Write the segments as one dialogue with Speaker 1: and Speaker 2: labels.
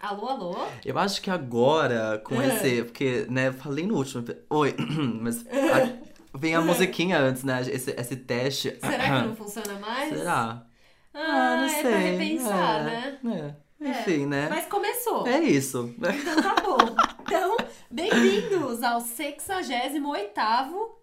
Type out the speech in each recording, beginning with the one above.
Speaker 1: Alô, alô?
Speaker 2: Eu acho que agora, com
Speaker 1: É.
Speaker 2: esse. Porque, né, eu falei no último. epi- Oi, mas. a- vem a musiquinha antes, né? Esse, esse teste.
Speaker 1: É.
Speaker 2: Ah,
Speaker 1: Será que não funciona mais?
Speaker 2: Será?
Speaker 1: Ah,
Speaker 2: não
Speaker 1: é
Speaker 2: sei.
Speaker 1: pra repensar, né?
Speaker 2: né? É.
Speaker 1: É.
Speaker 2: Enfim, né?
Speaker 1: Mas começou.
Speaker 2: É isso.
Speaker 1: Então tá bom. Então, bem-vindos ao 68º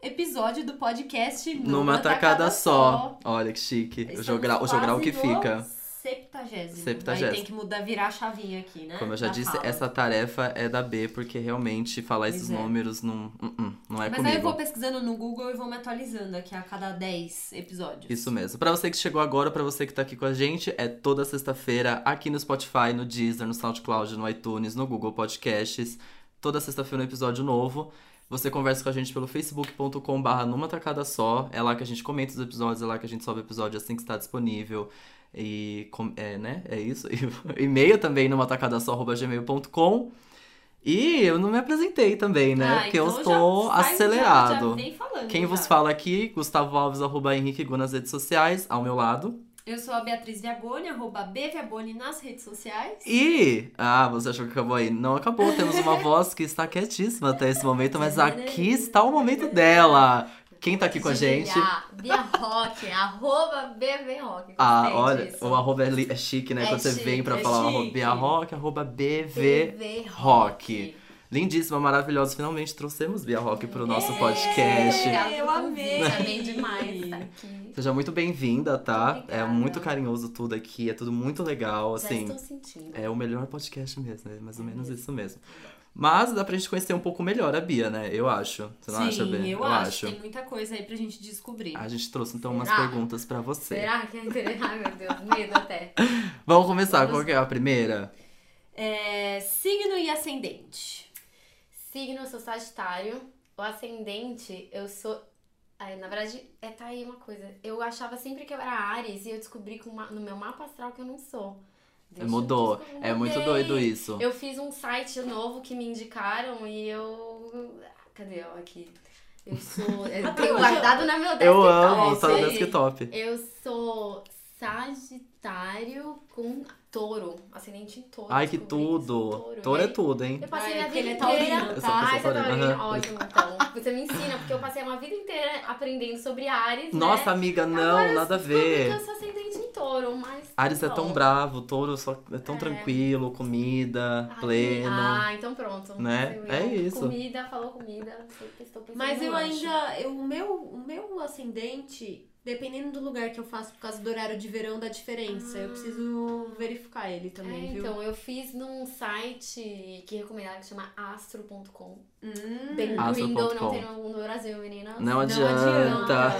Speaker 1: episódio do podcast Numa,
Speaker 2: Numa tacada só. Olha que chique. O
Speaker 1: Estamos
Speaker 2: jogral, o jogral
Speaker 1: quase né?
Speaker 2: que
Speaker 1: no
Speaker 2: fica.
Speaker 1: Septagésimo.
Speaker 2: Septagésimo.
Speaker 1: Aí tem que mudar, virar a chavinha aqui, né?
Speaker 2: Como eu já
Speaker 1: Da
Speaker 2: disse,
Speaker 1: fala.
Speaker 2: essa tarefa é da B, porque realmente falar
Speaker 1: Pois
Speaker 2: esses
Speaker 1: é.
Speaker 2: números não, hum, hum, não é
Speaker 1: Mas
Speaker 2: comigo.
Speaker 1: aí eu vou pesquisando no Google e vou me atualizando aqui a cada 10 episódios.
Speaker 2: Isso mesmo. Pra você que chegou agora, pra você que tá aqui com a gente, é toda sexta-feira aqui no Spotify, no Deezer, no SoundCloud, no iTunes, no Google Podcasts. Toda sexta-feira um episódio novo. Você conversa com a gente pelo facebook.com/barra numa tacada só. É lá que a gente comenta os episódios, é lá que a gente sobe o episódio assim que está disponível. E com- é, né? É isso. E- E-mail também numa tacada só arroba gmail.com. E eu não me apresentei também, né?
Speaker 1: Ah,
Speaker 2: Porque
Speaker 1: então
Speaker 2: eu estou
Speaker 1: já sai- já-
Speaker 2: acelerado.
Speaker 1: já vem falando,
Speaker 2: Quem
Speaker 1: já.
Speaker 2: vos fala aqui, Gustavo Alves, arroba Henrique Gu nas redes sociais, ao meu lado.
Speaker 1: Eu sou a Beatriz Viagoni, arroba B Viagoni nas redes sociais.
Speaker 2: E. Ah, você achou que acabou aí? Não acabou, temos uma voz que está quietíssima até esse momento, mas
Speaker 3: né?
Speaker 2: aqui está o momento dela. Quem tá aqui com a gente?
Speaker 3: Bia Rock, arroba Bia Vem Rock.
Speaker 2: Ah,
Speaker 3: gostei
Speaker 2: olha,
Speaker 3: disso.
Speaker 2: o arroba é, li- é chique, né?
Speaker 3: É
Speaker 2: Quando você
Speaker 3: chique,
Speaker 2: vem
Speaker 1: é
Speaker 2: pra falar o arroba
Speaker 1: chique.
Speaker 2: Bia Rock, arroba BV.
Speaker 3: BV
Speaker 2: Rock. Lindíssima, maravilhosa. Finalmente trouxemos Bia Rock pro nosso
Speaker 3: É,
Speaker 2: podcast. Tipo
Speaker 3: obrigada
Speaker 1: Eu
Speaker 3: pelo convite,
Speaker 1: amei.
Speaker 3: Amei demais estar aqui.
Speaker 2: Seja muito bem-vinda, tá? É
Speaker 3: Obrigada.
Speaker 2: muito carinhoso tudo aqui, é tudo muito legal,
Speaker 3: Já
Speaker 2: assim.
Speaker 3: estou sentindo.
Speaker 2: É o melhor podcast mesmo, é mais ou menos isso mesmo. Mas dá pra gente conhecer um pouco melhor a Bia, né? Eu acho. Você não
Speaker 1: Sim,
Speaker 2: acha, Bia?
Speaker 1: eu, acho. Tem muita coisa aí pra gente descobrir.
Speaker 2: A gente trouxe então umas
Speaker 3: Será?
Speaker 2: perguntas pra você.
Speaker 3: Será que é interessante? Ai, meu Deus, medo até.
Speaker 2: Vamos começar,
Speaker 3: Vamos-
Speaker 2: qual que é a primeira?
Speaker 1: É, signo e ascendente.
Speaker 3: Signo, eu sou Sagitário. O ascendente, eu sou. Ai, na verdade, é tá aí uma coisa. Eu achava sempre que eu era Ares e eu descobri com uma- no meu mapa astral que eu não sou. Deixa eu
Speaker 2: Mudou.
Speaker 3: descobrir.
Speaker 2: É muito
Speaker 3: Mudei.
Speaker 2: doido isso.
Speaker 3: Eu fiz um site novo que me indicaram e eu. Cadê ó, aqui? Eu sou. Eu tenho guardado na meu desktop.
Speaker 2: Eu amo,
Speaker 3: isso
Speaker 2: tá no
Speaker 3: aí.
Speaker 2: desktop.
Speaker 3: Eu sou Sagitário com touro. Ascendente em touro.
Speaker 2: Ai, que
Speaker 3: descobri isso,
Speaker 2: tudo. Touro é
Speaker 3: E aí,
Speaker 2: tudo, hein?
Speaker 3: Eu passei
Speaker 1: Ai,
Speaker 3: minha
Speaker 1: porque ele
Speaker 3: vida
Speaker 1: é
Speaker 3: inteira.
Speaker 1: taurino,
Speaker 2: Eu sou- eu
Speaker 3: Ai,
Speaker 2: sou
Speaker 3: você tá
Speaker 2: taurino, aham.
Speaker 3: Ótimo, então. Você me ensina, porque eu passei uma vida inteira aprendendo sobre Ares.
Speaker 2: Nossa,
Speaker 3: né?
Speaker 2: amiga, não,
Speaker 3: Agora eu
Speaker 2: nada a
Speaker 3: descobri que
Speaker 2: ver.
Speaker 3: Eu sou ascendente em touro, mas. tá
Speaker 2: Ares é tão
Speaker 3: bom.
Speaker 2: bravo, touro só é tão
Speaker 3: É.
Speaker 2: tranquilo, comida,
Speaker 3: Ai,
Speaker 2: pleno.
Speaker 3: Ah, então pronto.
Speaker 2: Né?
Speaker 3: Eu-
Speaker 2: É isso.
Speaker 3: Comida, falou comida. eu Estou pensando
Speaker 1: Mas
Speaker 3: no
Speaker 1: eu
Speaker 3: lanche.
Speaker 1: ainda. eu- o, meu, o meu ascendente, dependendo do lugar que eu faço, por causa do horário de verão, dá diferença. Eu preciso verificar ele também,
Speaker 3: Ah. É,
Speaker 1: viu?
Speaker 3: então, eu fiz num site que recomendaram que chama astro.com.
Speaker 1: Hum.
Speaker 3: Bem
Speaker 2: Astro
Speaker 3: gringo,
Speaker 2: ponto com.
Speaker 3: não tem no, no Brasil, menina.
Speaker 2: Não
Speaker 1: adianta.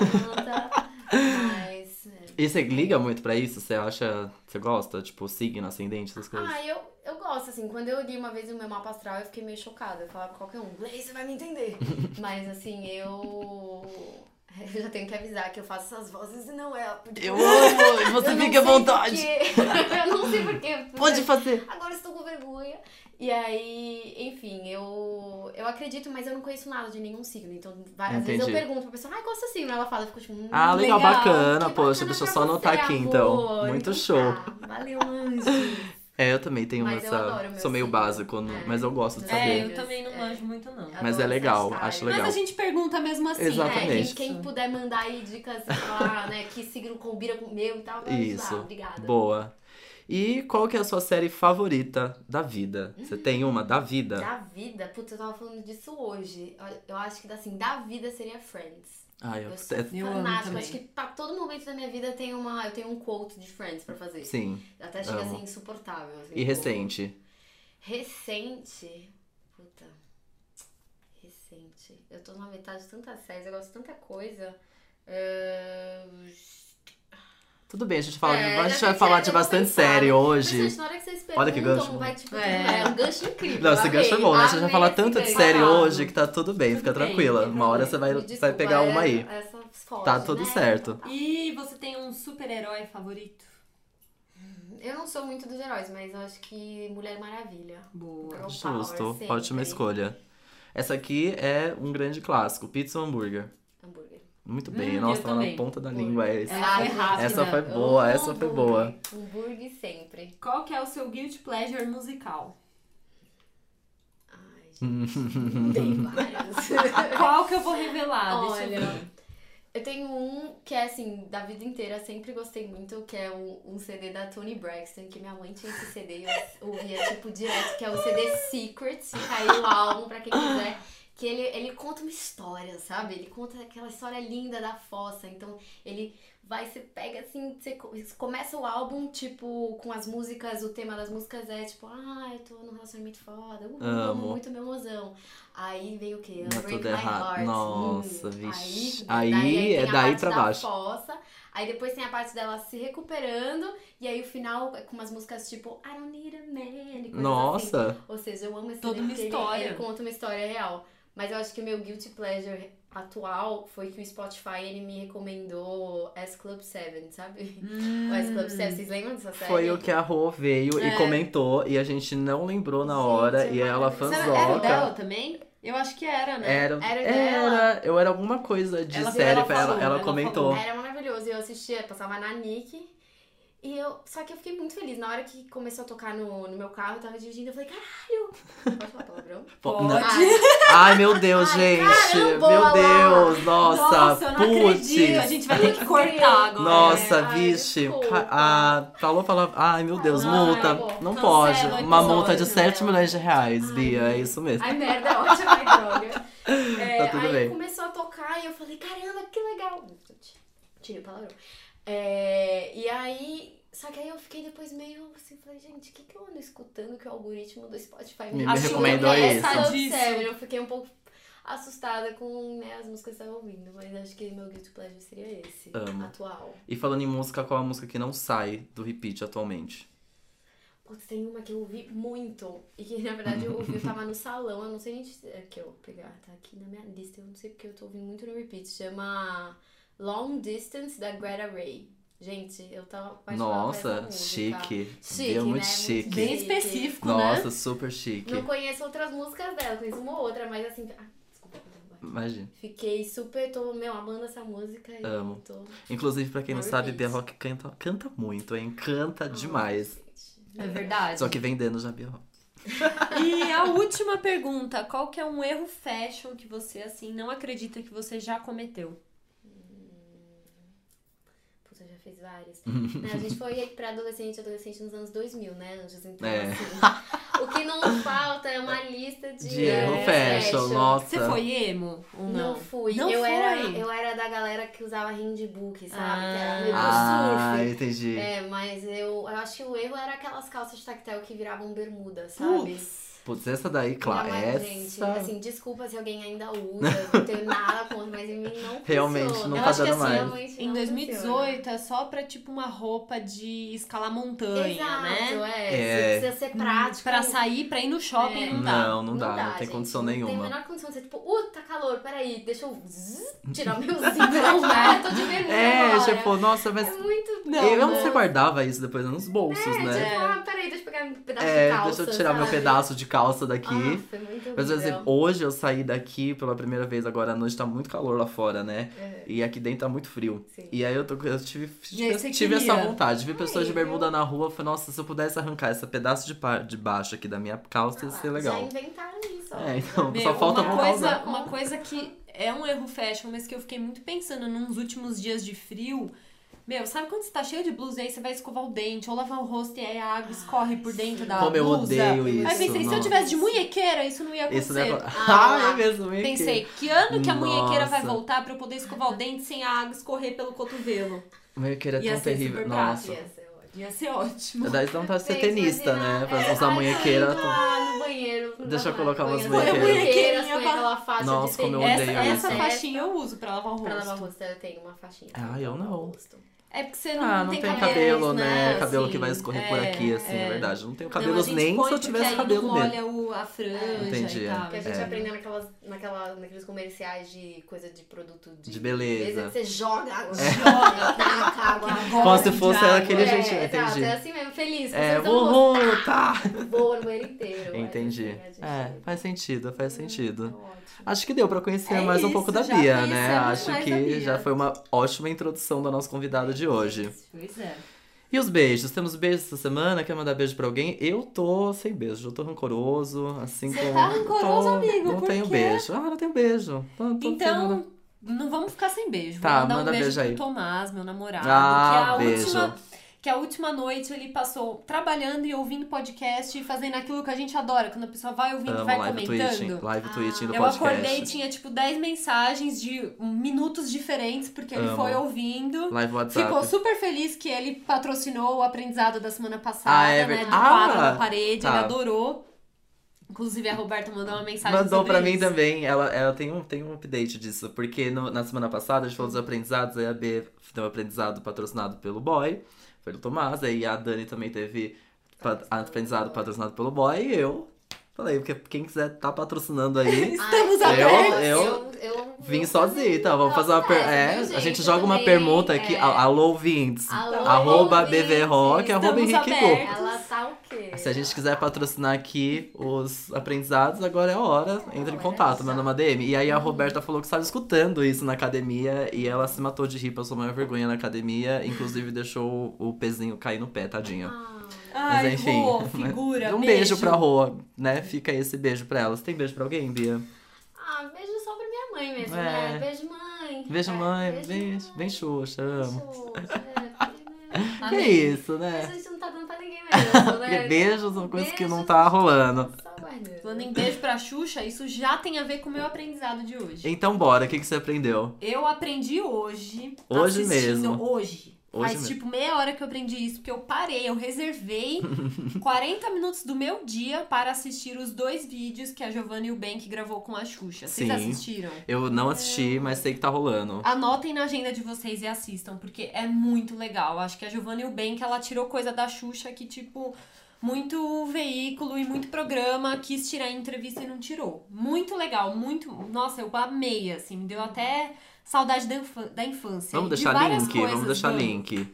Speaker 3: Mas. é.
Speaker 2: E você liga muito pra isso? Você acha. Você gosta? Tipo, signo, ascendente, essas coisas?
Speaker 3: Ah, eu, eu gosto, assim, quando eu li uma vez o meu mapa astral, eu fiquei meio chocada. Eu falava pra qualquer um, Lei, você vai me entender. Mas assim, eu. Eu já tenho que avisar que eu faço essas vozes e não é. porque-
Speaker 2: Eu amo! E você
Speaker 3: Eu não
Speaker 2: fica à
Speaker 3: sei
Speaker 2: vontade!
Speaker 3: porquê. eu não sei porquê. porque
Speaker 2: Pode fazer!
Speaker 3: Agora estou com vergonha. E aí, enfim, eu, eu acredito, mas eu não conheço nada de nenhum signo. Então, várias vezes eu
Speaker 2: Entendi.
Speaker 3: pergunto pra pessoa, ai, qual é o seu signo? Ela fala, eu fico tipo, hum,
Speaker 2: Ah, legal,
Speaker 1: Legal,
Speaker 2: bacana,
Speaker 3: que
Speaker 2: poxa,
Speaker 3: bacana
Speaker 2: deixa eu
Speaker 3: pra
Speaker 2: só
Speaker 3: você,
Speaker 2: anotar aqui então.
Speaker 3: amor.
Speaker 2: Muito
Speaker 3: Então
Speaker 2: show.
Speaker 3: tá. Valeu, anjo.
Speaker 2: É, eu também tenho
Speaker 3: Mas eu
Speaker 2: essa.
Speaker 3: adoro meu
Speaker 2: sou meio
Speaker 3: signo.
Speaker 2: básico, no-
Speaker 3: É.
Speaker 2: mas eu gosto de
Speaker 3: É,
Speaker 2: saber.
Speaker 1: É, eu também não
Speaker 3: É.
Speaker 1: manjo muito, não.
Speaker 2: Mas é
Speaker 3: Adoro
Speaker 2: legal,
Speaker 3: Sagitário.
Speaker 2: acho
Speaker 1: Mas
Speaker 2: legal.
Speaker 1: a gente pergunta mesmo assim,
Speaker 2: Exatamente.
Speaker 1: né?
Speaker 3: É, quem, quem puder mandar aí dicas e falar, né, que signo combina com o meu e tal, vai
Speaker 2: Isso.
Speaker 3: ajudar. Obrigada.
Speaker 2: Boa. E qual que é a sua série favorita da vida? Você tem uma da vida?
Speaker 3: Hum. Da vida, putz, eu tava falando disso hoje. Eu- Eu acho que assim, da vida seria Friends.
Speaker 2: Ai, eu.
Speaker 3: Eu sou
Speaker 2: é-
Speaker 1: Eu amo
Speaker 3: fanática.
Speaker 1: também.
Speaker 3: Acho que pra todo momento da minha vida tem uma, eu tenho um quote de Friends pra fazer.
Speaker 2: Sim.
Speaker 3: Até chega
Speaker 2: Amo.
Speaker 3: assim insuportável. assim,
Speaker 2: E
Speaker 3: um
Speaker 2: recente.
Speaker 3: pouco. Recente. Puta. Recente. Eu tô na metade de tantas séries, eu gosto de tanta coisa. Ah, Ahn,
Speaker 2: Tudo bem, a gente, fala,
Speaker 3: É,
Speaker 2: a gente
Speaker 3: já
Speaker 2: vai
Speaker 3: tem
Speaker 2: falar
Speaker 3: série,
Speaker 2: de
Speaker 3: eu vou
Speaker 2: bastante
Speaker 3: pensar.
Speaker 2: série hoje.
Speaker 3: Impressionante, na hora que vocês perguntam,
Speaker 2: Olha que gancho, né?
Speaker 3: vai tipo,
Speaker 1: É.
Speaker 3: é. um gancho incrível.
Speaker 2: Não, esse
Speaker 3: amei,
Speaker 2: gancho é bom, né? Você já
Speaker 3: amei
Speaker 2: fala
Speaker 3: esse
Speaker 2: tanto de
Speaker 3: gancho.
Speaker 2: série
Speaker 1: Falado.
Speaker 2: hoje que tá tudo bem,
Speaker 1: Tudo
Speaker 2: fica
Speaker 1: bem,
Speaker 2: tranquila.
Speaker 1: tudo
Speaker 2: Uma hora
Speaker 3: bem.
Speaker 2: você vai,
Speaker 3: Me
Speaker 2: vai
Speaker 3: desculpa,
Speaker 2: pegar uma
Speaker 3: é-
Speaker 2: aí.
Speaker 3: essa foge,
Speaker 2: Tá tudo
Speaker 3: né?
Speaker 2: certo.
Speaker 1: E você tem um super-herói favorito?
Speaker 3: Eu não sou muito dos heróis, mas eu acho que Mulher Maravilha.
Speaker 1: Boa.
Speaker 3: Girl
Speaker 2: Justo,
Speaker 3: power,
Speaker 2: ótima
Speaker 3: sempre.
Speaker 2: escolha. Essa aqui é um grande clássico, pizza ou hambúrguer?
Speaker 3: Hambúrguer.
Speaker 2: Muito bem,
Speaker 4: Hum, eu
Speaker 2: nossa, tá na
Speaker 4: também.
Speaker 2: ponta da
Speaker 3: Pô,
Speaker 2: língua essa.
Speaker 4: Essa foi rápida.
Speaker 2: Essa foi
Speaker 3: Eu
Speaker 2: boa,
Speaker 3: amo
Speaker 2: essa foi boa.
Speaker 3: Um burger sempre.
Speaker 4: Qual que é o seu guilty pleasure musical?
Speaker 3: Ai, gente. Tem vários.
Speaker 4: Qual que eu vou revelar? Deixa
Speaker 3: Olha,
Speaker 4: eu ver.
Speaker 3: eu tenho um que é assim, da vida inteira, sempre gostei muito, que é um, um CD da Toni Braxton, que minha mãe tinha esse CD e eu ouvia, tipo, direto, que é o CD Secrets, fica aí o álbum pra quem quiser. Que ele, ele conta uma história, sabe? Ele conta aquela história linda da fossa. Então, ele vai, você pega assim, você co- você começa o álbum, tipo, com as músicas, o tema das músicas é tipo, ah, eu tô num relacionamento foda, uh,
Speaker 2: Amo.
Speaker 3: amo muito meu mozão. Aí vem o quê?
Speaker 2: Não é
Speaker 3: Break
Speaker 2: tudo
Speaker 3: My
Speaker 2: errado.
Speaker 3: Heart.
Speaker 2: Nossa,
Speaker 3: Hum.
Speaker 2: vixe. Aí
Speaker 3: Aí, daí,
Speaker 2: é
Speaker 3: tem a
Speaker 2: daí
Speaker 3: parte
Speaker 2: pra
Speaker 3: da
Speaker 2: baixo.
Speaker 3: Fossa, aí depois tem a parte dela se recuperando. E aí o final é com umas músicas tipo I don't need a man. E coisas assim.
Speaker 2: Nossa,
Speaker 3: Ou seja, eu amo esse
Speaker 4: Toda
Speaker 3: CD
Speaker 4: uma
Speaker 3: porque ele-
Speaker 4: história.
Speaker 3: Ele, conta uma história real. Mas eu acho que o meu guilty pleasure atual foi que o Spotify ele me recomendou S Club 7, sabe? O S Club 7,
Speaker 1: assim,
Speaker 3: vocês lembram dessa série?
Speaker 2: foi o que a Rô veio e
Speaker 1: É.
Speaker 2: comentou e a gente não lembrou na
Speaker 3: Gente,
Speaker 2: hora
Speaker 3: é
Speaker 2: e ela
Speaker 3: maravilhoso.
Speaker 1: Sabe, era o
Speaker 2: fanzoca.
Speaker 1: dela também? Eu acho que era, né?
Speaker 2: Era,
Speaker 3: Era o
Speaker 2: era, eu era alguma coisa de
Speaker 4: Ela-
Speaker 2: série
Speaker 4: ela
Speaker 2: pra ela,
Speaker 4: falou,
Speaker 2: ela
Speaker 4: ela
Speaker 2: comentou.
Speaker 3: Era maravilhoso. Eu assistia, passava na Nick. E eu. Só que eu fiquei muito feliz. Na hora que começou a tocar no, no meu carro, eu tava dirigindo, eu falei, caralho! Pode falar palavrão?
Speaker 2: Pô,
Speaker 4: Pode.
Speaker 1: né?
Speaker 2: não.
Speaker 1: Ah.
Speaker 2: Ai, meu Deus,
Speaker 3: Ai,
Speaker 2: gente.
Speaker 3: caramba,
Speaker 2: meu
Speaker 3: lá.
Speaker 2: Deus, nossa,
Speaker 4: Nossa, eu não
Speaker 2: putz.
Speaker 4: acredito. A gente vai ter que cortar agora.
Speaker 2: Nossa,
Speaker 3: Ai,
Speaker 2: vixe.
Speaker 3: desculpa.
Speaker 2: Ca- Ah, falou palavra. Ai, meu Deus,
Speaker 3: Ai,
Speaker 2: multa.
Speaker 3: amor,
Speaker 4: cancela
Speaker 2: não pode.
Speaker 4: o
Speaker 2: Uma
Speaker 4: episódio,
Speaker 2: multa de
Speaker 4: né?
Speaker 2: 7 milhões de reais,
Speaker 3: Ai,
Speaker 2: Bia. É
Speaker 3: meu
Speaker 2: isso mesmo.
Speaker 3: Ai, merda, ótima ai, droga. É,
Speaker 2: Tá tudo
Speaker 3: aí
Speaker 2: bem.
Speaker 3: começou a tocar e eu falei, caramba, que legal. Tirei o palavrão. É, e aí. Só que aí eu fiquei depois meio assim, falei, gente, o que, que eu ando escutando que o algoritmo do Spotify
Speaker 2: Me-
Speaker 4: me recomendou isso.
Speaker 3: Isso.
Speaker 4: Disso.
Speaker 3: Eu fiquei um pouco assustada com né, as músicas que eu tava ouvindo, mas acho que meu guilty pleasure seria esse,
Speaker 2: Amo.
Speaker 3: atual.
Speaker 2: E falando em música, qual a música que não sai do repeat atualmente?
Speaker 3: Putz, tem uma que eu ouvi muito. E que, na verdade, eu ouvi, eu tava no salão, eu não sei nem se é que eu vou pegar, tá aqui na minha lista, eu não sei porque eu tô ouvindo muito no repeat. Chama Long Distance da Greta Ray. Gente, eu tava apaixonada por essa
Speaker 2: Nossa,
Speaker 3: música.
Speaker 2: chique.
Speaker 3: Chique,
Speaker 2: Deu
Speaker 3: né?
Speaker 2: muito
Speaker 3: Muito
Speaker 2: chique.
Speaker 1: É Bem específico,
Speaker 2: Nossa,
Speaker 1: né?
Speaker 2: super chique.
Speaker 3: Não conheço outras músicas dela, conheço uma ou outra, mas assim. Ah, desculpa, vou derrubar.
Speaker 2: Imagina.
Speaker 3: Fiquei super, tô, meu, amando essa música e
Speaker 2: Amo.
Speaker 3: tô.
Speaker 2: Inclusive, pra quem não
Speaker 3: Não
Speaker 2: sabe,
Speaker 3: repeat.
Speaker 2: Bia Rock canta, canta muito, hein? Canta demais.
Speaker 4: É verdade.
Speaker 2: Só que vendendo já Bia Rock.
Speaker 1: E a última pergunta, qual que é um erro fashion que você, assim, não acredita que você já cometeu?
Speaker 3: Puta, eu já fiz várias. Não, a gente foi pra adolescente, adolescente nos anos 2000, né, Anjos? Então,
Speaker 2: É.
Speaker 3: assim, o que não falta é uma lista de...
Speaker 2: De erro
Speaker 3: é,
Speaker 2: fashion, nossa.
Speaker 1: Você foi emo ou
Speaker 3: Não
Speaker 1: não?
Speaker 3: fui.
Speaker 1: Não
Speaker 3: eu, Era,
Speaker 1: foi?
Speaker 3: eu era da galera que usava handbook, sabe? que era
Speaker 1: Ah.
Speaker 3: meio
Speaker 2: Ah,
Speaker 3: surf.
Speaker 2: entendi.
Speaker 3: É, mas eu, eu acho que o erro era aquelas calças de tactel que viravam bermuda, sabe?
Speaker 1: Putz.
Speaker 2: Putz, essa daí, claro.
Speaker 3: Ainda mais,
Speaker 2: Essa.
Speaker 3: Gente, assim, desculpa se alguém ainda usa, eu não tenho nada contra, mas em mim não
Speaker 2: Realmente,
Speaker 3: funciona.
Speaker 2: não
Speaker 1: Eu
Speaker 2: tá
Speaker 1: acho que,
Speaker 2: dando
Speaker 1: assim,
Speaker 2: mais.
Speaker 3: Realmente
Speaker 1: Em
Speaker 3: não
Speaker 1: 2018 é só pra tipo uma roupa de escalar
Speaker 3: funciona.
Speaker 1: montanha,
Speaker 3: Exato,
Speaker 1: né?
Speaker 3: é.
Speaker 2: É.
Speaker 3: Você precisa ser prático.
Speaker 1: Pra sair, pra ir no shopping,
Speaker 3: É.
Speaker 1: não dá.
Speaker 2: Não, não dá, não, tem
Speaker 3: gente,
Speaker 2: condição
Speaker 3: Não tem
Speaker 2: nenhuma.
Speaker 3: a menor condição de ser tipo, uh, tá calor, peraí, deixa eu zzz, tirar meu zíper né? Tô de bermuda
Speaker 2: É,
Speaker 3: agora.
Speaker 2: tipo, nossa, mas.
Speaker 3: É muito...
Speaker 1: Não,
Speaker 2: eu não
Speaker 1: né?
Speaker 2: sei guardava isso depois nos bolsos,
Speaker 3: É,
Speaker 2: né?
Speaker 3: tipo, ah, peraí, deixa eu pegar um pedaço
Speaker 2: É,
Speaker 3: de calça,
Speaker 2: deixa eu tirar meu
Speaker 3: sabe?
Speaker 2: pedaço de calça daqui.
Speaker 3: Ah, foi muito
Speaker 2: Mas, por
Speaker 3: horrível.
Speaker 2: exemplo, hoje eu saí daqui pela primeira vez agora à noite, tá muito calor lá fora, né?
Speaker 3: É,
Speaker 2: E aqui dentro tá muito frio.
Speaker 3: sim.
Speaker 2: E aí eu, tô, eu tive,
Speaker 1: E aí você
Speaker 2: tive, tive essa
Speaker 1: queria.
Speaker 2: vontade. Vi pessoas de
Speaker 3: Ai, eu-
Speaker 2: bermuda na rua, falei, nossa, se eu pudesse arrancar esse pedaço de, pa- de baixo aqui da minha calça,
Speaker 3: Ah
Speaker 2: ia
Speaker 3: lá,
Speaker 2: ser legal.
Speaker 3: Já inventaram isso, ó.
Speaker 2: É, então,
Speaker 1: Meu,
Speaker 2: só falta
Speaker 1: uma
Speaker 2: voltar a usar.
Speaker 1: coisa, uma coisa que é um erro fashion, mas que eu fiquei muito pensando nos últimos dias de frio. Meu, sabe quando você tá cheio de blusa e aí você vai escovar o dente ou lavar o rosto e aí a água escorre por dentro da
Speaker 2: Como eu
Speaker 1: blusa?
Speaker 2: odeio isso.
Speaker 1: Aí pensei, se eu
Speaker 2: nossa.
Speaker 1: tivesse de munhequeira, isso não ia acontecer.
Speaker 2: Isso não é...
Speaker 3: Ah,
Speaker 2: Ah, é mesmo, hein?
Speaker 1: Pensei, que ano que a munhequeira vai
Speaker 2: Nossa.
Speaker 1: voltar pra eu poder escovar o dente sem a água escorrer pelo cotovelo?
Speaker 2: Meio que era
Speaker 1: Ia
Speaker 2: tão
Speaker 1: ser
Speaker 2: terrível.
Speaker 1: super prático.
Speaker 2: Nossa.
Speaker 3: Ia ser ótimo.
Speaker 1: Ia ser ótimo.
Speaker 2: Daí dá vontade de ser
Speaker 3: Gente,
Speaker 2: tenista,
Speaker 3: imagina,
Speaker 2: né? Pra
Speaker 3: é,
Speaker 2: usar
Speaker 3: ai,
Speaker 2: munhequeira.
Speaker 3: tô indo lá no banheiro. no
Speaker 2: Deixa eu
Speaker 3: banheiro,
Speaker 2: colocar umas
Speaker 3: banheiro,
Speaker 1: munhequeiras.
Speaker 3: banheiras, põe aquela faixa
Speaker 2: Nossa,
Speaker 3: de
Speaker 2: como eu
Speaker 3: tenista.
Speaker 1: Essa,
Speaker 2: odeio
Speaker 1: essa
Speaker 2: isso.
Speaker 1: faixinha eu uso pra lavar o rosto.
Speaker 3: Pra lavar o rosto, eu tenho uma faixinha.
Speaker 2: Ah, eu não.
Speaker 3: Rosto.
Speaker 1: É porque você não,
Speaker 2: Ah, não
Speaker 1: tem,
Speaker 2: tem, cabelo, né? Cabelo que
Speaker 1: assim,
Speaker 2: vai escorrer por
Speaker 1: é,
Speaker 2: aqui, assim, é
Speaker 1: é.
Speaker 2: verdade. Não tenho
Speaker 1: Não, a
Speaker 2: cabelos
Speaker 1: gente
Speaker 2: nem
Speaker 1: põe
Speaker 2: se eu
Speaker 1: porque
Speaker 2: tivesse
Speaker 1: aí
Speaker 2: cabelo
Speaker 1: não
Speaker 2: mesmo.
Speaker 1: molha o, a franja
Speaker 2: Entendi. É.
Speaker 1: e tal.
Speaker 3: Porque a gente aprende naquelas, naquela, naqueles comerciais de coisa de produto de,
Speaker 2: De beleza.
Speaker 3: que Você joga água, joga, taca água,
Speaker 2: Como
Speaker 3: agora.
Speaker 2: se fosse
Speaker 1: água.
Speaker 2: aquele
Speaker 3: é,
Speaker 2: jeitinho,
Speaker 3: exato,
Speaker 2: entendi.
Speaker 3: é assim mesmo, feliz.
Speaker 2: É,
Speaker 3: você não gostar,
Speaker 2: vou tá!
Speaker 3: Boa no banheiro inteiro.
Speaker 2: Entendi.
Speaker 3: Assim, a gente-
Speaker 2: É, faz sentido, faz
Speaker 3: é
Speaker 2: sentido.
Speaker 3: ótimo.
Speaker 2: Acho que deu pra conhecer
Speaker 1: É
Speaker 2: mais um
Speaker 1: isso,
Speaker 2: pouco da
Speaker 1: já
Speaker 2: Bia,
Speaker 1: conhecemos
Speaker 2: né? Acho
Speaker 1: mais a
Speaker 2: que
Speaker 1: Bia.
Speaker 2: já foi uma ótima introdução da nossa convidada de hoje.
Speaker 4: Pois é.
Speaker 2: E os beijos? Temos beijos essa semana? Quer mandar beijo pra alguém? Eu tô sem beijo, eu tô rancoroso, assim
Speaker 1: Você
Speaker 2: como.
Speaker 1: tá rancoroso,
Speaker 2: tô-
Speaker 1: amigo,
Speaker 2: Não
Speaker 1: por
Speaker 2: tenho
Speaker 1: quê?
Speaker 2: beijo. Ah, não tenho beijo. Tô- tô sem-
Speaker 1: Então, não vamos ficar sem beijo. Vou
Speaker 2: Tá,
Speaker 1: mandar
Speaker 2: manda
Speaker 1: um beijo,
Speaker 2: beijo aí.
Speaker 1: pro Tomás, meu namorado. que
Speaker 2: Ah,
Speaker 1: a
Speaker 2: beijo.
Speaker 1: última. Que a última noite ele passou trabalhando e ouvindo podcast e fazendo aquilo que a gente adora, quando a pessoa vai ouvindo e
Speaker 2: Amo
Speaker 1: vai
Speaker 2: live
Speaker 1: comentando.
Speaker 2: tweeting. Live
Speaker 3: Ah.
Speaker 2: tweeting do
Speaker 1: Eu
Speaker 2: podcast.
Speaker 1: acordei e tinha tipo 10 mensagens de minutos diferentes, porque ele
Speaker 2: Amo.
Speaker 1: foi ouvindo.
Speaker 2: Live WhatsApp.
Speaker 1: Ficou super feliz que ele patrocinou o aprendizado da semana passada,
Speaker 2: Ah, é
Speaker 1: né?
Speaker 2: ver-
Speaker 1: Do
Speaker 2: Ah,
Speaker 1: quadro na parede,
Speaker 2: tá.
Speaker 1: ele adorou. Inclusive, a Roberta mandou uma mensagem
Speaker 2: Mandou
Speaker 1: sobre
Speaker 2: pra mim
Speaker 1: isso.
Speaker 2: também. Ela, ela tem, um, tem um update disso. Porque no- na semana passada a gente falou dos aprendizados. Aí a B deu um aprendizado patrocinado pelo boy, pelo Tomás. Aí a Dani também teve pa- aprendizado patrocinado pelo boy. E eu falei, porque quem quiser tá patrocinando aí.
Speaker 1: Estamos
Speaker 3: Ai,
Speaker 2: abertos.
Speaker 3: eu-
Speaker 2: eu-
Speaker 3: eu-
Speaker 2: Vim
Speaker 3: eu-
Speaker 2: sozinho, então vamos fazer uma per... É,
Speaker 3: viu,
Speaker 2: a gente
Speaker 3: Eu
Speaker 2: joga uma
Speaker 3: também,
Speaker 2: pergunta aqui.
Speaker 3: é.
Speaker 2: a- Alô, ouvintes.
Speaker 3: Alô,
Speaker 2: Arroba
Speaker 3: ouvintes,
Speaker 2: BVRock, arroba
Speaker 1: estamos
Speaker 2: Henrique Gu.
Speaker 1: abertos.
Speaker 3: Ela tá o quê?
Speaker 2: Ah, Se a gente quiser patrocinar aqui os aprendizados, agora é Uhum. a hora. Entra em contato, manda uma DM. E aí a Roberta falou que estava escutando isso na academia e ela se matou de rir, passou a maior vergonha na academia. Inclusive deixou o pezinho cair no pé, tadinha.
Speaker 3: Ah,
Speaker 1: Ai,
Speaker 2: Mas enfim.
Speaker 1: Rô, figura,
Speaker 2: um beijo, pra Roa, né? Fica esse beijo pra ela. Você tem beijo pra alguém, Bia?
Speaker 3: ah, beijo só pra minha mãe mesmo,
Speaker 2: É.
Speaker 3: né? Beijo, mãe.
Speaker 2: Beijo,
Speaker 3: É,
Speaker 2: mãe. Beijo.
Speaker 3: mãe.
Speaker 2: Bem Xuxa, amo.
Speaker 3: Beijo, é,
Speaker 2: Que
Speaker 4: Amém.
Speaker 2: isso,
Speaker 3: Mas a
Speaker 2: né?
Speaker 3: gente não tá dando pra ninguém mesmo,
Speaker 2: Porque
Speaker 3: né?
Speaker 2: beijos são coisas que não
Speaker 3: Beijos,
Speaker 2: tá rolando.
Speaker 3: Só guardando.
Speaker 1: Falando em um beijo pra Xuxa, isso já tem a ver com o meu aprendizado de hoje.
Speaker 2: Então bora, o que, que você aprendeu?
Speaker 1: Eu aprendi hoje.
Speaker 2: Hoje
Speaker 1: assistindo-
Speaker 2: mesmo.
Speaker 1: Hoje.
Speaker 2: Hoje
Speaker 1: Faz
Speaker 2: mesmo.
Speaker 1: tipo meia hora que eu aprendi isso, porque eu parei, eu reservei 40 minutos do meu dia para assistir os dois vídeos que a Giovanna e o Ben gravou com a Xuxa. Vocês
Speaker 2: Sim.
Speaker 1: assistiram?
Speaker 2: Eu não assisti, mas sei que tá rolando.
Speaker 1: Anotem na agenda de vocês e assistam, porque é muito legal. Acho que a Giovanna Eubank, ela tirou coisa da Xuxa que, tipo, muito veículo e muito programa quis tirar em entrevista e não tirou. Muito legal, muito. Nossa, eu amei, assim, me deu até saudade da, infan- da infância.
Speaker 2: Vamos
Speaker 1: E de
Speaker 2: deixar
Speaker 1: várias
Speaker 2: link,
Speaker 1: coisas,
Speaker 2: vamos deixar
Speaker 1: vamos.
Speaker 2: link.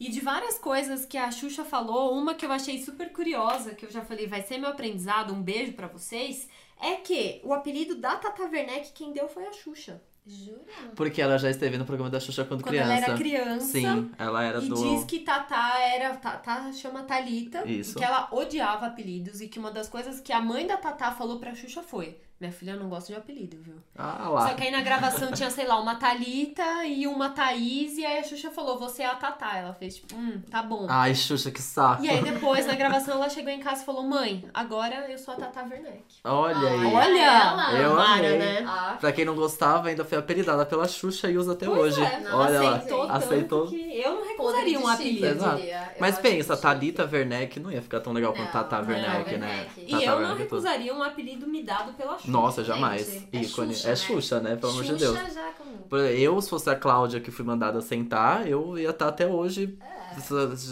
Speaker 1: E de várias coisas que a Xuxa falou, uma que eu achei super curiosa, que eu já falei, vai ser meu aprendizado, um beijo pra vocês, é que o apelido da Tata Werneck quem deu foi a Xuxa.
Speaker 3: Jura?
Speaker 2: Porque ela já esteve no programa da Xuxa quando,
Speaker 1: Quando
Speaker 2: criança.
Speaker 1: ela era criança.
Speaker 2: Sim, ela era
Speaker 1: E
Speaker 2: do.
Speaker 1: diz que Tatá era. Tatá chama Thalita. E
Speaker 2: Isso.
Speaker 1: que ela odiava apelidos. E que uma das coisas que a mãe da Tatá falou pra Xuxa foi: Minha filha não gosta de apelido, viu?
Speaker 2: Ah lá.
Speaker 1: Só que aí na gravação tinha, sei lá, uma Thalita e uma Thaís. E aí a Xuxa falou: Você é a Tatá. Ela fez tipo: Hum, tá bom.
Speaker 2: Ai, Xuxa, que saco.
Speaker 1: E aí depois, na gravação, ela chegou em casa e falou: Mãe, agora eu sou a Tatá Werneck.
Speaker 2: Olha aí.
Speaker 1: Ah, Olha,
Speaker 3: ela. é
Speaker 2: Eu
Speaker 1: Mara,
Speaker 2: amei.
Speaker 1: né?
Speaker 3: Ah,
Speaker 2: Pra quem não gostava, ainda foi apelidada pela Xuxa e usa até
Speaker 1: Pois
Speaker 2: hoje.
Speaker 1: é, ela
Speaker 2: Olha lá.
Speaker 1: aceitou tanto
Speaker 2: Aceitou.
Speaker 1: que eu não
Speaker 3: podre de
Speaker 1: recusaria um
Speaker 3: chique,
Speaker 1: apelido.
Speaker 3: eu
Speaker 2: Exato.
Speaker 3: diria. Eu
Speaker 2: Mas
Speaker 3: acho
Speaker 2: pensa,
Speaker 3: chique.
Speaker 2: Thalita Werneck não ia ficar tão legal quanto
Speaker 3: Não,
Speaker 2: Tata
Speaker 3: não,
Speaker 2: Werneck, né?
Speaker 3: Werneck.
Speaker 1: E
Speaker 2: Tata
Speaker 1: eu não
Speaker 2: Werneck é tudo.
Speaker 1: recusaria um apelido me dado pela Xuxa.
Speaker 2: Nossa,
Speaker 3: Gente,
Speaker 2: jamais.
Speaker 3: é
Speaker 2: Ícone.
Speaker 3: Xuxa,
Speaker 2: é
Speaker 3: né?
Speaker 2: Xuxa, né? Pelo amor de
Speaker 3: Xuxa
Speaker 2: Deus.
Speaker 3: já com- um.
Speaker 2: Por- Eu, se fosse a Cláudia que fui mandada sentar, eu ia estar até hoje.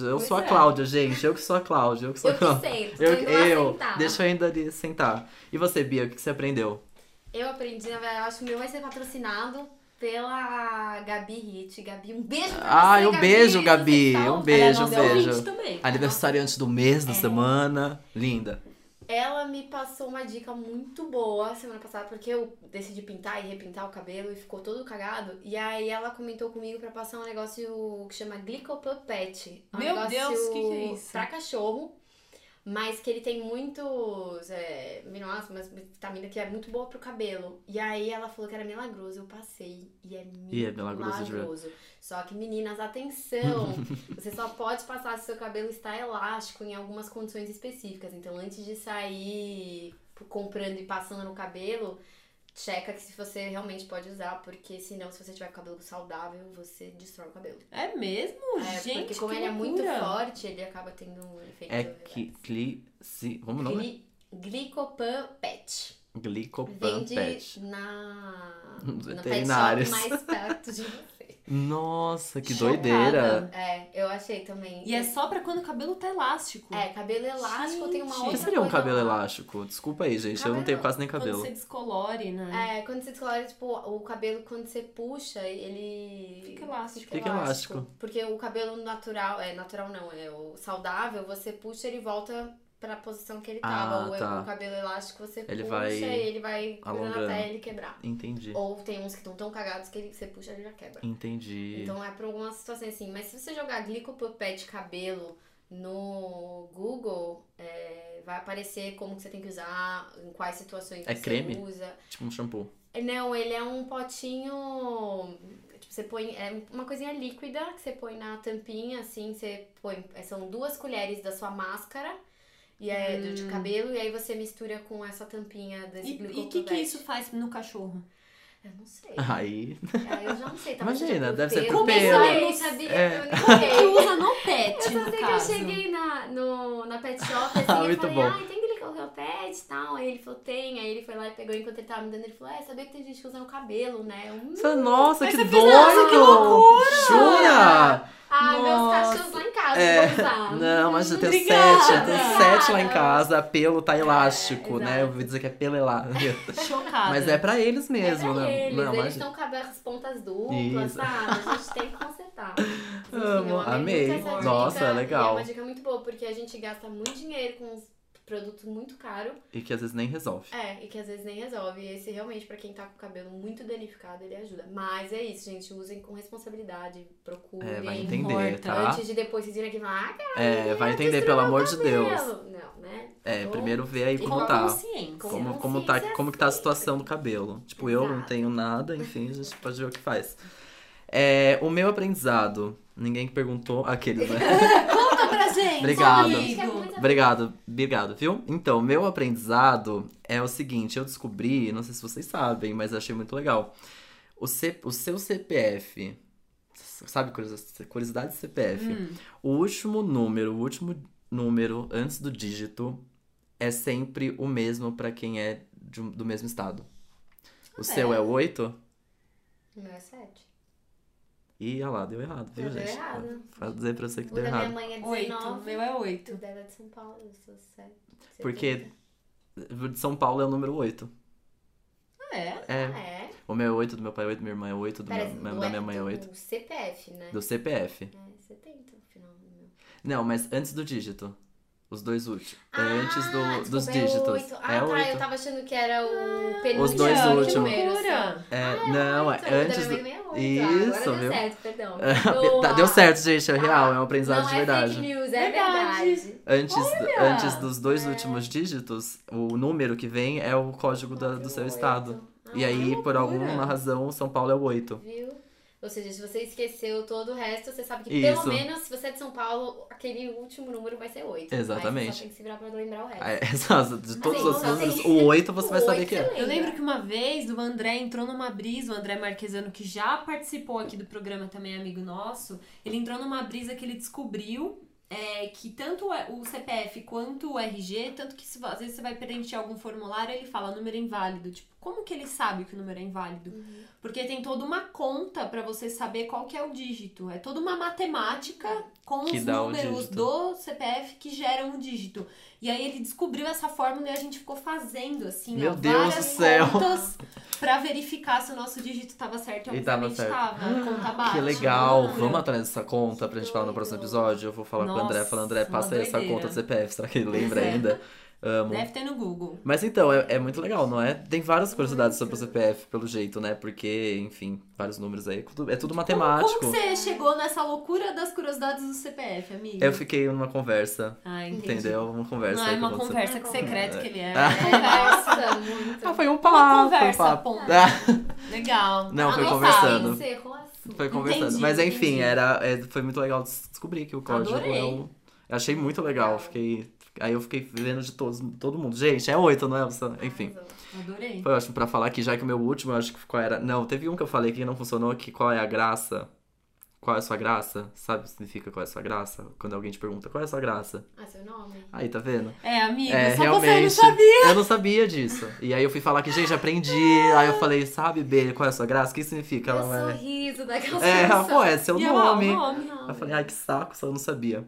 Speaker 2: Eu sou a
Speaker 1: é.
Speaker 2: Cláudia, gente. Eu que sou a Cláudia. Eu que sou
Speaker 3: Eu
Speaker 2: a
Speaker 3: que
Speaker 2: Cláudia.
Speaker 3: sento,
Speaker 2: Eu,
Speaker 3: tem que lá
Speaker 2: eu
Speaker 3: sentar.
Speaker 2: deixa eu ainda ali sentar. E você, Bia, o que que você aprendeu?
Speaker 3: Eu aprendi, na verdade, eu acho que o meu vai ser patrocinado pela Gabi Hit. Gabi, um beijo pra
Speaker 2: Ah,
Speaker 3: você,
Speaker 2: um beijo,
Speaker 3: Você
Speaker 2: Gabi.
Speaker 3: tá
Speaker 2: Um
Speaker 3: ouvindo.
Speaker 2: beijo,
Speaker 1: Ela
Speaker 2: um
Speaker 1: é nossa
Speaker 2: beijo.
Speaker 1: ouvinte também.
Speaker 2: Aniversariante do mês,
Speaker 3: é.
Speaker 2: da semana. Linda.
Speaker 3: Ela me passou uma dica muito boa semana passada, porque eu decidi pintar e repintar o cabelo e ficou todo cagado. E aí ela comentou comigo pra passar um negócio que chama glicopopete. É um
Speaker 1: Meu
Speaker 3: negócio
Speaker 1: Deus, que que é isso?
Speaker 3: Pra cachorro, mas que ele tem muitos é, aminoácidos, mas vitamina que é muito boa pro cabelo. E aí ela falou que era milagroso, eu passei. E é milagroso.
Speaker 2: E é milagroso de verdade.
Speaker 3: Só que, meninas, atenção! Você só pode passar se seu cabelo está elástico em algumas condições específicas. Então, antes de sair comprando e passando no cabelo, checa que se você realmente pode usar, porque senão, se você tiver com cabelo saudável, você destrói o cabelo.
Speaker 1: É mesmo?
Speaker 3: É,
Speaker 1: Gente,
Speaker 3: porque como
Speaker 1: que
Speaker 3: ele é muito
Speaker 1: loucura.
Speaker 3: forte, ele acaba tendo um efeito.
Speaker 2: É que. Cli... Como o nome?
Speaker 3: Gli... Glicopam Pet.
Speaker 2: Glicopampet.
Speaker 3: Vende na.
Speaker 2: Nos
Speaker 3: No pet shop
Speaker 2: veterinários.
Speaker 3: mais perto de você.
Speaker 2: Nossa, que
Speaker 1: Chocada.
Speaker 2: doideira.
Speaker 3: É, eu achei também.
Speaker 1: E é só pra quando o cabelo tá elástico.
Speaker 3: É, cabelo elástico tem uma
Speaker 1: Gente.
Speaker 2: O
Speaker 3: outra.
Speaker 2: que seria um
Speaker 3: coisa
Speaker 2: cabelo
Speaker 3: lá.
Speaker 2: elástico? Desculpa aí, gente. Eu não
Speaker 3: Cabelo-
Speaker 2: tenho quase nem
Speaker 1: Quando
Speaker 2: cabelo.
Speaker 1: você descolore, né?
Speaker 3: É, quando você descolora, tipo, o cabelo, quando você puxa, ele.
Speaker 1: Fica elástico.
Speaker 2: Fica elástico.
Speaker 3: Porque o cabelo natural, é natural não, é o saudável, você puxa, ele volta pra posição que ele
Speaker 2: Ah,
Speaker 3: tava. Ou
Speaker 2: tá.
Speaker 3: é o cabelo elástico, você
Speaker 2: Ele
Speaker 3: puxa
Speaker 2: vai
Speaker 3: e ele vai cuidando
Speaker 2: alongando.
Speaker 3: até ele quebrar.
Speaker 2: Entendi.
Speaker 3: Ou tem uns que estão tão cagados que ele- você puxa e já quebra.
Speaker 2: Entendi.
Speaker 3: Então é pra algumas situações assim. Mas se você jogar glicopopete cabelo no Google, é, vai aparecer como que você tem que usar, em quais situações
Speaker 2: É
Speaker 3: você
Speaker 2: creme?
Speaker 3: usa.
Speaker 2: Tipo um shampoo.
Speaker 3: Não, ele é um potinho. Tipo, você põe. É uma coisinha líquida que você põe na tampinha, assim, você põe. é, São duas colheres da sua máscara e é do de cabelo, e aí você mistura com essa tampinha desse
Speaker 1: Hum. E
Speaker 3: glicopopete.
Speaker 1: o que, que isso faz no cachorro?
Speaker 3: Eu não sei.
Speaker 2: Aí.
Speaker 3: Aí Ah, eu já não sei, talvez
Speaker 2: Imagina,
Speaker 3: seja
Speaker 2: deve ser É.
Speaker 3: tempero.
Speaker 1: tempero.
Speaker 3: Eu não sabia, eu nem sei.
Speaker 1: Que usa no pet,
Speaker 3: Eu só
Speaker 1: no
Speaker 3: sei
Speaker 1: caso.
Speaker 3: que eu cheguei na, no, na pet shop assim, eu
Speaker 2: Ah, Muito
Speaker 3: falei,
Speaker 2: bom.
Speaker 3: ai, tem glicopet e tal. Aí ele falou, tem. Aí ele foi lá e pegou enquanto ele tava me dando, ele falou, é, sabia que tem gente que usa no cabelo, né? Eu, Hum.
Speaker 2: Nossa, Nossa,
Speaker 1: Mas
Speaker 2: que
Speaker 1: você
Speaker 2: doido!
Speaker 1: fez- Nossa, que loucura!
Speaker 2: Jura?
Speaker 3: Ah,
Speaker 2: Nossa.
Speaker 3: meus cachorros lá em casa
Speaker 2: É.
Speaker 3: vão usar.
Speaker 2: Não, mas eu tenho
Speaker 1: Obrigada.
Speaker 2: sete. Eu tenho sete lá em
Speaker 3: Obrigada.
Speaker 2: casa. Pelo tá elástico, né?
Speaker 3: É,
Speaker 2: Eu
Speaker 3: exato. Ah,
Speaker 2: ouvi dizer que é pelo elástico.
Speaker 1: Chocada.
Speaker 2: Mas é pra eles
Speaker 3: É
Speaker 2: mesmo,
Speaker 3: pra
Speaker 2: né?
Speaker 3: eles,
Speaker 2: Não,
Speaker 3: eles
Speaker 2: mas.
Speaker 3: estão com as pontas duplas,
Speaker 2: Isso.
Speaker 3: sabe? A gente tem que consertar. Mas, enfim,
Speaker 2: Amo,
Speaker 3: eu
Speaker 2: amei.
Speaker 3: muito essa
Speaker 2: Nossa,
Speaker 3: dica,
Speaker 2: legal.
Speaker 3: E é uma dica muito boa, porque a gente gasta muito dinheiro com uns produtos muito caros.
Speaker 2: E que às vezes nem resolve.
Speaker 3: É, e que às vezes nem resolve. E esse realmente, pra quem tá com o cabelo muito danificado, ele ajuda. Mas é isso, gente. Usem com responsabilidade. Procurem.
Speaker 2: É, vai entender, tá?
Speaker 3: Antes de depois vocês virem aqui e falar, ah, cara,
Speaker 2: É, vai entender, pelo amor de Deus.
Speaker 3: cabelo. Não, né?
Speaker 2: É,
Speaker 3: Ou-
Speaker 2: primeiro ver aí
Speaker 1: E
Speaker 2: como
Speaker 1: com
Speaker 2: tá.
Speaker 3: um
Speaker 1: consciência.
Speaker 3: Com-
Speaker 2: Como, como, tá,
Speaker 3: consciência
Speaker 2: como que tá a
Speaker 3: sempre.
Speaker 2: situação do cabelo. Tipo, eu não
Speaker 3: é Exato.
Speaker 2: tenho nada, enfim, a gente pode ver o que faz. É, o meu aprendizado. Ninguém que perguntou. Aqueles, né?
Speaker 1: Conta pra gente,
Speaker 2: Obrigado.
Speaker 3: Gente,
Speaker 1: amigo.
Speaker 3: quero é muito
Speaker 2: obrigado, obrigado, viu? Então, meu aprendizado é o seguinte: eu descobri, não sei se vocês sabem, mas eu achei muito legal. O, C, o seu CPF. Sabe, curiosi- curiosidade do CPF.
Speaker 1: Hum.
Speaker 2: O último número, o último número antes do dígito é sempre o mesmo pra quem é de um- do mesmo estado. O seu é o 8?
Speaker 3: O meu é sete.
Speaker 2: Ih, olha lá, deu errado, viu,
Speaker 3: Mas deu
Speaker 2: gente?
Speaker 3: errado.
Speaker 2: Vou dizer pra você que
Speaker 3: O
Speaker 2: deu
Speaker 3: da minha
Speaker 2: errado.
Speaker 3: mãe é
Speaker 1: Oito.
Speaker 3: 19.
Speaker 1: Meu é oito.
Speaker 3: O dela é de São Paulo, eu sou sete.
Speaker 2: Porque o de São Paulo é o número 8.
Speaker 1: Ah, é?
Speaker 2: É.
Speaker 3: Ah, é?
Speaker 2: O meu é 8, do meu pai é 8, da minha irmã é 8, do meu,
Speaker 3: Parece,
Speaker 2: da
Speaker 3: não
Speaker 2: minha mãe é
Speaker 3: do
Speaker 2: 8.
Speaker 3: CPF, né?
Speaker 2: Do CPF.
Speaker 3: É, 70, no final. do meu.
Speaker 2: Não, mas antes do dígito. Os dois últimos. É
Speaker 3: Ah,
Speaker 2: antes do-
Speaker 3: desculpa,
Speaker 2: dos
Speaker 3: é
Speaker 2: dígitos.
Speaker 3: oito. Ah,
Speaker 2: é
Speaker 3: tá,
Speaker 2: 8.
Speaker 3: eu tava achando que era o assim. penúltimo.
Speaker 2: Os dois
Speaker 1: Olha,
Speaker 2: últimos.
Speaker 1: Que loucura.
Speaker 2: É, não, é antes do. Isso,
Speaker 3: Agora
Speaker 2: viu?
Speaker 3: deu certo, perdão.
Speaker 2: Tá,
Speaker 3: Boa.
Speaker 2: deu certo, gente. É
Speaker 3: Tá.
Speaker 2: real, é um aprendizado
Speaker 3: Não
Speaker 2: de
Speaker 3: é
Speaker 2: verdade.
Speaker 3: fake news, é
Speaker 1: Verdade.
Speaker 3: verdade.
Speaker 2: Antes, antes dos dois últimos dígitos, o número que vem é o código da- do seu
Speaker 3: Oito.
Speaker 2: estado. E
Speaker 3: Ah,
Speaker 2: aí, por
Speaker 1: loucura.
Speaker 2: alguma razão, São Paulo é o 8.
Speaker 3: Viu? Ou seja, se você esqueceu todo o resto, você sabe que
Speaker 2: Isso.
Speaker 3: pelo menos se você é de São Paulo, aquele último número vai ser 8.
Speaker 2: Exatamente.
Speaker 3: Mas você só tem que se virar pra lembrar o resto.
Speaker 2: É, exato, de todos
Speaker 3: Sim,
Speaker 2: os
Speaker 3: não,
Speaker 2: números,
Speaker 3: sim.
Speaker 2: o 8 você
Speaker 3: O
Speaker 2: vai saber
Speaker 3: oito
Speaker 2: que
Speaker 3: você
Speaker 2: é.
Speaker 3: lembra.
Speaker 1: Eu lembro que uma vez o André entrou numa brisa, o André Marquesano, que já participou aqui do programa também, é amigo nosso, ele entrou numa brisa que ele descobriu é, que tanto o CPF quanto o RG, tanto que se vo- às vezes você vai preencher algum formulário, ele fala número inválido. Tipo, como que ele sabe que o número é inválido?
Speaker 2: Uhum.
Speaker 1: Porque tem toda uma conta pra você saber qual que é o dígito. É toda uma matemática com
Speaker 2: É. Que
Speaker 1: os
Speaker 2: dá o
Speaker 1: números
Speaker 2: dígito.
Speaker 1: do CPF que geram o dígito. E aí ele descobriu essa fórmula e a gente ficou fazendo, assim,
Speaker 2: Meu
Speaker 1: ó,
Speaker 2: Deus do
Speaker 1: várias
Speaker 2: céu.
Speaker 1: contas pra verificar se o nosso dígito tava certo. E
Speaker 2: E tava
Speaker 1: obviamente
Speaker 2: certo.
Speaker 1: tava. A conta baixa.
Speaker 2: Que legal,
Speaker 1: Não.
Speaker 2: vamos atrás dessa conta pra gente falar no
Speaker 3: Doido.
Speaker 2: próximo episódio. Eu vou falar com o André, falar, André,
Speaker 1: Nossa,
Speaker 2: passa
Speaker 1: uma
Speaker 2: aí essa
Speaker 1: doideira.
Speaker 2: conta do CPF, será que ele
Speaker 1: Pois
Speaker 2: lembra
Speaker 1: é. Né?
Speaker 2: ainda? Amo.
Speaker 1: Deve ter no Google.
Speaker 2: Mas então, é, é muito legal, não é? Tem várias curiosidades sobre o CPF, pelo jeito, né? Porque, enfim, vários números aí. É tudo matemático.
Speaker 1: Como, como que você chegou nessa loucura das curiosidades do CPF, amigo?
Speaker 2: Eu fiquei numa conversa,
Speaker 1: Ah, entendi.
Speaker 2: entendeu? Uma conversa
Speaker 1: Não
Speaker 2: aí
Speaker 1: é
Speaker 2: que
Speaker 1: uma
Speaker 2: aconteceu. Ah.
Speaker 1: conversa
Speaker 3: Uma
Speaker 1: que secreto
Speaker 2: conversa.
Speaker 1: que ele é.
Speaker 3: Nossa, muito.
Speaker 2: Ah, foi um papo.
Speaker 1: Uma conversa,
Speaker 2: um papo.
Speaker 1: ponto.
Speaker 2: Ah,
Speaker 1: Legal.
Speaker 2: Não, foi
Speaker 1: Anotado.
Speaker 2: conversando.
Speaker 3: Encerrou assim.
Speaker 2: foi conversando.
Speaker 1: Entendi,
Speaker 2: Mas enfim,
Speaker 1: entendi.
Speaker 2: era, é, foi muito legal des- descobrir que o código
Speaker 1: Adorei.
Speaker 2: é um. eu Achei muito legal. Fiquei, aí eu fiquei vendo de todos, todo mundo. Gente, é oito, não é? Elsa? Enfim.
Speaker 1: Adorei.
Speaker 2: Foi ótimo pra falar aqui, já que o meu último, eu acho que qual era. Não, teve um que eu falei que não funcionou, que qual é a graça? qual é a sua graça, sabe? o que Significa qual é a sua graça. Quando alguém te pergunta qual é a sua graça.
Speaker 3: Ah, seu nome?
Speaker 2: Aí, tá vendo?
Speaker 1: É, amigo,
Speaker 2: É,
Speaker 1: só você não
Speaker 2: realmente.
Speaker 1: sabia.
Speaker 2: Eu não sabia disso. E aí eu fui falar que, gente, aprendi. aí eu falei, sabe, B, qual é a sua graça? O que significa?
Speaker 3: Meu
Speaker 2: Ela é.
Speaker 3: sorriso daquela
Speaker 2: É, ela,
Speaker 3: pessoa.
Speaker 2: pô, é seu
Speaker 1: E eu, ó,
Speaker 2: nome.
Speaker 1: nome.
Speaker 2: Eu falei, ai, que saco, só eu não sabia.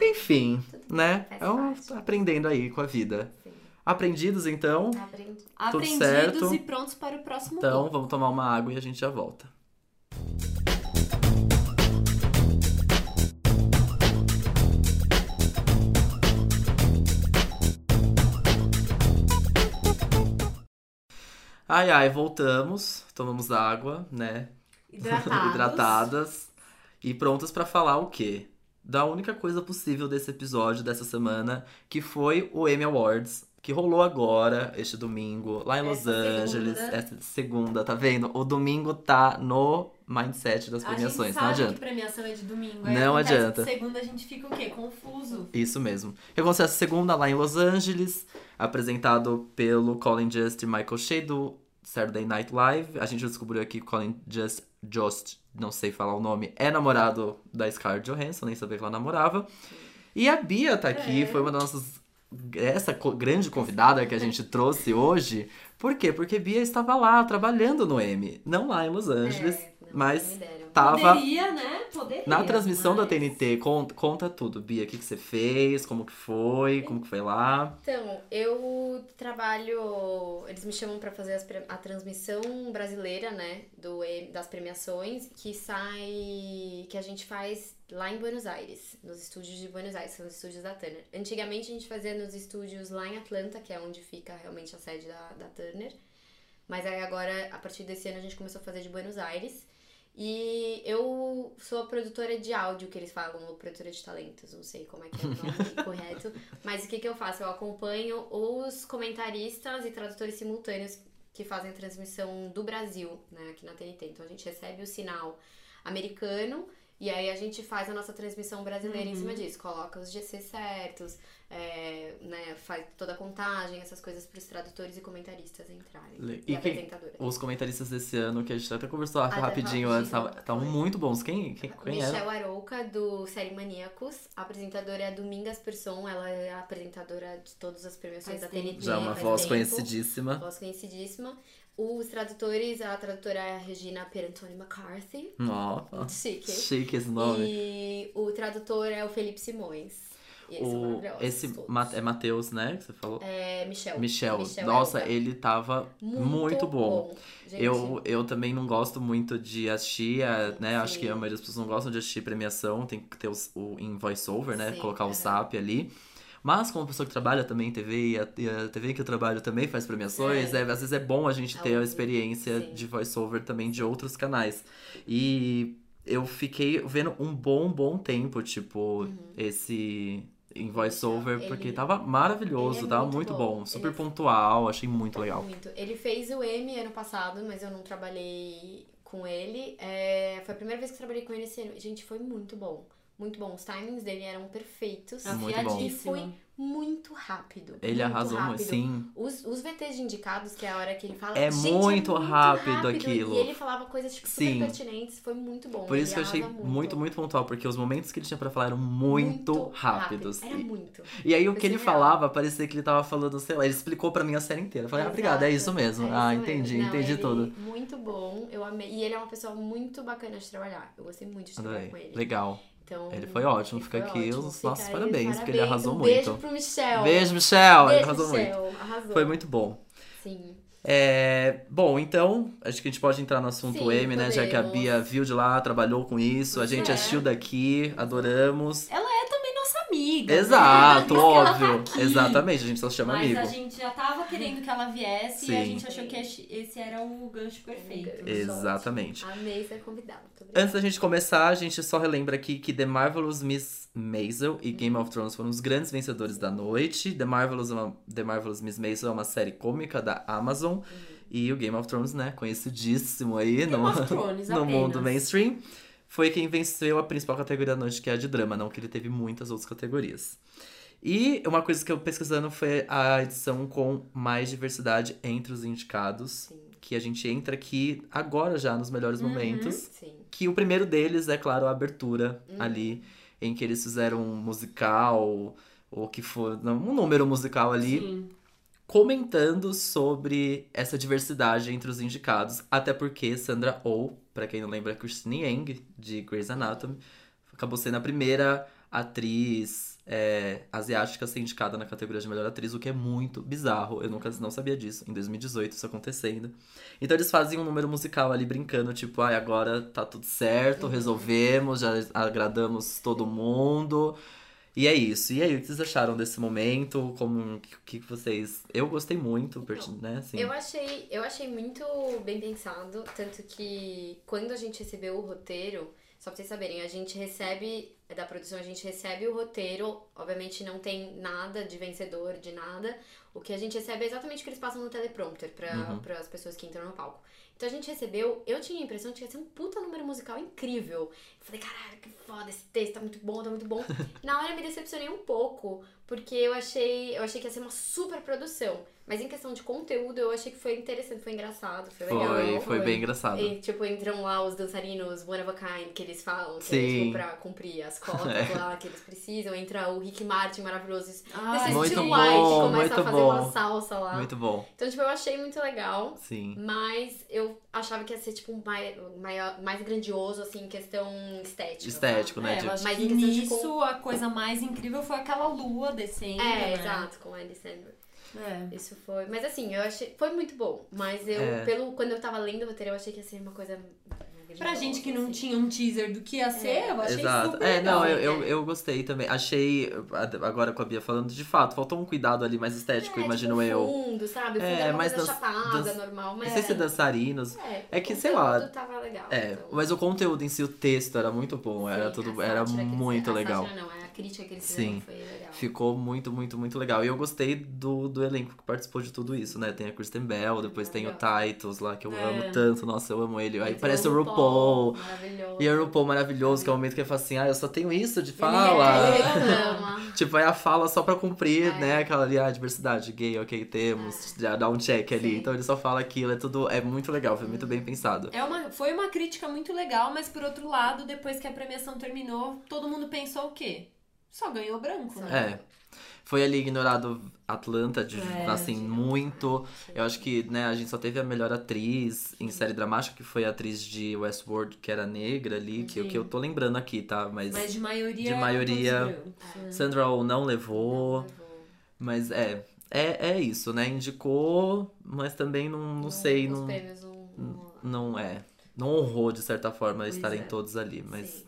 Speaker 2: Enfim, né?
Speaker 3: Ah, faz
Speaker 2: Eu
Speaker 3: parte.
Speaker 2: tô aprendendo aí com a vida.
Speaker 3: Sim.
Speaker 2: Aprendidos, então.
Speaker 3: Aprendi.
Speaker 1: Aprendidos
Speaker 2: certo.
Speaker 1: e prontos para o próximo bloco.
Speaker 2: Então, vamos tomar uma água e a gente já volta. Ai, ai, voltamos. Tomamos água, né?
Speaker 3: Hidratados.
Speaker 2: hidratadas e prontas pra falar o quê? Da única coisa possível desse episódio dessa semana, que foi o Emmy Awards, que rolou agora, este domingo, lá em Los
Speaker 3: Essa
Speaker 2: Angeles,
Speaker 3: segunda.
Speaker 2: essa segunda, tá vendo? O domingo tá no mindset das
Speaker 1: A gente
Speaker 2: premiações,
Speaker 1: sabe
Speaker 2: não adianta.
Speaker 1: que premiação é de domingo.
Speaker 2: Não
Speaker 1: acontece que
Speaker 2: adianta.
Speaker 1: Segunda a gente fica o quê? Confuso.
Speaker 2: Isso mesmo. Eu Aconteceu essa segunda lá em Los Angeles, apresentado pelo Colin Just e Michael Shea do Saturday Night Live. A gente descobriu aqui que Colin Just, Just, não sei falar o nome, é namorado da Scarlett Johansson, nem sabia que ela namorava. E a Bia tá aqui, foi uma das nossas. Essa co- grande convidada que a gente trouxe hoje. Por quê? Porque Bia estava lá trabalhando no M. Não lá em Los Angeles,
Speaker 3: É, não,
Speaker 2: mas
Speaker 3: me deram.
Speaker 2: tava
Speaker 4: Poderia, né? Poderia.
Speaker 2: na transmissão
Speaker 4: mas-
Speaker 2: da TNT, con- conta, tudo, Bia, o que, que você fez, como que foi, como que foi lá.
Speaker 3: Então, eu trabalho. Eles me chamam pra fazer as pre- a transmissão brasileira, né? Do, E- das premiações, que sai. que a gente faz lá em Buenos Aires, nos estúdios de Buenos Aires, são os estúdios da Turner. Antigamente a gente fazia nos estúdios lá em Atlanta, que é onde fica realmente a sede da, da Turner. Mas aí agora, a partir desse ano, a gente começou a fazer de Buenos Aires. E eu sou a produtora de áudio que eles falam, ou produtora de talentos, não sei como é que é o nome correto. Mas o que, que eu faço? Eu acompanho os comentaristas e tradutores simultâneos que fazem a transmissão do Brasil, né, aqui na TNT. Então a gente recebe o sinal americano e aí a gente faz a nossa transmissão brasileira em cima disso. Coloca os GC certos, é, né, faz toda a contagem, essas coisas para os tradutores e comentaristas entrarem.
Speaker 2: Le-
Speaker 3: E,
Speaker 2: e quem-
Speaker 3: apresentadoras.
Speaker 2: Os comentaristas desse ano, que a gente até conversou
Speaker 3: tá
Speaker 2: rapidinho antes,
Speaker 3: rapidinho,
Speaker 2: estavam
Speaker 3: foi.
Speaker 2: muito bons. Quem, quem, é quem era?
Speaker 3: Michelle Arouca, do Série Maníacos. A apresentadora é a Domingas Person. Ela é a apresentadora de todas as premiações
Speaker 4: Faz
Speaker 3: da
Speaker 4: tempo.
Speaker 3: TNT.
Speaker 2: Já é uma
Speaker 3: faz
Speaker 2: voz
Speaker 3: tempo.
Speaker 2: conhecidíssima.
Speaker 3: Voz conhecidíssima. Os tradutores, a tradutora é a Regina Perantoni McCarthy.
Speaker 2: Ó,
Speaker 3: Muito chique.
Speaker 2: chique esse Ah. nome.
Speaker 3: E o tradutor é o Felipe Simões. E eles são
Speaker 2: o,
Speaker 3: maravilhosos.
Speaker 2: esse
Speaker 3: todos.
Speaker 2: Ma- é Matheus, né? Que você falou.
Speaker 3: É Michel.
Speaker 2: Michel.
Speaker 3: Michel
Speaker 2: Nossa,
Speaker 3: Arouca.
Speaker 2: ele tava muito, bom.
Speaker 3: Gente,
Speaker 2: Eu, eu também não gosto muito de assistir, a- né? Acho
Speaker 3: Sim.
Speaker 2: que a maioria das pessoas não gostam de assistir premiação, tem que ter os- o, em voiceover, né?
Speaker 3: Sim,
Speaker 2: Colocar o
Speaker 3: aham.
Speaker 2: SAP ali. Mas como pessoa que trabalha também em TV e a, e a TV que eu trabalho também faz premiações,
Speaker 3: É.
Speaker 2: é, às vezes é bom a gente
Speaker 3: Ao
Speaker 2: ter a
Speaker 3: vivo,
Speaker 2: experiência
Speaker 3: sim.
Speaker 2: de voiceover também de outros canais. E eu fiquei vendo um bom, bom tempo, tipo, esse em voiceover,
Speaker 3: Uhum. Ele-
Speaker 2: porque tava maravilhoso,
Speaker 3: ele é
Speaker 2: tava
Speaker 3: muito
Speaker 2: muito
Speaker 3: bom.
Speaker 2: bom,
Speaker 3: Ele
Speaker 2: super
Speaker 3: é-
Speaker 2: pontual, achei muito legal.
Speaker 3: Muito. Ele fez o M ano passado, mas eu não trabalhei com ele. É, foi a primeira vez que eu trabalhei com ele esse ano. Gente, foi muito bom. Muito bom. Os timings dele eram perfeitos.
Speaker 1: tá
Speaker 2: Muito bom.
Speaker 3: E
Speaker 4: Afiadíssimo.
Speaker 3: foi muito rápido.
Speaker 2: Ah. Ele
Speaker 3: muito
Speaker 2: arrasou muito,
Speaker 3: rápido.
Speaker 2: sim.
Speaker 3: Os, os VTs de indicados, que é a hora que ele fala.
Speaker 2: É
Speaker 3: "Gente,
Speaker 2: muito rápido aquilo."
Speaker 3: E ele falava coisas tipo, super
Speaker 2: Sim.
Speaker 3: pertinentes. Foi muito bom.
Speaker 2: Por isso que
Speaker 3: ele
Speaker 2: eu achei
Speaker 3: arrasa
Speaker 2: muito. muito, pontual, porque os momentos que ele tinha pra falar eram muito, rápidos.
Speaker 3: Era muito.
Speaker 2: E, e aí o
Speaker 3: É, Foi
Speaker 2: que ele
Speaker 3: surreal.
Speaker 2: falava parecia que ele tava falando, sei lá, ele explicou pra mim a série inteira. Eu falei, ah, obrigado, é
Speaker 3: Exato,
Speaker 2: isso mesmo.
Speaker 3: é
Speaker 2: ah,
Speaker 3: isso mesmo.
Speaker 2: entendi,
Speaker 3: Não,
Speaker 2: entendi
Speaker 3: ele-
Speaker 2: tudo.
Speaker 3: Muito bom, eu amei. E ele é uma pessoa muito bacana de trabalhar. Eu gostei muito de trabalhar com
Speaker 2: Adorei.
Speaker 3: ele.
Speaker 2: Legal.
Speaker 3: Então,
Speaker 2: Ele foi ótimo, fica
Speaker 3: foi
Speaker 2: aqui
Speaker 3: ótimo,
Speaker 2: os
Speaker 3: fica
Speaker 2: nossos
Speaker 3: aí,
Speaker 2: parabéns, porque ele
Speaker 3: parabéns.
Speaker 2: arrasou
Speaker 3: um
Speaker 2: muito.
Speaker 3: Beijo pro Michel.
Speaker 2: Beijo, Michel! ele
Speaker 3: Beijo,
Speaker 2: arrasou muito.
Speaker 3: Michel. Arrasou.
Speaker 2: Foi muito bom.
Speaker 3: Sim.
Speaker 2: É, bom, então, acho que a gente pode entrar no assunto
Speaker 3: Sim,
Speaker 2: M, né? Já que a
Speaker 3: podemos.
Speaker 2: Bia viu de lá, trabalhou com isso, a gente
Speaker 1: é.
Speaker 2: assistiu daqui, adoramos.
Speaker 1: Nossa amiga. né? Por
Speaker 2: Exato,
Speaker 1: isso que ela tá
Speaker 2: óbvio.
Speaker 1: aqui.
Speaker 2: Exatamente, a gente só se chama
Speaker 1: Mas
Speaker 2: amigo.
Speaker 1: a gente já tava querendo que ela viesse e a
Speaker 2: Sim.
Speaker 1: gente achou que esse era o gancho perfeito.
Speaker 3: Ex-
Speaker 2: Exatamente.
Speaker 3: Amei ser convidado. Muito obrigada.
Speaker 2: Antes da gente começar, a gente só relembra aqui que The Marvelous Miss Maisel e Game of Thrones foram os grandes vencedores da noite. The Marvelous, é uma- The Marvelous Miss Maisel é uma série cômica da Amazon. E o Game of Thrones, né, conhecidíssimo aí no,
Speaker 1: of Thrones,
Speaker 2: no mundo
Speaker 1: apenas.
Speaker 2: mainstream. Foi quem venceu a principal categoria da noite, que é a de drama. Não que ele teve muitas outras categorias. E uma coisa que eu pesquisando foi a edição com mais diversidade entre os indicados.
Speaker 3: Sim.
Speaker 2: que a gente entra aqui agora já nos melhores momentos.
Speaker 3: Sim.
Speaker 2: Que o primeiro deles é, claro, a abertura
Speaker 3: Uhum.
Speaker 2: ali, em que eles fizeram um musical, ou que for, não, um número musical ali,
Speaker 1: Sim.
Speaker 2: comentando sobre essa diversidade entre os indicados. Até porque Sandra Oh, pra quem não lembra, é Christine Yang, de Grey's Anatomy, acabou sendo a primeira atriz é, asiática a ser indicada na categoria de melhor atriz, o que é muito bizarro. Eu nunca não sabia disso. Em 2018 isso acontecendo. Então eles fazem um número musical ali brincando, tipo, ai, agora tá tudo certo, resolvemos, já agradamos todo mundo. E é isso. E aí, o que vocês acharam desse momento? Como o que, que vocês. Eu gostei muito, per- né? Assim,
Speaker 3: Então, Eu achei, eu achei muito bem pensado, tanto que quando a gente recebeu o roteiro, só pra vocês saberem, a gente recebe, é da produção, a gente recebe o roteiro, obviamente não tem nada de vencedor, de nada. O que a gente recebe é exatamente o que eles passam no teleprompter pra,
Speaker 2: Uhum.
Speaker 3: as pessoas que entram no palco. Então a gente recebeu, eu tinha a impressão de que ia ser um puta número musical incrível. Eu falei, caralho, que foda, esse texto tá muito bom, tá muito bom. Na hora eu me decepcionei um pouco, porque eu achei, eu achei que ia ser uma super produção. Mas em questão de conteúdo, eu achei que foi interessante, foi engraçado, foi
Speaker 2: foi,
Speaker 3: legal.
Speaker 2: foi bem engraçado.
Speaker 3: E, tipo, entram lá os dançarinos one of a kind que eles falam, que é
Speaker 2: Sim.
Speaker 3: tipo pra cumprir as cotas
Speaker 2: É.
Speaker 3: lá que eles precisam. Entra o Rick Martin maravilhoso.
Speaker 1: Ai,
Speaker 3: Desse
Speaker 2: Muito
Speaker 3: estilo
Speaker 2: bom,
Speaker 3: white, começa
Speaker 2: muito
Speaker 3: a fazer
Speaker 2: bom.
Speaker 3: uma salsa lá.
Speaker 2: Muito bom.
Speaker 3: Então, tipo, eu achei muito legal.
Speaker 2: Sim.
Speaker 3: Mas eu achava que ia ser, tipo, mai- maior, mais grandioso, assim, em questão estética.
Speaker 2: Estético, né?
Speaker 1: É,
Speaker 2: de-
Speaker 1: eu acho
Speaker 3: Mas
Speaker 1: que
Speaker 3: em questão de
Speaker 1: nisso a coisa mais incrível foi aquela lua descendo.
Speaker 3: sabe? É,
Speaker 1: né?
Speaker 3: exato, com a Alessandra.
Speaker 1: É.
Speaker 3: Isso foi. Mas assim, eu achei. Foi muito bom. Mas eu,
Speaker 2: É.
Speaker 3: pelo. Quando eu tava lendo o roteiro, eu achei que ia ser uma coisa.
Speaker 1: Pra
Speaker 3: grandiosa,
Speaker 1: gente que não
Speaker 3: assim.
Speaker 1: tinha um teaser do que ia ser, eu achei
Speaker 2: Exato.
Speaker 1: super
Speaker 2: É,
Speaker 1: legal.
Speaker 2: não, eu,
Speaker 3: né?
Speaker 2: eu, eu gostei também. Achei, agora com a Bia falando, de fato, faltou um cuidado ali mais estético,
Speaker 3: É,
Speaker 2: imagino
Speaker 3: tipo,
Speaker 2: eu.
Speaker 3: Fundo, sabe? O fundo
Speaker 2: É,
Speaker 3: era uma
Speaker 2: mas
Speaker 3: coisa
Speaker 2: dan-
Speaker 3: chapada,
Speaker 2: dan-
Speaker 3: normal,
Speaker 2: Não
Speaker 3: mas.
Speaker 2: sei se é dançarinos.
Speaker 3: é,
Speaker 2: é que, sei lá,
Speaker 3: Tudo tava legal.
Speaker 2: É,
Speaker 3: então.
Speaker 2: mas o conteúdo em si, o texto era muito bom, era
Speaker 3: Sim,
Speaker 2: tudo,
Speaker 3: a
Speaker 2: era
Speaker 3: sátira que eles-
Speaker 2: muito
Speaker 3: a
Speaker 2: legal.
Speaker 3: sátira não, é a crítica que eles
Speaker 2: Sim.
Speaker 3: fizeram foi legal.
Speaker 2: Ficou muito, muito, muito legal. E eu gostei do, do elenco que participou de tudo isso, né? Tem a Kristen Bell, depois tem o Titus lá, que eu
Speaker 1: É.
Speaker 2: amo tanto. Nossa, eu amo ele. Aí
Speaker 3: Entrou
Speaker 2: parece o RuPaul.
Speaker 3: Maravilhoso.
Speaker 2: E é o RuPaul maravilhoso, que é o momento que ele fala assim, ah, eu só tenho isso de
Speaker 3: Ele
Speaker 2: fala.
Speaker 3: reclama.
Speaker 2: Tipo, é a fala só pra cumprir,
Speaker 3: É.
Speaker 2: né? Aquela ali, ah, diversidade, gay, ok, temos. Já dá um check ali.
Speaker 3: Sim.
Speaker 2: Então ele só fala aquilo, é tudo... É muito legal, foi muito bem pensado.
Speaker 1: É uma, foi uma crítica muito legal, mas por outro lado, depois que a premiação terminou, todo mundo pensou o quê? Só ganhou branco, né?
Speaker 2: É. Foi ali ignorado Atlanta, de,
Speaker 1: É.
Speaker 2: assim, muito. Eu acho que, né, a gente só teve a melhor atriz em série dramática, que foi a atriz de Westworld, que era negra ali, que, que eu tô lembrando aqui, tá? Mas,
Speaker 1: Mas de maioria.
Speaker 2: De
Speaker 1: eram
Speaker 2: maioria.
Speaker 1: todos brancos, né?
Speaker 2: Sandra Oh não levou. Mas é, é, é isso, né? Indicou, mas também não, não sei,
Speaker 3: Os
Speaker 2: não,
Speaker 3: prêmios um, não- não-
Speaker 2: não é. Não honrou, de certa forma,
Speaker 3: Pois
Speaker 2: estarem
Speaker 3: é.
Speaker 2: todos ali, mas...
Speaker 3: Sim.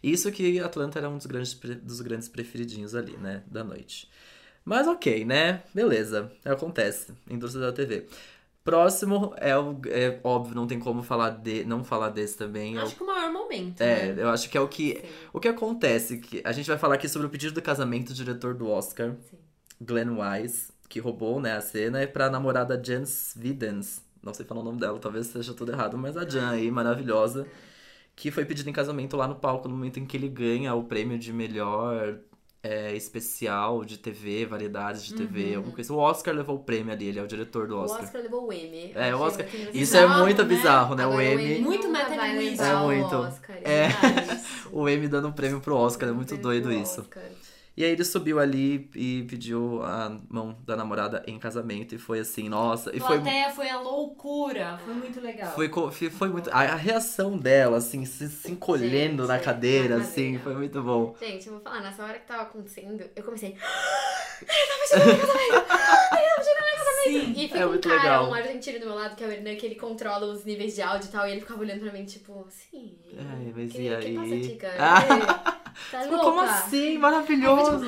Speaker 2: Isso que Atlanta era um dos grandes, pre- dos grandes preferidinhos ali, né? Da noite. Mas ok, né? Beleza. Acontece. Indústria da TV. Próximo é o. É óbvio, não tem como falar de. Não falar desse também. é o-
Speaker 1: Acho que o maior momento.
Speaker 2: é,
Speaker 1: né?
Speaker 2: eu acho que é o que.
Speaker 3: Sim.
Speaker 2: O que acontece? é Que a gente vai falar aqui sobre o pedido do casamento do diretor do Oscar,
Speaker 3: Sim.
Speaker 2: Glenn Wise, que roubou né, a cena, e pra namorada Jan Svidens. Não sei falar o nome dela, talvez seja tudo errado, mas a Jan aí, maravilhosa, que foi pedida em casamento lá no palco no momento em que ele ganha o prêmio de melhor é, especial de TV, variedades de TV, alguma coisa. O Oscar levou o prêmio ali, ele é o diretor do
Speaker 3: O
Speaker 2: Oscar.
Speaker 3: Oscar levou o M.
Speaker 2: É, o Oscar- Isso é
Speaker 1: Bizarro,
Speaker 2: muito
Speaker 1: né?
Speaker 2: bizarro, né? o M.
Speaker 1: Muito
Speaker 3: meta
Speaker 1: Meta Linguística.
Speaker 2: É muito.
Speaker 3: Oscar,
Speaker 2: É.
Speaker 3: verdade.
Speaker 2: O M dando um prêmio pro Oscar, é muito
Speaker 3: Prêmio
Speaker 2: doido
Speaker 3: pro
Speaker 2: isso.
Speaker 3: Oscar.
Speaker 2: E aí ele subiu ali e pediu a mão da namorada em casamento e foi assim, nossa, e foi
Speaker 1: Plateia foi a loucura. Foi muito legal.
Speaker 2: foi, co- fi- foi muito a, a reação dela assim, se, se encolhendo
Speaker 3: Uhum.
Speaker 2: na
Speaker 3: Gente,
Speaker 2: cadeira
Speaker 3: na
Speaker 2: assim,
Speaker 3: cadeira.
Speaker 2: foi muito bom.
Speaker 3: Gente, eu vou falar, nessa hora que tava acontecendo, eu comecei.
Speaker 1: Sim.
Speaker 3: E foi
Speaker 2: É
Speaker 3: um
Speaker 2: muito
Speaker 3: cara,
Speaker 2: legal.
Speaker 3: um argentino do meu lado, que é o Hernan, que ele controla os níveis de áudio e tal, e ele ficava olhando pra mim, tipo, assim.
Speaker 2: Ai, mas
Speaker 3: que,
Speaker 2: e
Speaker 3: Que passa,
Speaker 2: aí?
Speaker 3: tica?
Speaker 2: Ah.
Speaker 3: Ei, Tá
Speaker 2: Tipo,
Speaker 3: louca?
Speaker 2: como assim? Maravilhoso.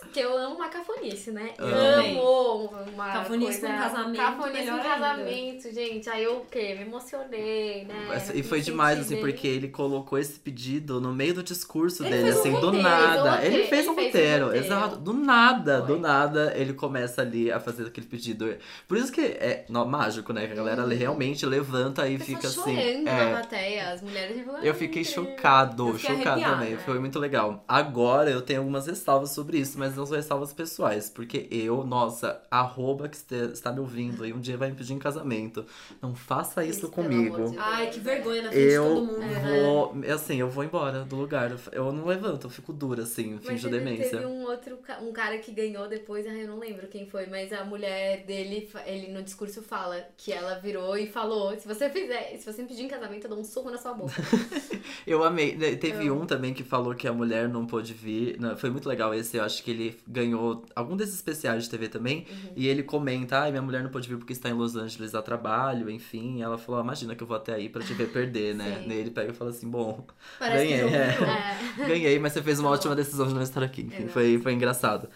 Speaker 3: Porque eu amo uma cafonice, né? Eu
Speaker 1: Amei.
Speaker 3: amo uma
Speaker 1: Cafonice
Speaker 3: coisa...
Speaker 1: num casamento,
Speaker 3: Cafonice
Speaker 1: melhor
Speaker 3: num
Speaker 1: ainda.
Speaker 3: casamento, gente. Aí eu o quê? Me emocionei, né?
Speaker 2: e
Speaker 3: Me
Speaker 2: foi demais,
Speaker 3: senti
Speaker 2: assim,
Speaker 3: bem.
Speaker 2: porque ele colocou esse pedido no meio do discurso
Speaker 1: Ele
Speaker 2: dele,
Speaker 1: fez um
Speaker 2: assim, do
Speaker 3: roteiro, ele fez
Speaker 2: nada.
Speaker 3: um
Speaker 2: Ele fez um
Speaker 3: roteiro, ele fez um
Speaker 2: roteiro,
Speaker 3: roteiro.
Speaker 2: exato. Do nada,
Speaker 3: Foi.
Speaker 2: do nada, ele começa ali a fazer aquele pedido. Por isso que é nó- mágico, né? Que a galera
Speaker 3: Uhum.
Speaker 2: realmente levanta e
Speaker 3: Eu
Speaker 2: fica
Speaker 3: tava
Speaker 2: assim.
Speaker 3: chorando
Speaker 2: é.
Speaker 3: na plateia, as mulheres tipo,
Speaker 2: Eu
Speaker 3: "Ai,
Speaker 2: fiquei
Speaker 3: incrível".
Speaker 2: chocado,
Speaker 1: Eu fiquei
Speaker 2: chocado
Speaker 1: arrepiada.
Speaker 2: também. Foi muito legal. Agora eu tenho algumas ressalvas sobre isso, mas eu umas ressalvas pessoais, porque eu, nossa, arroba que este- está me ouvindo e um dia vai me pedir em casamento. Não faça isso,
Speaker 3: Isso, pelo amor
Speaker 2: comigo.
Speaker 3: de
Speaker 1: Ai, que vergonha na frente de
Speaker 2: Eu
Speaker 1: todo mundo, né?
Speaker 2: vou. Assim, eu vou embora do lugar. Eu não levanto, eu fico dura, assim,
Speaker 3: Mas
Speaker 2: finjo
Speaker 3: teve,
Speaker 2: demência.
Speaker 3: teve um outro ca- um cara que ganhou depois, ah, eu não lembro quem foi, mas a mulher dele, fa- ele no discurso fala que ela virou e falou: se você fizer, se você me pedir em casamento, eu dou um soco na sua boca.
Speaker 2: Eu amei. Né, Teve um também que falou que a mulher não pôde vir. Não, Foi muito legal esse. Eu acho que ele ganhou algum desses especiais de TV também.
Speaker 3: Uhum.
Speaker 2: E ele comenta: ai, minha mulher não pôde vir porque está em Los Angeles a trabalho, enfim. E ela falou: "Ah, imagina que eu vou até aí pra te ver perder, né?
Speaker 3: Sim.
Speaker 2: E ele pega e fala assim: bom,
Speaker 3: Parece que
Speaker 2: Ganhei,
Speaker 3: não
Speaker 2: é.
Speaker 3: virou. É.
Speaker 2: ganhei, mas você fez uma ótima decisão de não estar aqui. Enfim,
Speaker 3: Exato.
Speaker 2: foi, foi engraçado.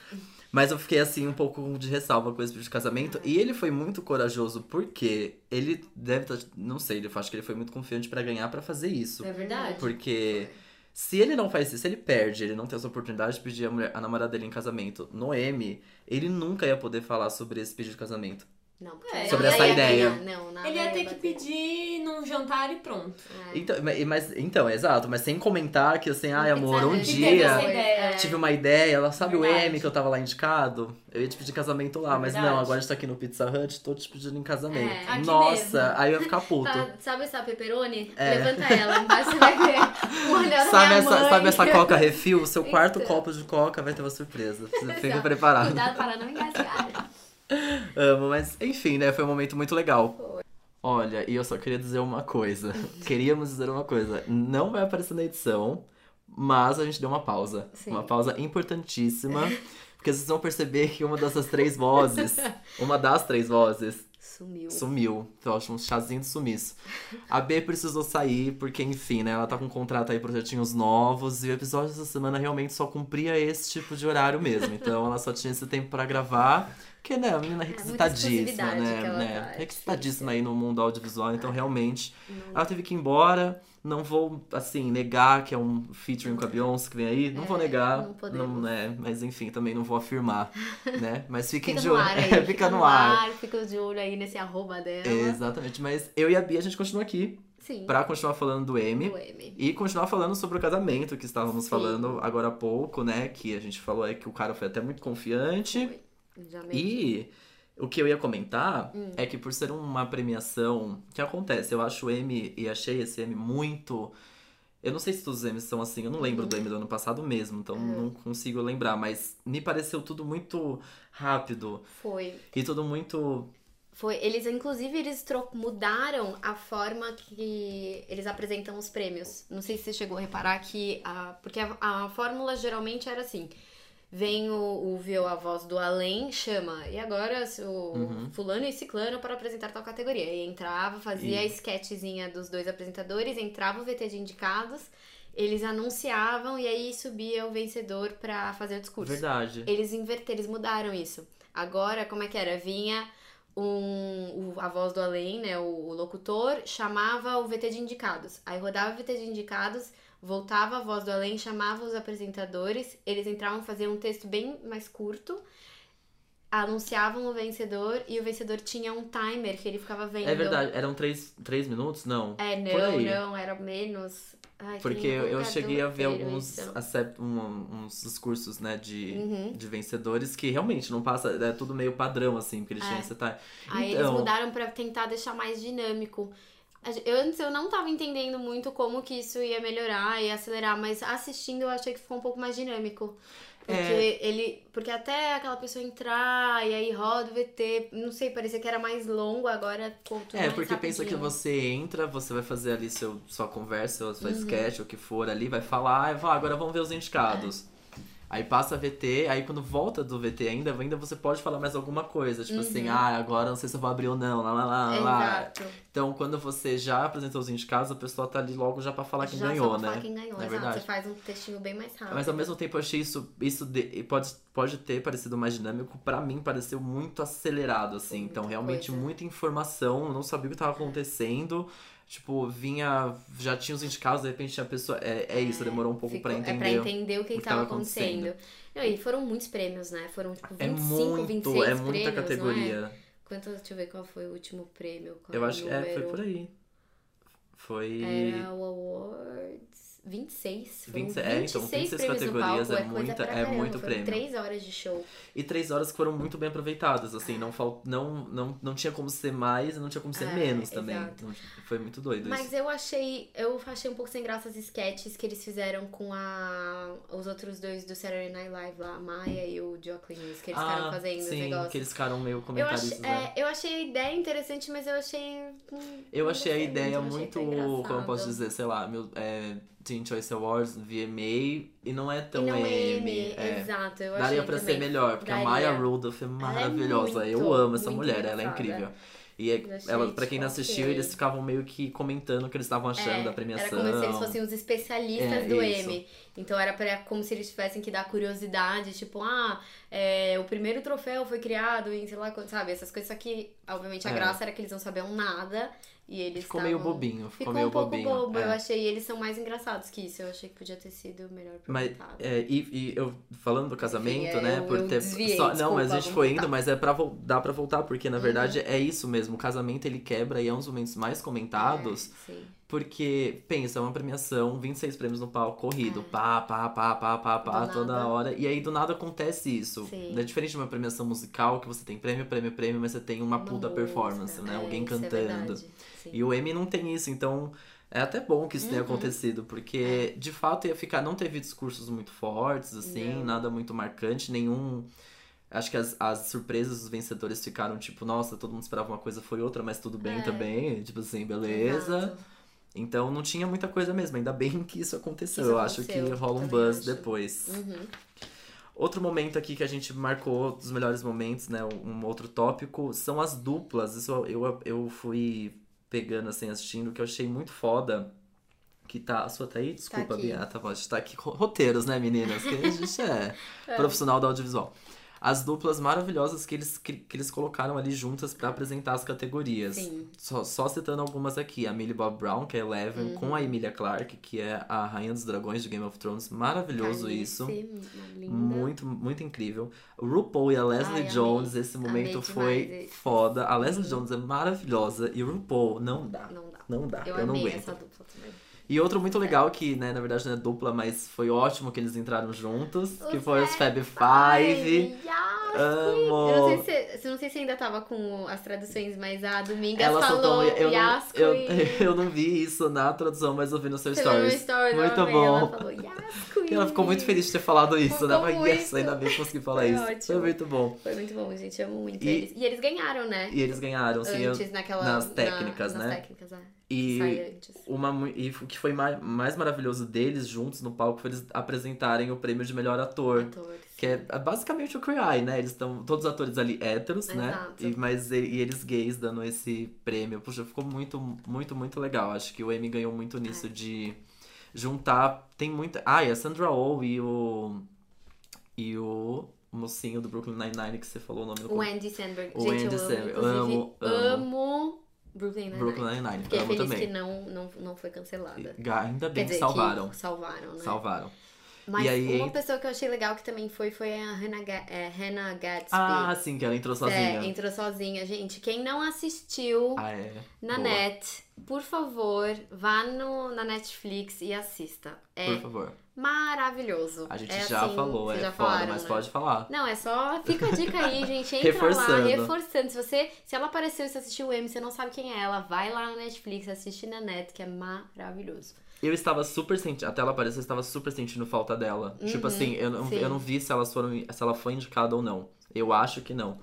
Speaker 2: Mas eu fiquei assim, um pouco de ressalva com esse pedido de
Speaker 3: Uhum.
Speaker 2: casamento. E ele foi muito corajoso, porque ele deve estar. Não sei, eu acho que ele foi muito confiante pra ganhar pra fazer isso.
Speaker 3: É verdade.
Speaker 2: Porque se ele não faz isso, se ele perde, ele não tem essa oportunidade de pedir a, mulher- a namorada dele em casamento no M, ele nunca ia poder falar sobre esse pedido de casamento.
Speaker 3: Não, porque
Speaker 1: É,
Speaker 3: nada
Speaker 1: sobre
Speaker 3: ia
Speaker 1: essa
Speaker 2: ideia.
Speaker 3: ganhar, não, nada
Speaker 1: Ele ia ter que
Speaker 3: bater.
Speaker 1: pedir num jantar e pronto.
Speaker 3: É.
Speaker 2: Então, ma- mas, então, exato, mas sem comentar que assim, ai amor, um
Speaker 3: Sabe,
Speaker 1: que
Speaker 2: dia
Speaker 1: teve essa
Speaker 3: foi,
Speaker 1: ideia.
Speaker 3: é.
Speaker 2: tive uma ideia, ela sabe o
Speaker 1: Verdade.
Speaker 2: M que eu tava lá indicado? Eu ia te pedir casamento lá, mas não,
Speaker 1: Verdade.
Speaker 2: agora a gente tá aqui no Pizza Hut, tô te pedindo em casamento.
Speaker 3: É,
Speaker 1: aqui
Speaker 2: Nossa, aí eu ia ficar puto.
Speaker 3: Tá, sabe essa peperoni?
Speaker 2: É.
Speaker 3: Levanta ela, embaixo você vai ver. O olhar da
Speaker 2: Sabe
Speaker 3: minha
Speaker 2: essa,
Speaker 3: é mãe.
Speaker 2: sabe essa coca refil? Seu
Speaker 3: Então.
Speaker 2: quarto copo de coca vai ter uma surpresa. Fica
Speaker 3: Exato.
Speaker 2: preparado.
Speaker 3: Cuidado para não engasgar.
Speaker 2: Amo, mas enfim, né? Foi um momento muito legal.
Speaker 3: Foi.
Speaker 2: Olha, e eu só queria dizer uma coisa. Queríamos dizer uma coisa. Não vai aparecer na edição, mas a gente deu uma pausa.
Speaker 3: Sim.
Speaker 2: Uma pausa importantíssima. Porque vocês vão perceber que uma dessas três vozes, uma das três vozes,
Speaker 3: Sumiu.
Speaker 2: sumiu. Então, acho um chazinho de sumiço. A B precisou sair, porque, enfim, né? Ela tá com um contrato aí, projetinhos novos. E o episódio dessa semana realmente só cumpria esse tipo de horário mesmo. Então, ela só tinha esse tempo pra gravar. Porque, né? A menina requisitadíssima,
Speaker 3: É, exclusividade
Speaker 2: né?
Speaker 3: que ela Ah.
Speaker 2: né,
Speaker 3: dá, é
Speaker 2: requisitadíssima aí no mundo audiovisual. Então, realmente, ela teve que ir embora. Não vou, assim, negar que é um featuring com a Beyoncé que vem aí. Não
Speaker 3: É,
Speaker 2: vou negar.
Speaker 3: não podemos.
Speaker 2: né, mas, enfim, também não vou afirmar, né? Mas fiquem
Speaker 3: Fica
Speaker 2: de
Speaker 3: no
Speaker 2: olho.
Speaker 3: ar aí.
Speaker 2: fica, no ar.
Speaker 3: Fica de olho aí nesse arroba dela.
Speaker 2: Exatamente, mas eu e a Bia a gente continua aqui
Speaker 3: Sim.
Speaker 2: pra continuar falando do M
Speaker 3: do M.
Speaker 2: e continuar falando sobre o casamento que estávamos
Speaker 3: Sim.
Speaker 2: falando agora há pouco, né? Que a gente falou é que o cara foi até muito confiante.
Speaker 3: Já me...
Speaker 2: E o que eu ia comentar é que por ser uma premiação que acontece, eu acho o M e achei esse M muito. Eu não sei se todos os M's são assim, eu não lembro do M do ano passado mesmo, então não consigo lembrar, mas me pareceu tudo muito rápido
Speaker 3: Foi.
Speaker 2: e tudo muito.
Speaker 3: Foi. Eles, inclusive, eles tro... mudaram a forma que eles apresentam os prêmios. Não sei se você chegou a reparar que. A... Porque a, a fórmula geralmente era assim. Vem o, o Viu a Voz do Além, chama. E agora se o
Speaker 2: Uhum.
Speaker 3: fulano e ciclano para apresentar tal categoria. E entrava, fazia a sketchzinha dos dois apresentadores, entrava o VT de indicados, eles anunciavam e aí subia o vencedor para fazer o discurso.
Speaker 2: Verdade.
Speaker 3: Eles inverteram, eles mudaram isso. Agora, como é que era? Vinha um, o- a voz do além, né? O, o locutor chamava o VT de indicados. Aí rodava o VT de indicados, voltava a voz do além, chamava os apresentadores. Eles entravam, faziam um texto bem mais curto. Anunciavam o vencedor e o vencedor tinha um timer que ele ficava vendo.
Speaker 2: É verdade, eram três, três minutos? Não.
Speaker 3: É,
Speaker 2: Por
Speaker 3: não,
Speaker 2: aí.
Speaker 3: não, era menos. Ai,
Speaker 2: Porque
Speaker 3: tem um
Speaker 2: eu, eu
Speaker 3: colocador
Speaker 2: cheguei a ver
Speaker 3: inteiro,
Speaker 2: alguns,
Speaker 3: então.
Speaker 2: acep- um- uns discursos, né, de,
Speaker 3: Uhum.
Speaker 2: de vencedores que realmente não passa, é tudo meio padrão, assim, porque eles
Speaker 3: É.
Speaker 2: tinham esse time.
Speaker 3: Aí
Speaker 2: Então-
Speaker 3: eles mudaram pra tentar deixar mais dinâmico. A gen- Eu antes eu não tava entendendo muito como que isso ia melhorar e acelerar, mas assistindo eu achei que ficou um pouco mais dinâmico.
Speaker 2: É.
Speaker 3: Porque ele. Porque até aquela pessoa entrar e aí roda o VT, não sei, parecia que era mais longo, agora ficou tudo
Speaker 2: É,
Speaker 3: mais
Speaker 2: porque pensa que
Speaker 3: rapidinho.
Speaker 2: você entra, você vai fazer ali seu, sua conversa, ou
Speaker 3: Uhum.
Speaker 2: sua sketch, ou o que for ali, vai falar, e vai, agora vamos ver os indicados.
Speaker 3: É.
Speaker 2: Aí passa a VT, aí quando volta do VT ainda, ainda você pode falar mais alguma coisa. Tipo assim, ah, agora não sei se eu vou abrir ou não, lá, lá, lá, tá lá.
Speaker 3: Uhum. Exato.
Speaker 2: Então, quando você já apresentou os indicados, a pessoa tá ali logo já pra falar quem
Speaker 3: Já
Speaker 2: ganhou,
Speaker 3: só pra
Speaker 2: né?
Speaker 3: falar quem ganhou,
Speaker 2: Não é
Speaker 3: exato.
Speaker 2: verdade?
Speaker 3: Você faz um textinho bem mais rápido.
Speaker 2: Mas ao mesmo tempo eu achei isso. Isso de- pode, pode ter parecido mais dinâmico. Pra mim, pareceu muito acelerado, assim. então,
Speaker 3: muita
Speaker 2: realmente,
Speaker 3: coisa.
Speaker 2: muita informação. Eu não sabia o que tava acontecendo. Tipo, vinha. Já tinha os indicados, de repente a pessoa. É, é isso, demorou um pouco
Speaker 3: Ficou-
Speaker 2: pra entender.
Speaker 3: É pra entender o que,
Speaker 2: o que
Speaker 3: estava
Speaker 2: tava acontecendo.
Speaker 3: acontecendo. Não, e foram muitos prêmios, né? Foram tipo 25,
Speaker 2: É muito,
Speaker 3: 26
Speaker 2: é muita
Speaker 3: prêmios, Não é?
Speaker 2: categoria. é,
Speaker 3: Quanto, deixa eu ver qual foi o último prêmio. Qual
Speaker 2: Eu acho que
Speaker 3: número.
Speaker 2: é, foi por aí. Foi.
Speaker 3: Era o Awards. 26. Foram
Speaker 2: 20,
Speaker 3: 26,
Speaker 2: é, então, 26
Speaker 3: prêmios no
Speaker 2: categorias, é
Speaker 3: palco, é, coisa
Speaker 2: muita-
Speaker 3: pra
Speaker 2: é
Speaker 3: caramba,
Speaker 2: muito
Speaker 3: foram
Speaker 2: prêmio.
Speaker 3: Três horas de show.
Speaker 2: E três horas que foram muito bem aproveitadas, assim, não, fal... não, não, não tinha como ser mais e não tinha como ser
Speaker 3: É,
Speaker 2: menos também.
Speaker 3: exato.
Speaker 2: Não- tipo, foi muito doido
Speaker 3: Mas
Speaker 2: isso.
Speaker 3: eu achei, eu achei um pouco sem graça as sketches que eles fizeram com a, os outros dois do Saturday Night Live lá, a Maya e o Joaquin, Phoenix, que eles ficaram
Speaker 2: Ah,
Speaker 3: fazendo os
Speaker 2: sim,
Speaker 3: negócios.
Speaker 2: que eles ficaram meio
Speaker 3: Eu,
Speaker 2: comentaristas,
Speaker 3: ach,
Speaker 2: né?
Speaker 3: é, eu achei a ideia interessante, mas eu achei. hum,
Speaker 2: Eu
Speaker 3: não
Speaker 2: achei a
Speaker 3: gostei
Speaker 2: ideia
Speaker 3: muito.
Speaker 2: muito,
Speaker 3: não achei
Speaker 2: como eu
Speaker 3: tão
Speaker 2: posso
Speaker 3: engraçado.
Speaker 2: dizer, sei lá, meu, é, Teen Choice Awards, VMA, e não é tão
Speaker 3: e não é
Speaker 2: M.
Speaker 3: M,
Speaker 2: é.
Speaker 3: exato. Eu
Speaker 2: Daria
Speaker 3: achei
Speaker 2: pra
Speaker 3: também.
Speaker 2: ser melhor, porque a
Speaker 3: Daria.
Speaker 2: Maya Rudolph é maravilhosa.
Speaker 3: muito,
Speaker 2: eu amo essa
Speaker 3: muito
Speaker 2: mulher, ela é
Speaker 3: engraçada.
Speaker 2: incrível. E é-
Speaker 3: Eu achei,
Speaker 2: ela, pra quem não
Speaker 3: tipo,
Speaker 2: assistiu,
Speaker 3: ok.
Speaker 2: eles ficavam meio que comentando o que eles estavam achando
Speaker 3: É,
Speaker 2: da premiação.
Speaker 3: Era como se eles fossem os especialistas
Speaker 2: É,
Speaker 3: do
Speaker 2: isso.
Speaker 3: M. Então era pra, como se eles tivessem que dar curiosidade, tipo, ah, é, o primeiro troféu foi criado em sei lá quando, sabe? Essas coisas. Só que, obviamente, a
Speaker 2: É.
Speaker 3: graça era que eles não sabiam nada e eles.
Speaker 2: Ficou meio
Speaker 3: estavam-
Speaker 2: bobinho, ficou
Speaker 3: Ficou
Speaker 2: meio
Speaker 3: um pouco
Speaker 2: bobinho.
Speaker 3: bobo,
Speaker 2: é.
Speaker 3: eu achei. E eles são mais engraçados que isso. Eu achei que podia ter sido melhor
Speaker 2: Mas,
Speaker 3: aproveitado.
Speaker 2: é, e, e eu falando do casamento,
Speaker 3: Enfim, é,
Speaker 2: né?
Speaker 3: eu-
Speaker 2: por
Speaker 3: eu
Speaker 2: ter
Speaker 3: desviei,
Speaker 2: só- não,
Speaker 3: desculpa,
Speaker 2: mas a gente
Speaker 3: vamos
Speaker 2: foi indo,
Speaker 3: voltar. Uhum.
Speaker 2: mas é pra vol- dá pra voltar, porque na verdade é isso mesmo. O casamento ele quebra e é um dos momentos mais comentados,
Speaker 3: É, sim.
Speaker 2: porque pensa, é uma premiação, 26 prêmios no palco, corrido, pá, pá, pá, pá, pá, pá,
Speaker 3: É. Do
Speaker 2: toda
Speaker 3: nada.
Speaker 2: hora. E aí do nada acontece isso.
Speaker 3: Sim.
Speaker 2: É diferente de uma premiação musical que você tem prêmio, prêmio, prêmio, mas você tem uma, puta
Speaker 3: música,
Speaker 2: performance, né?
Speaker 3: é,
Speaker 2: Alguém
Speaker 3: isso é
Speaker 2: cantando.
Speaker 3: verdade, sim.
Speaker 2: E o Emmy não tem isso, então é até bom que isso tenha
Speaker 3: Uhum. É.
Speaker 2: acontecido, porque de fato ia ficar. Não teve discursos muito fortes, assim,
Speaker 3: Não.
Speaker 2: nada muito marcante, nenhum. Acho que as, as surpresas dos vencedores ficaram tipo, nossa, todo mundo esperava uma coisa, foi outra, mas tudo bem
Speaker 3: É.
Speaker 2: também. Tipo assim, beleza.
Speaker 3: Exato.
Speaker 2: Então não tinha muita coisa mesmo, ainda bem que isso aconteceu.
Speaker 3: Isso
Speaker 2: Eu acho que
Speaker 3: aconteceu,
Speaker 2: rola um
Speaker 3: também
Speaker 2: buzz
Speaker 3: acho.
Speaker 2: depois.
Speaker 3: Uhum.
Speaker 2: Outro momento aqui que a gente marcou um dos melhores momentos, né? Um outro tópico, são as duplas. Isso eu, eu fui pegando, assim, assistindo, que eu achei muito foda. Que tá. A sua tá aí? Desculpa,
Speaker 3: aqui.
Speaker 2: Bia. Ah, Tá bom, a gente tá aqui com roteiros, né, meninas? Que a gente é, profissional do audiovisual. As duplas maravilhosas que eles, que, que eles colocaram ali juntas pra apresentar as categorias.
Speaker 3: Sim.
Speaker 2: Só, só citando algumas aqui. A Millie Bob Brown, que é Eleven, com
Speaker 3: Uhum.
Speaker 2: a Emilia Clarke, que é a Rainha dos Dragões de Game of Thrones. Maravilhoso
Speaker 3: Calice,
Speaker 2: isso.
Speaker 3: uma linda.
Speaker 2: Muito, muito incrível. O RuPaul e a Leslie
Speaker 3: Ai, amei.
Speaker 2: Jones, esse momento
Speaker 3: demais
Speaker 2: foi
Speaker 3: esse.
Speaker 2: foda. A Leslie Jones é maravilhosa e o RuPaul não dá.
Speaker 3: Não dá.
Speaker 2: Não dá, eu,
Speaker 3: Eu,
Speaker 2: não
Speaker 3: amei
Speaker 2: aguento.
Speaker 3: essa dupla também.
Speaker 2: E outro muito legal, que né, na verdade não é dupla, mas foi ótimo que eles entraram juntos, que foi os Fab Five.
Speaker 3: Ai, yes!
Speaker 2: Amo!
Speaker 3: Eu não, sei se, você- eu não sei se ainda tava com as traduções, mas a Domingas
Speaker 2: Ela
Speaker 3: falou
Speaker 2: soltou. um- Eu, não,
Speaker 3: Yasco
Speaker 2: eu,
Speaker 3: e...
Speaker 2: eu não vi isso na tradução, mas eu vi no seu
Speaker 3: Você lembra no
Speaker 2: stories.
Speaker 3: stories, eu
Speaker 2: Muito
Speaker 3: amei,
Speaker 2: bom.
Speaker 3: Ela falou Yasco
Speaker 2: E ela ficou muito feliz de ter falado isso, né?
Speaker 3: Ficou
Speaker 2: Mas
Speaker 3: muito.
Speaker 2: yes, ainda bem que consegui falar
Speaker 3: Foi
Speaker 2: isso. Foi
Speaker 3: ótimo.
Speaker 2: muito bom.
Speaker 3: Foi muito bom, gente. Amo muito
Speaker 2: E-
Speaker 3: eles. E eles ganharam, né?
Speaker 2: E eles ganharam, assim, eu-
Speaker 3: antes, naquela...
Speaker 2: nas
Speaker 3: na-
Speaker 2: técnicas,
Speaker 3: nas
Speaker 2: né?
Speaker 3: técnicas, é.
Speaker 2: e
Speaker 3: Sai antes.
Speaker 2: uma mu- e o que foi mais, mais maravilhoso deles juntos no palco foi eles apresentarem o prêmio de melhor ator.
Speaker 3: Atores.
Speaker 2: Que é basicamente o Queer Eye, né? Eles estão todos os atores ali héteros, né?
Speaker 3: Exato.
Speaker 2: E, mas e, e eles gays dando esse prêmio. Puxa, ficou muito, muito, muito legal. Acho que o Emmy ganhou
Speaker 3: É.
Speaker 2: muito nisso de juntar. Tem muita. Ah, e a Sandra Oh e o. E o mocinho do Brooklyn Nine-Nine que você falou o nome do
Speaker 3: O Andy Samberg.
Speaker 2: O
Speaker 3: gente,
Speaker 2: Andy
Speaker 3: eu amo,
Speaker 2: Samberg.
Speaker 3: inclusive,
Speaker 2: Amo, amo.
Speaker 3: amo Brooklyn Nine-Nine.
Speaker 2: Brooklyn Nine-Nine.
Speaker 3: né? Fiquei
Speaker 2: Amo
Speaker 3: feliz
Speaker 2: também.
Speaker 3: que não, não, não foi cancelada.
Speaker 2: E- ah, Ainda
Speaker 3: Quer
Speaker 2: bem que
Speaker 3: dizer,
Speaker 2: salvaram.
Speaker 3: que salvaram, né?
Speaker 2: Salvaram.
Speaker 3: Mas
Speaker 2: E aí,
Speaker 3: uma
Speaker 2: ent-
Speaker 3: pessoa que eu achei legal que também foi foi a Hannah, Ga é, Hannah Gadsby.
Speaker 2: Ah, sim, que ela entrou sozinha.
Speaker 3: É, entrou sozinha. Gente, quem não assistiu
Speaker 2: Ah, é.
Speaker 3: na
Speaker 2: Boa.
Speaker 3: net, por favor, vá no, na Netflix e assista. É
Speaker 2: Por favor.
Speaker 3: maravilhoso.
Speaker 2: A gente
Speaker 3: É
Speaker 2: já
Speaker 3: assim,
Speaker 2: falou, é
Speaker 3: vocês já
Speaker 2: foda,
Speaker 3: falaram,
Speaker 2: mas
Speaker 3: né?
Speaker 2: pode falar.
Speaker 3: Não, é só. Fica a dica aí, gente. Entra
Speaker 2: Reforçando.
Speaker 3: lá, reforçando. Se você. Se ela apareceu e você assistiu o M, você não sabe quem é ela, vai lá na Netflix, assiste na net, que é maravilhoso.
Speaker 2: Eu estava super sentindo. Até ela apareceu, eu estava super sentindo falta dela. tipo assim, eu não,
Speaker 3: Uhum, sim.
Speaker 2: eu não vi se, elas foram, se ela foi indicada ou não. Eu acho que não.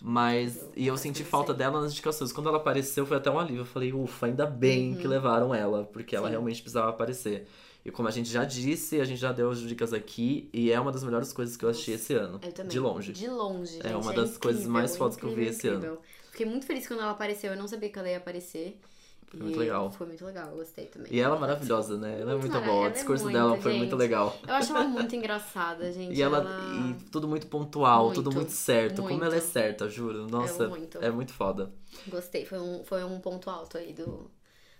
Speaker 2: Mas.
Speaker 3: Eu
Speaker 2: e eu
Speaker 3: acho
Speaker 2: senti
Speaker 3: que não
Speaker 2: falta
Speaker 3: sei.
Speaker 2: dela nas indicações. Quando ela apareceu, foi até um alívio. Eu falei, ufa, ainda bem que levaram ela, porque ela
Speaker 3: Uhum. Sim.
Speaker 2: realmente precisava aparecer. E como a gente já disse, a gente já deu as dicas aqui, e é uma das melhores coisas que eu assisti esse ano.
Speaker 3: Eu também.
Speaker 2: De longe.
Speaker 3: De longe.
Speaker 2: É
Speaker 3: gente,
Speaker 2: uma das coisas mais
Speaker 3: é
Speaker 2: fodas que eu vi
Speaker 3: incrível,
Speaker 2: esse ano.
Speaker 3: incrível. Fiquei muito feliz quando ela apareceu. Eu não sabia que ela ia aparecer.
Speaker 2: Foi muito legal.
Speaker 3: Foi muito legal, eu gostei também.
Speaker 2: E ela é maravilhosa, né? Ela é
Speaker 3: Muito
Speaker 2: muito
Speaker 3: mara-
Speaker 2: boa.
Speaker 3: ela
Speaker 2: O
Speaker 3: é
Speaker 2: discurso
Speaker 3: muito,
Speaker 2: dela foi
Speaker 3: gente.
Speaker 2: muito legal.
Speaker 3: Eu acho ela muito engraçada, gente. é
Speaker 2: E ela. E tudo muito pontual, tudo
Speaker 3: Muito,
Speaker 2: muito certo. Como
Speaker 3: muito.
Speaker 2: ela é certa, juro. Nossa,
Speaker 3: um muito.
Speaker 2: é muito foda.
Speaker 3: Gostei, foi um, foi um ponto alto aí do,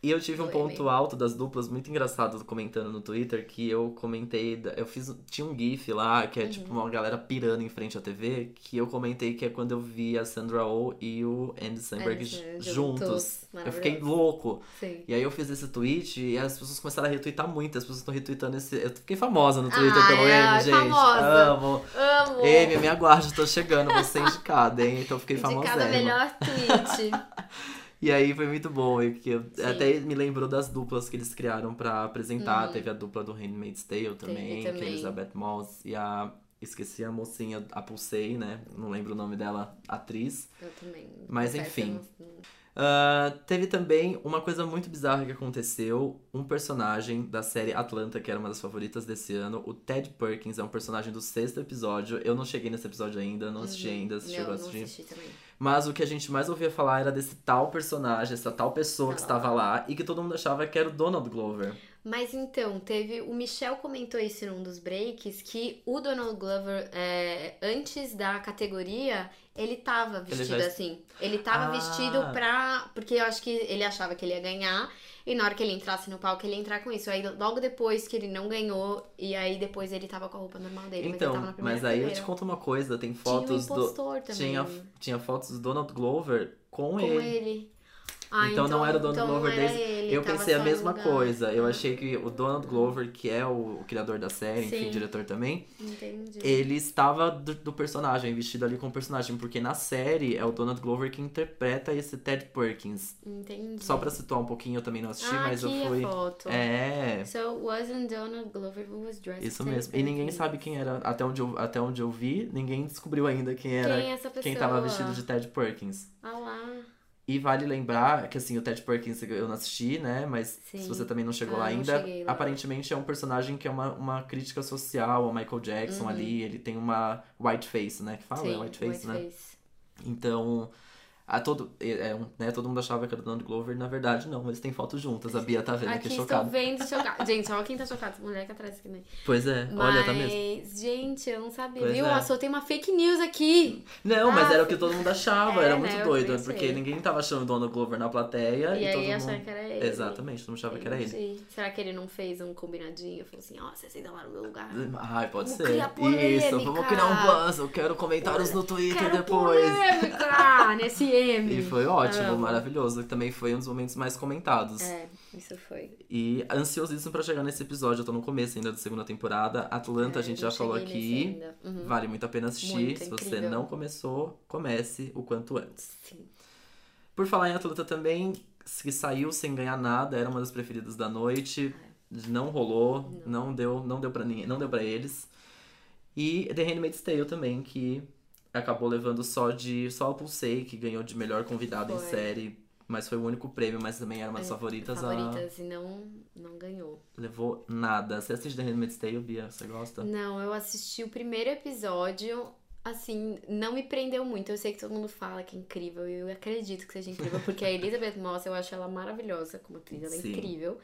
Speaker 2: E eu tive um
Speaker 3: Foi
Speaker 2: ponto
Speaker 3: mesmo.
Speaker 2: alto das duplas muito engraçado comentando no Twitter que eu comentei, da- eu fiz, tinha um gif lá
Speaker 3: Uhum.
Speaker 2: que é tipo uma galera pirando em frente à TV, que eu comentei que é quando eu vi a Sandra Oh e o Andy Samberg
Speaker 3: Anderson,
Speaker 2: juntos. Eu
Speaker 3: maravilhoso.
Speaker 2: fiquei louco.
Speaker 3: Sim.
Speaker 2: E aí eu fiz esse tweet e as pessoas começaram a retweetar muito, as pessoas estão retweetando esse, eu fiquei famosa no Twitter
Speaker 3: Ah,
Speaker 2: pelo
Speaker 3: é,
Speaker 2: Amy,
Speaker 3: é
Speaker 2: gente.
Speaker 3: famosa.
Speaker 2: Amo.
Speaker 3: Amo!
Speaker 2: Amy, me aguarde, tô chegando, vou ser indicada, hein? Então eu fiquei
Speaker 3: Indicada
Speaker 2: famosa.
Speaker 3: melhor tweet.
Speaker 2: E aí foi muito bom, e que eu-
Speaker 3: Sim.
Speaker 2: até me lembrou das duplas que eles criaram pra apresentar. Teve a dupla do Handmaid's Tale também, que é a
Speaker 3: Uhum. também.
Speaker 2: Elizabeth Moss e a. Esqueci a mocinha, a Pulsei, né? Não lembro o nome dela, atriz.
Speaker 3: Eu também.
Speaker 2: Mas,
Speaker 3: confesso,
Speaker 2: enfim.
Speaker 3: eu não-
Speaker 2: Ah, teve também uma coisa muito bizarra que aconteceu. Um personagem da série Atlanta, que era uma das favoritas desse ano, o Ted Perkins, é um personagem do sexto episódio. Eu não cheguei nesse episódio ainda, não assisti ainda, assisti,
Speaker 3: Uhum. Não,
Speaker 2: eu
Speaker 3: não
Speaker 2: assisti.
Speaker 3: assisti também.
Speaker 2: Mas o que a gente mais ouvia falar era desse tal personagem, essa tal pessoa
Speaker 3: Tá.
Speaker 2: que estava lá e que todo mundo achava que era o Donald Glover.
Speaker 3: Mas então, teve. O Michel comentou isso num dos breaks que o Donald Glover, é, antes da categoria, ele tava vestido
Speaker 2: já-
Speaker 3: assim. Ele tava
Speaker 2: Ah.
Speaker 3: vestido pra. Porque eu acho que ele achava que ele ia ganhar. E na hora que ele entrasse no palco, ele ia entrar com isso. Aí logo depois que ele não ganhou, e aí depois ele tava com a roupa normal dele. mas ele
Speaker 2: então,
Speaker 3: tava na primeira
Speaker 2: mas aí eu te
Speaker 3: cadeira.
Speaker 2: conto uma coisa, tem
Speaker 3: Tinha o
Speaker 2: fotos do
Speaker 3: impostor também.
Speaker 2: tinha tinha fotos do Donald Glover com,
Speaker 3: Com
Speaker 2: ele.
Speaker 3: ele. Ah,
Speaker 2: Então não era o Donald
Speaker 3: então não
Speaker 2: Glover
Speaker 3: era
Speaker 2: desse.
Speaker 3: ele,
Speaker 2: Eu
Speaker 3: tava
Speaker 2: pensei a
Speaker 3: só no
Speaker 2: mesma
Speaker 3: lugar. Uhum.
Speaker 2: coisa. Eu achei que o Donald Glover, que é o, o criador da série, enfim,
Speaker 3: Sim.
Speaker 2: diretor também,
Speaker 3: Entendi.
Speaker 2: ele estava do, do personagem, vestido ali com o personagem, porque na série é o Donald Glover que interpreta esse Ted Perkins.
Speaker 3: Entendi.
Speaker 2: Só pra situar um pouquinho, eu também não assisti,
Speaker 3: ah,
Speaker 2: mas
Speaker 3: aqui
Speaker 2: eu fui.
Speaker 3: a foto.
Speaker 2: É,
Speaker 3: So wasn't Donald Glover who was dressed
Speaker 2: isso
Speaker 3: as
Speaker 2: mesmo. E ninguém
Speaker 3: Elvis?
Speaker 2: sabe quem era, até onde eu, até onde eu vi, ninguém descobriu ainda quem era,
Speaker 3: quem é essa pessoa.
Speaker 2: né? quem tava vestido de Ted Perkins.
Speaker 3: Ah lá.
Speaker 2: E vale lembrar que, assim, o Ted Perkins eu não assisti, né? Mas se
Speaker 3: Sim.
Speaker 2: você também não chegou
Speaker 3: Ah,
Speaker 2: lá
Speaker 3: não
Speaker 2: ainda,
Speaker 3: cheguei lá.
Speaker 2: aparentemente é um personagem que é uma, uma crítica social ao Michael Jackson
Speaker 3: Uhum.
Speaker 2: ali. Ele tem uma white face, né? Que fala,
Speaker 3: Sim,
Speaker 2: é white face, né?
Speaker 3: Whiteface.
Speaker 2: Então, a todo, é, é um- né, todo mundo achava que era o Donald Glover, na verdade não, eles têm fotos juntas. A Bia tá vendo
Speaker 3: Aqui
Speaker 2: aqui
Speaker 3: estou
Speaker 2: chocada.
Speaker 3: vendo chocada. Gente, olha quem tá chocado. Essa mulher que atrás aqui, né?
Speaker 2: Pois é,
Speaker 3: Mas,
Speaker 2: olha, tá mesmo.
Speaker 3: gente, eu não sabia.
Speaker 2: Pois
Speaker 3: viu?
Speaker 2: é.
Speaker 3: Eu soltei uma fake news aqui.
Speaker 2: Não, mas
Speaker 3: Ah,
Speaker 2: era o que todo mundo achava,
Speaker 3: é,
Speaker 2: era
Speaker 3: né,
Speaker 2: muito
Speaker 3: eu
Speaker 2: doido,
Speaker 3: também
Speaker 2: porque
Speaker 3: sei.
Speaker 2: ninguém tava achando o Donald Glover na plateia
Speaker 3: E,
Speaker 2: É, e,
Speaker 3: aí
Speaker 2: todo
Speaker 3: achava
Speaker 2: mundo.
Speaker 3: que era ele.
Speaker 2: Exatamente, todo mundo achava que era ele.
Speaker 3: Entendi. Será que ele não fez um combinadinho? Falou assim, ó, vocês ainda lá no meu lugar.
Speaker 2: Ai, pode
Speaker 3: Vamos
Speaker 2: ser.
Speaker 3: criar
Speaker 2: Isso, vamos
Speaker 3: polêmica.
Speaker 2: criar um buzz, eu quero comentários no Twitter
Speaker 3: Quero
Speaker 2: depois.
Speaker 3: polêmica nesse M.
Speaker 2: E foi ótimo,
Speaker 3: Amo.
Speaker 2: maravilhoso. Também foi um dos momentos mais comentados.
Speaker 3: É, isso foi.
Speaker 2: E ansiosíssimo pra chegar nesse episódio, eu tô no começo ainda da segunda temporada. Atlanta, a gente já
Speaker 3: não
Speaker 2: falou
Speaker 3: cheguei
Speaker 2: aqui.
Speaker 3: nesse ainda. Uhum.
Speaker 2: Vale muito a pena assistir.
Speaker 3: Muito,
Speaker 2: Se você
Speaker 3: incrível.
Speaker 2: não começou, comece o quanto antes.
Speaker 3: Sim.
Speaker 2: Por falar em Atlanta também, que saiu sem ganhar nada, era uma das preferidas da noite. Não rolou, não, deu, não deu para ninguém, não deu para eles. E The Handmaid's Tale também, que acabou levando só de só o Pulsei, que ganhou de melhor convidado em
Speaker 3: Foi.
Speaker 2: série, mas foi o único prêmio, mas também era uma das
Speaker 3: É,
Speaker 2: favoritas, a
Speaker 3: Favoritas e não, não ganhou.
Speaker 2: levou nada. Você assiste The Handmaid's Tale, Bia? Você gosta?
Speaker 3: Não, eu assisti o primeiro episódio, assim, não me prendeu muito. Eu sei que todo mundo fala que é incrível e eu acredito que seja incrível, porque a Elizabeth Moss, eu acho ela maravilhosa como atriz, ela é
Speaker 2: Sim.
Speaker 3: incrível.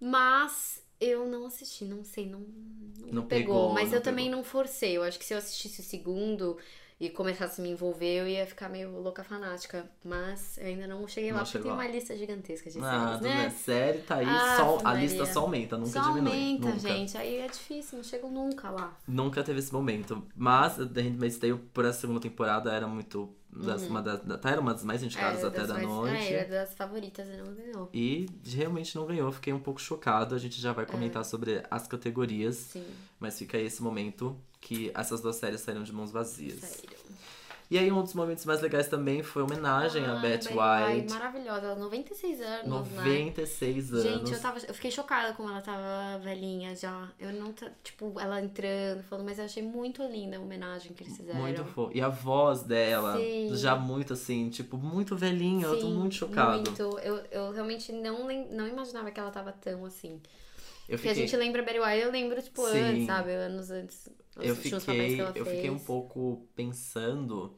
Speaker 3: Mas eu não assisti, não sei, não, não,
Speaker 2: Não
Speaker 3: me
Speaker 2: pegou,
Speaker 3: Mas
Speaker 2: não
Speaker 3: eu também não forcei. Eu acho que se eu assistisse o segundo e começasse a me envolver, eu ia ficar meio louca fanática. Mas eu ainda não cheguei
Speaker 2: Não
Speaker 3: lá, porque
Speaker 2: chegou
Speaker 3: tem
Speaker 2: lá.
Speaker 3: uma lista gigantesca de
Speaker 2: Ah,
Speaker 3: séries,
Speaker 2: tudo
Speaker 3: né?
Speaker 2: bem. Série tá aí,
Speaker 3: Ah,
Speaker 2: só- a
Speaker 3: Maria.
Speaker 2: lista só aumenta, nunca
Speaker 3: Só
Speaker 2: diminui.
Speaker 3: aumenta,
Speaker 2: nunca.
Speaker 3: gente. Aí é difícil, não chegam nunca lá.
Speaker 2: Nunca teve esse momento. Mas The Handmaid's Tale, pra segunda temporada, era muito. das- uma das, da- tá, era uma das mais indicadas
Speaker 3: Era
Speaker 2: até
Speaker 3: das
Speaker 2: da
Speaker 3: mais-
Speaker 2: noite.
Speaker 3: Uhum. É, era das favoritas e não ganhou.
Speaker 2: E realmente não ganhou, fiquei um pouco chocado. A gente já
Speaker 3: É.
Speaker 2: vai comentar sobre as categorias,
Speaker 3: Sim,
Speaker 2: mas fica aí esse momento que essas duas séries saíram de mãos vazias.
Speaker 3: saíram.
Speaker 2: E aí, um dos momentos mais legais também foi a homenagem a
Speaker 3: Ah,
Speaker 2: Beth
Speaker 3: Betty
Speaker 2: White,
Speaker 3: Maravilhosa, ela 96 anos, né?
Speaker 2: 96 anos.
Speaker 3: Gente, eu, tava, eu fiquei chocada como ela tava velhinha já. Eu não, ta- tipo, ela entrando, falando, mas eu achei muito linda a homenagem que eles fizeram.
Speaker 2: Muito fofo. E a voz dela,
Speaker 3: Sim.
Speaker 2: já muito assim, tipo, muito velhinha, eu tô
Speaker 3: Sim,
Speaker 2: muito chocado.
Speaker 3: muito. Eu, eu realmente não, lem- não imaginava que ela tava tão assim.
Speaker 2: Eu
Speaker 3: Porque a
Speaker 2: fiquei
Speaker 3: gente lembra Barry White, eu lembro, tipo,
Speaker 2: Sim.
Speaker 3: antes, sabe? Anos antes. os
Speaker 2: Eu
Speaker 3: últimos papéis
Speaker 2: fiquei,
Speaker 3: que ela
Speaker 2: eu fiquei um
Speaker 3: fez.
Speaker 2: pouco pensando.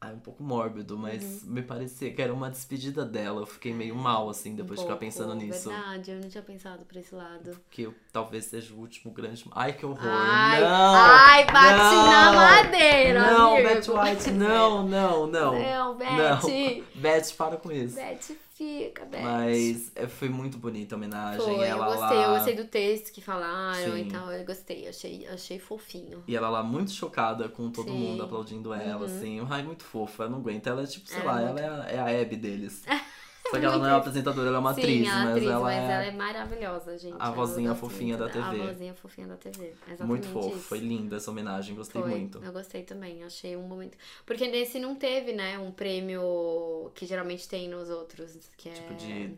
Speaker 2: Ah, é um pouco mórbido, mas
Speaker 3: Uhum.
Speaker 2: me parecia que era uma despedida dela. Eu fiquei meio mal, assim, depois de ficar pensando nisso.
Speaker 3: Um Verdade, eu não tinha pensado por esse lado.
Speaker 2: Que eu- talvez seja o último grande. Ai, que horror!
Speaker 3: Ai,
Speaker 2: não!
Speaker 3: ai, bate
Speaker 2: não,
Speaker 3: na madeira,
Speaker 2: Não,
Speaker 3: amigo.
Speaker 2: Beth White, não, não, não.
Speaker 3: Não, Beth.
Speaker 2: Beth, para com isso.
Speaker 3: Beth, fica, Beth.
Speaker 2: Mas é, foi muito bonita a homenagem.
Speaker 3: Foi, eu
Speaker 2: ela
Speaker 3: gostei,
Speaker 2: lá...
Speaker 3: eu gostei do texto que falaram
Speaker 2: Sim.
Speaker 3: e tal, eu gostei, achei, achei fofinho.
Speaker 2: E ela lá muito chocada com todo
Speaker 3: Sim.
Speaker 2: mundo aplaudindo ela,
Speaker 3: Uhum.
Speaker 2: assim. Ai, muito fofa, eu não aguento. Ela é tipo, sei
Speaker 3: É,
Speaker 2: lá,
Speaker 3: muito.
Speaker 2: ela é a, é a Abby deles. Só que ela não é uma apresentadora, ela é uma
Speaker 3: Sim,
Speaker 2: atriz,
Speaker 3: ela é
Speaker 2: mas,
Speaker 3: atriz,
Speaker 2: ela,
Speaker 3: mas
Speaker 2: é
Speaker 3: ela é maravilhosa, gente.
Speaker 2: a
Speaker 3: eu
Speaker 2: vozinha
Speaker 3: gosto
Speaker 2: fofinha
Speaker 3: muito
Speaker 2: da
Speaker 3: da-
Speaker 2: TV.
Speaker 3: A vozinha fofinha da TV, exatamente
Speaker 2: muito fofa.
Speaker 3: isso.
Speaker 2: Foi linda essa homenagem, gostei
Speaker 3: Foi,
Speaker 2: muito.
Speaker 3: Eu gostei também, achei um momento. Porque nesse não teve, né? Um prêmio que geralmente tem nos outros, que é.
Speaker 2: Tipo, de.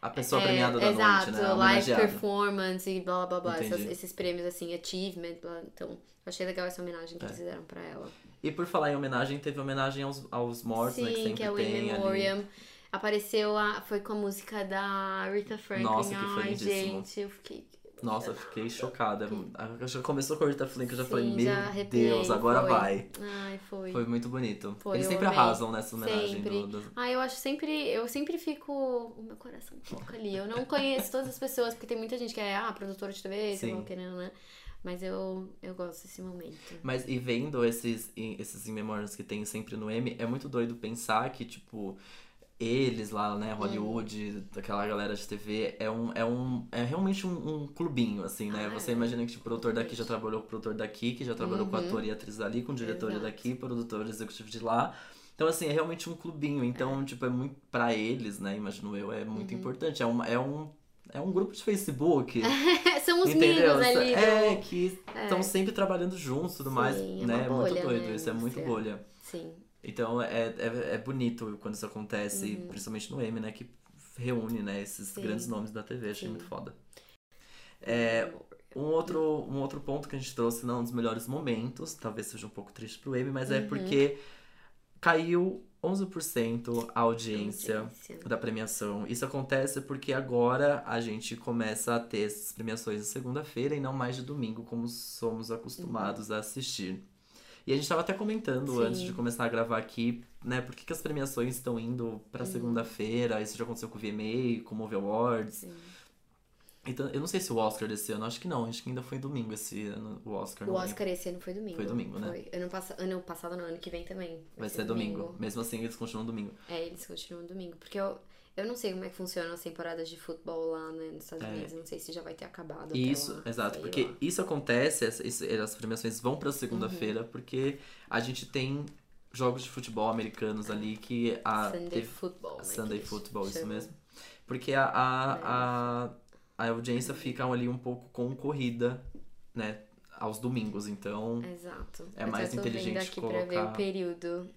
Speaker 2: A pessoa
Speaker 3: é,
Speaker 2: premiada da
Speaker 3: Exato,
Speaker 2: noite, né? A
Speaker 3: live
Speaker 2: homenageada.
Speaker 3: performance e blá blá blá.
Speaker 2: Entendi.
Speaker 3: essas- esses prêmios assim, achievement, blá, então. eu Achei legal essa homenagem que
Speaker 2: É.
Speaker 3: eles fizeram pra ela.
Speaker 2: E por falar em homenagem, teve homenagem aos, aos mortos, né? Que
Speaker 3: Sim,
Speaker 2: sempre
Speaker 3: que é o In
Speaker 2: tem ali.
Speaker 3: Memoriam. Apareceu a. Foi com a música da Rita Franklin.
Speaker 2: Nossa, que foi
Speaker 3: Ai,
Speaker 2: lindíssimo.
Speaker 3: gente, eu fiquei.
Speaker 2: Nossa, eu fiquei chocada. Ah, Eu já começou com a Rita Flynn, que eu já
Speaker 3: Sim,
Speaker 2: falei,
Speaker 3: já
Speaker 2: meu
Speaker 3: arrepiei,
Speaker 2: Deus, agora
Speaker 3: foi.
Speaker 2: vai.
Speaker 3: Ai, foi.
Speaker 2: Foi muito bonito.
Speaker 3: Foi,
Speaker 2: Eles
Speaker 3: eu
Speaker 2: sempre
Speaker 3: amei.
Speaker 2: arrasam nessa homenagem
Speaker 3: Sempre.
Speaker 2: do- das-
Speaker 3: Ah, eu acho sempre, eu sempre fico, o meu coração toca ali. Eu não conheço todas as pessoas, porque tem muita gente que é, ah, produtora de TV, sei lá,
Speaker 2: Sim.
Speaker 3: querendo, né? Mas eu, eu gosto desse momento.
Speaker 2: Mas e vendo esses, em- esses in memórias que tem sempre no M, é muito doido pensar que, tipo, eles lá,
Speaker 3: Uhum.
Speaker 2: né, Hollywood, aquela galera de TV, é um. É, um, é realmente um, um clubinho, assim, né?
Speaker 3: Ah,
Speaker 2: Você
Speaker 3: é.
Speaker 2: imagina que tipo, o produtor daqui já
Speaker 3: Realmente.
Speaker 2: trabalhou com o produtor daqui, que já trabalhou com
Speaker 3: Uhum.
Speaker 2: ator e atriz ali, com diretor
Speaker 3: Exato.
Speaker 2: daqui, produtor executivo de lá. Então, assim, é realmente um clubinho. Então, tipo, é muito. Pra eles, né? Imagino eu, é
Speaker 3: Uhum.
Speaker 2: muito importante. É, uma, é um. É um grupo de Facebook.
Speaker 3: São os
Speaker 2: Entendeu?
Speaker 3: meninos ali. do-
Speaker 2: É, que
Speaker 3: É.
Speaker 2: estão sempre trabalhando juntos e tudo mais.
Speaker 3: Sim, é
Speaker 2: né?
Speaker 3: uma
Speaker 2: muito
Speaker 3: bolha,
Speaker 2: doido
Speaker 3: né?
Speaker 2: isso, é muito
Speaker 3: Você-
Speaker 2: bolha.
Speaker 3: Sim,
Speaker 2: Então é, é, é bonito quando isso acontece, principalmente no M, né? Que reúne, né, esses
Speaker 3: Uhum. Sim.
Speaker 2: grandes nomes da TV, achei
Speaker 3: Sim.
Speaker 2: muito foda. É, um, outro, um outro ponto que a gente trouxe, não um dos melhores momentos, talvez seja um pouco triste pro M, mas é
Speaker 3: Uhum.
Speaker 2: porque caiu 11% a audiência
Speaker 3: audiência.
Speaker 2: da premiação. Isso acontece porque agora a gente começa a ter essas premiações de segunda-feira e não mais de domingo, como somos acostumados a assistir. E a gente tava até comentando
Speaker 3: Sim.
Speaker 2: antes de começar a gravar aqui, né, por que, que as premiações estão indo
Speaker 3: Uhum.
Speaker 2: pra segunda-feira? Isso já aconteceu com o VMA, com o Movie Awards.
Speaker 3: Sim.
Speaker 2: Então, eu não sei se o Oscar desse ano, acho que não, acho que ainda foi domingo esse ano, o Oscar.
Speaker 3: O
Speaker 2: não é?
Speaker 3: Oscar esse ano foi domingo.
Speaker 2: Foi domingo, né?
Speaker 3: Foi. Ano, passa... ano passado, não, ano que vem também.
Speaker 2: Vai ser domingo. Mesmo assim, eles continuam domingo.
Speaker 3: É, eles continuam domingo. Porque eu, eu não sei como é que funcionam as temporadas de futebol lá né, nos Estados
Speaker 2: É.
Speaker 3: Unidos. Não sei se já vai ter acabado. até
Speaker 2: Isso,
Speaker 3: lá,
Speaker 2: exato,
Speaker 3: sei
Speaker 2: porque
Speaker 3: lá.
Speaker 2: isso acontece, essa- isso- as premiações vão pra segunda-feira,
Speaker 3: Uhum.
Speaker 2: porque a gente tem jogos de futebol americanos ali que a
Speaker 3: Sunday
Speaker 2: teve-
Speaker 3: Football. né,
Speaker 2: Sunday
Speaker 3: que É. eles
Speaker 2: Football, isso
Speaker 3: chamam.
Speaker 2: mesmo. Porque a, a, a, a audiência
Speaker 3: Uhum.
Speaker 2: fica ali um pouco concorrida, né, aos domingos, então
Speaker 3: Exato.
Speaker 2: É
Speaker 3: Eu
Speaker 2: mais
Speaker 3: tô vendo
Speaker 2: inteligente
Speaker 3: aqui pra ver
Speaker 2: colocar-
Speaker 3: o período.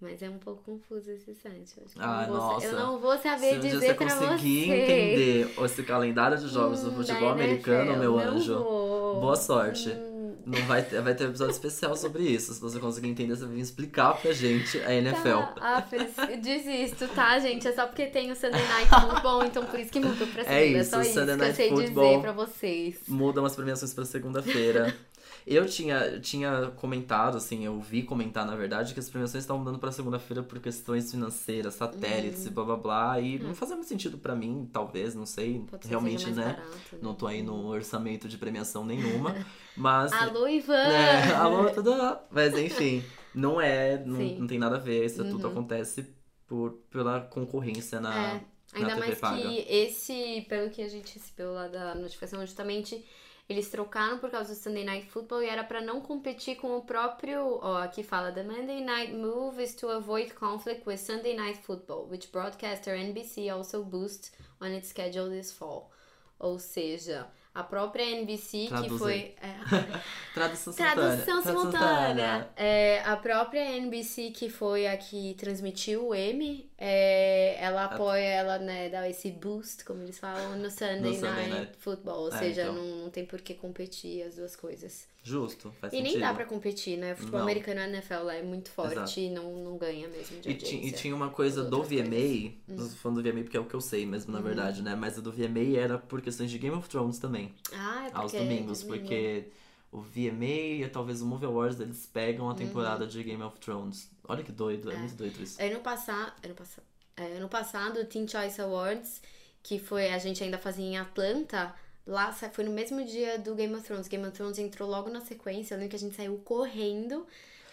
Speaker 3: Mas é um pouco confuso esse site. Eu, acho que eu
Speaker 2: Ah,
Speaker 3: não vou,
Speaker 2: nossa.
Speaker 3: eu não vou
Speaker 2: se
Speaker 3: saber
Speaker 2: um dia
Speaker 3: Ah, dizer
Speaker 2: você
Speaker 3: pra
Speaker 2: conseguir
Speaker 3: você.
Speaker 2: entender esse calendário de jogos do
Speaker 3: Hum,
Speaker 2: futebol
Speaker 3: da
Speaker 2: americano,
Speaker 3: NFL,
Speaker 2: meu
Speaker 3: não
Speaker 2: anjo,
Speaker 3: vou.
Speaker 2: boa sorte.
Speaker 3: Hum,
Speaker 2: Não vai ter, vai ter um episódio especial sobre isso. Se você conseguir entender, você vem explicar pra gente a NFL.
Speaker 3: Tá, ah, Fris, desisto, tá, gente? É só porque tem o Sunday Night Football, então por isso que mudou pra segunda.
Speaker 2: É
Speaker 3: É
Speaker 2: isso,
Speaker 3: só
Speaker 2: o
Speaker 3: isso
Speaker 2: Sunday
Speaker 3: que eu
Speaker 2: Night
Speaker 3: sei
Speaker 2: Football.
Speaker 3: dizer pra vocês.
Speaker 2: Mudam as premiações pra segunda-feira. Eu tinha, tinha comentado, assim, eu vi comentar, na verdade, que as premiações estavam mudando pra segunda-feira por questões financeiras, satélites
Speaker 3: Hum.
Speaker 2: e blá blá blá. E não fazia muito sentido pra mim, talvez, não sei.
Speaker 3: Pode ser
Speaker 2: realmente,
Speaker 3: mais
Speaker 2: né?
Speaker 3: barato, né?
Speaker 2: Não tô aí no orçamento de premiação nenhuma. Mas.
Speaker 3: Alô, Ivan!
Speaker 2: né, alô, tudo. bom? Mas enfim, não é, não,
Speaker 3: Sim.
Speaker 2: não tem nada a ver. Isso
Speaker 3: Uhum.
Speaker 2: tudo acontece por, pela concorrência na,
Speaker 3: É, Ainda
Speaker 2: TV
Speaker 3: mais
Speaker 2: paga.
Speaker 3: que esse, pelo que a gente recebeu lá da notificação, justamente eles trocaram por causa do Sunday Night Football e era pra não competir com o próprio. Ó, aqui fala: The Monday Night Move is to avoid conflict with Sunday Night Football, which broadcaster NBC also boosts on its schedule this fall. Ou seja, a própria NBC
Speaker 2: Traduz
Speaker 3: que foi. é,
Speaker 2: Tradução simultânea.
Speaker 3: Tradução simultânea. É, a própria NBC, que foi a que transmitiu o M, é, ela apoia, ela né, dá esse boost, como eles falam, no Sunday,
Speaker 2: Sunday
Speaker 3: Night,
Speaker 2: Night.
Speaker 3: Football. Ou
Speaker 2: É,
Speaker 3: seja,
Speaker 2: então.
Speaker 3: não, não tem por que competir as duas coisas.
Speaker 2: Justo, faz
Speaker 3: E
Speaker 2: sentido.
Speaker 3: nem dá pra competir, né? O futebol
Speaker 2: Não.
Speaker 3: americano, a NFL lá é muito forte
Speaker 2: Exato.
Speaker 3: e não, não ganha mesmo de
Speaker 2: E, ti- e
Speaker 3: audiência.
Speaker 2: tinha uma coisa
Speaker 3: As
Speaker 2: do
Speaker 3: outras Hum. Uhum.
Speaker 2: VMA, não tô falando do VMA porque é o que eu sei mesmo, na verdade, né? Mas a do VMA era por questões de Game of Thrones também,
Speaker 3: ah, é porque
Speaker 2: aos
Speaker 3: é
Speaker 2: domingos,
Speaker 3: domingo.
Speaker 2: porque o VMA e talvez o Movie Awards, eles
Speaker 3: Uhum.
Speaker 2: pegam a temporada de Game of Thrones. Olha que doido, é, muito doido isso.
Speaker 3: Ano passado, ano passado, é, ano passado, o Teen Choice Awards, que foi a gente ainda fazia em Atlanta, lá sa- foi no mesmo dia do Game of Thrones. Game of Thrones entrou logo na sequência, eu lembro que a gente saiu correndo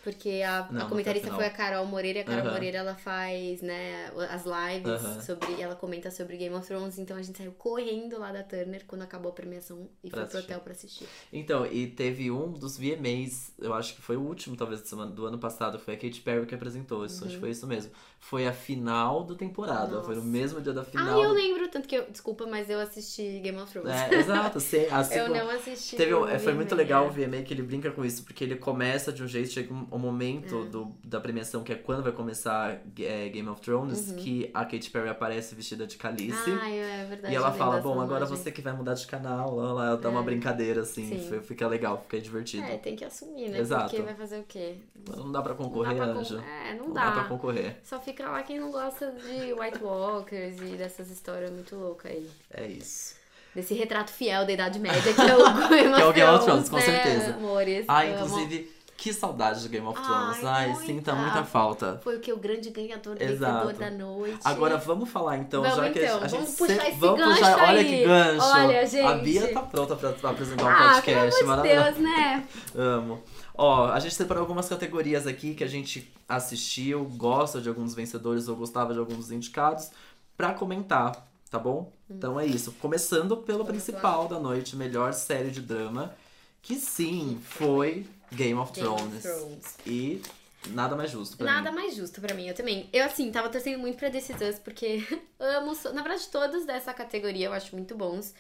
Speaker 3: Porque a, a
Speaker 2: Não, não
Speaker 3: comentarista
Speaker 2: foi
Speaker 3: foi
Speaker 2: a
Speaker 3: a Carol Moreira. E a Carol
Speaker 2: Aham.
Speaker 3: Moreira, ela faz, né, as lives
Speaker 2: Aham.
Speaker 3: sobre... Ela comenta sobre Game of Thrones. Então, a gente saiu correndo lá da Turner quando acabou a premiação. E
Speaker 2: Pra
Speaker 3: foi
Speaker 2: assistir.
Speaker 3: pro hotel pra assistir.
Speaker 2: Então, e teve um dos VMAs, eu acho que foi o último, talvez, do semana- do ano passado, foi a Katy Perry que apresentou isso, acho que foi isso mesmo. Foi a final da temporada, foi no
Speaker 3: Uhum. Nossa.
Speaker 2: mesmo dia da
Speaker 3: Ah,
Speaker 2: final.
Speaker 3: eu lembro. Tanto que eu... Desculpa, mas eu assisti Game of Thrones.
Speaker 2: É, exato, se- a
Speaker 3: Eu
Speaker 2: segunda-
Speaker 3: não assisti.
Speaker 2: Teve um-
Speaker 3: o
Speaker 2: é, foi muito
Speaker 3: VMA.
Speaker 2: legal o VMA que ele brinca com isso, porque ele começa de um jeito, chega um, um momento do, da premiação, que é quando vai começar é, Game of Thrones, que a Katy Perry aparece vestida de calice.
Speaker 3: Uhum. Ah, é verdade.
Speaker 2: e ela
Speaker 3: eu lembro
Speaker 2: fala,
Speaker 3: dessa
Speaker 2: bom, agora
Speaker 3: imagem.
Speaker 2: você que vai mudar de canal, lá, lá, ela dá uma brincadeira, assim,
Speaker 3: Sim.
Speaker 2: f- fica legal, fica divertido.
Speaker 3: É, tem que assumir, né?
Speaker 2: Exato.
Speaker 3: Porque vai fazer o quê?
Speaker 2: Não dá pra
Speaker 3: Não dá
Speaker 2: concorrer,
Speaker 3: pra...
Speaker 2: Anja.
Speaker 3: con- É, não
Speaker 2: Não
Speaker 3: dá.
Speaker 2: dá pra concorrer.
Speaker 3: Só fica lá quem não gosta de White Walkers e dessas histórias muito loucas aí.
Speaker 2: É isso.
Speaker 3: Desse retrato fiel da Idade Média que é o Game of
Speaker 2: é o Game of Thrones,
Speaker 3: Thrones,
Speaker 2: com
Speaker 3: né,
Speaker 2: certeza.
Speaker 3: Amores,
Speaker 2: Ah,
Speaker 3: Eu amo.
Speaker 2: inclusive, que saudade de Game of Thrones. Ai,
Speaker 3: Ai,
Speaker 2: sinta
Speaker 3: muita.
Speaker 2: muita falta.
Speaker 3: Foi o que? O grande ganhador,
Speaker 2: Exato.
Speaker 3: vencedor da noite.
Speaker 2: Agora vamos falar então,
Speaker 3: Vamos,
Speaker 2: já que
Speaker 3: então,
Speaker 2: a gente
Speaker 3: vamos puxar
Speaker 2: sempre-
Speaker 3: esse
Speaker 2: vamos
Speaker 3: gancho
Speaker 2: puxar, olha
Speaker 3: aí.
Speaker 2: que gancho.
Speaker 3: Olha,
Speaker 2: A
Speaker 3: gente.
Speaker 2: Bia tá pronta pra, pra apresentar um
Speaker 3: ah,
Speaker 2: podcast,
Speaker 3: pelo amor de
Speaker 2: maravilhoso.
Speaker 3: Deus, né?
Speaker 2: Amo. Ó, a gente separou algumas categorias aqui que a gente assistiu, gosta de alguns vencedores ou gostava de alguns indicados pra comentar, tá bom? Então é isso. Começando pelo principal da noite, melhor série de drama, que sim, foi Game of
Speaker 3: Game of
Speaker 2: Thrones.
Speaker 3: Thrones.
Speaker 2: E nada mais justo pra
Speaker 3: Nada
Speaker 2: mim.
Speaker 3: mais justo pra mim, eu também. Eu, assim, tava torcendo muito pra This Is Us, porque amo. so- Na verdade, todos dessa categoria eu acho muito bons.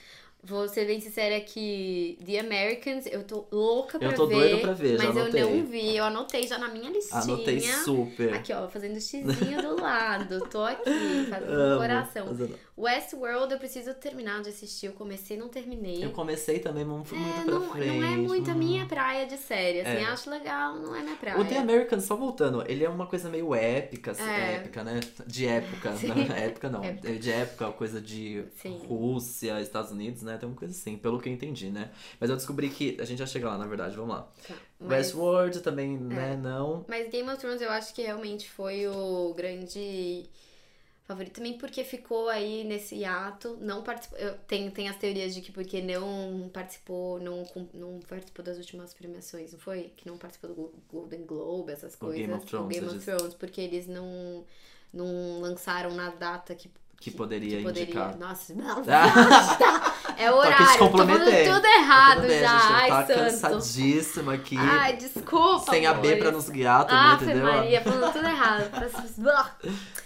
Speaker 3: Vou ser bem sincera é que The Americans, eu tô louca pra
Speaker 2: Eu tô
Speaker 3: ver.
Speaker 2: doida pra ver, já
Speaker 3: Mas
Speaker 2: anotei.
Speaker 3: eu não vi, eu anotei já na minha listinha.
Speaker 2: Anotei super.
Speaker 3: Aqui, ó, fazendo xizinho do lado. Tô aqui, fazendo
Speaker 2: Amo.
Speaker 3: coração.
Speaker 2: Mas eu não-
Speaker 3: Westworld, eu preciso terminar de assistir. Eu comecei, não terminei.
Speaker 2: Eu comecei também, mas não fui muito
Speaker 3: É,
Speaker 2: pra
Speaker 3: não,
Speaker 2: frente.
Speaker 3: não é muito a
Speaker 2: Hum.
Speaker 3: minha praia de série, assim,
Speaker 2: É.
Speaker 3: acho legal, não é minha praia.
Speaker 2: O The American, só voltando, ele é uma coisa meio épica, assim,
Speaker 3: É.
Speaker 2: épica, né? De época,
Speaker 3: Sim.
Speaker 2: né? Épica não,
Speaker 3: Épica.
Speaker 2: de época, coisa de
Speaker 3: Sim.
Speaker 2: Rússia, Estados Unidos, né? Tem uma coisa assim, pelo que eu entendi, né? Mas eu descobri que, a gente já chega lá, na verdade, vamos lá.
Speaker 3: Tá, mas, É.
Speaker 2: Westworld também, né? Não.
Speaker 3: mas Game of Thrones eu acho que realmente foi o grande favorito também porque ficou aí nesse hiato, não participou, eu- tem, tem as teorias de que porque não participou, não, cum- não participou das últimas premiações, não foi? Que não participou do Glo- Golden Globe, essas
Speaker 2: O
Speaker 3: coisas,
Speaker 2: Game of Thrones,
Speaker 3: o Game
Speaker 2: você
Speaker 3: of
Speaker 2: diz.
Speaker 3: Thrones porque eles não, não lançaram na data que
Speaker 2: Que poderia indicar.
Speaker 3: Nossa, não, tá. é o
Speaker 2: Tô aqui
Speaker 3: horário. Tô falando
Speaker 2: comprometendo.
Speaker 3: tudo errado
Speaker 2: Tudo bem,
Speaker 3: já.
Speaker 2: a gente
Speaker 3: Ai,
Speaker 2: tá
Speaker 3: santo.
Speaker 2: cansadíssima aqui.
Speaker 3: Ai, desculpa.
Speaker 2: sem a B pra
Speaker 3: amores.
Speaker 2: nos guiar também,
Speaker 3: Ah,
Speaker 2: entendeu?
Speaker 3: Maria, falando tudo errado. Tá-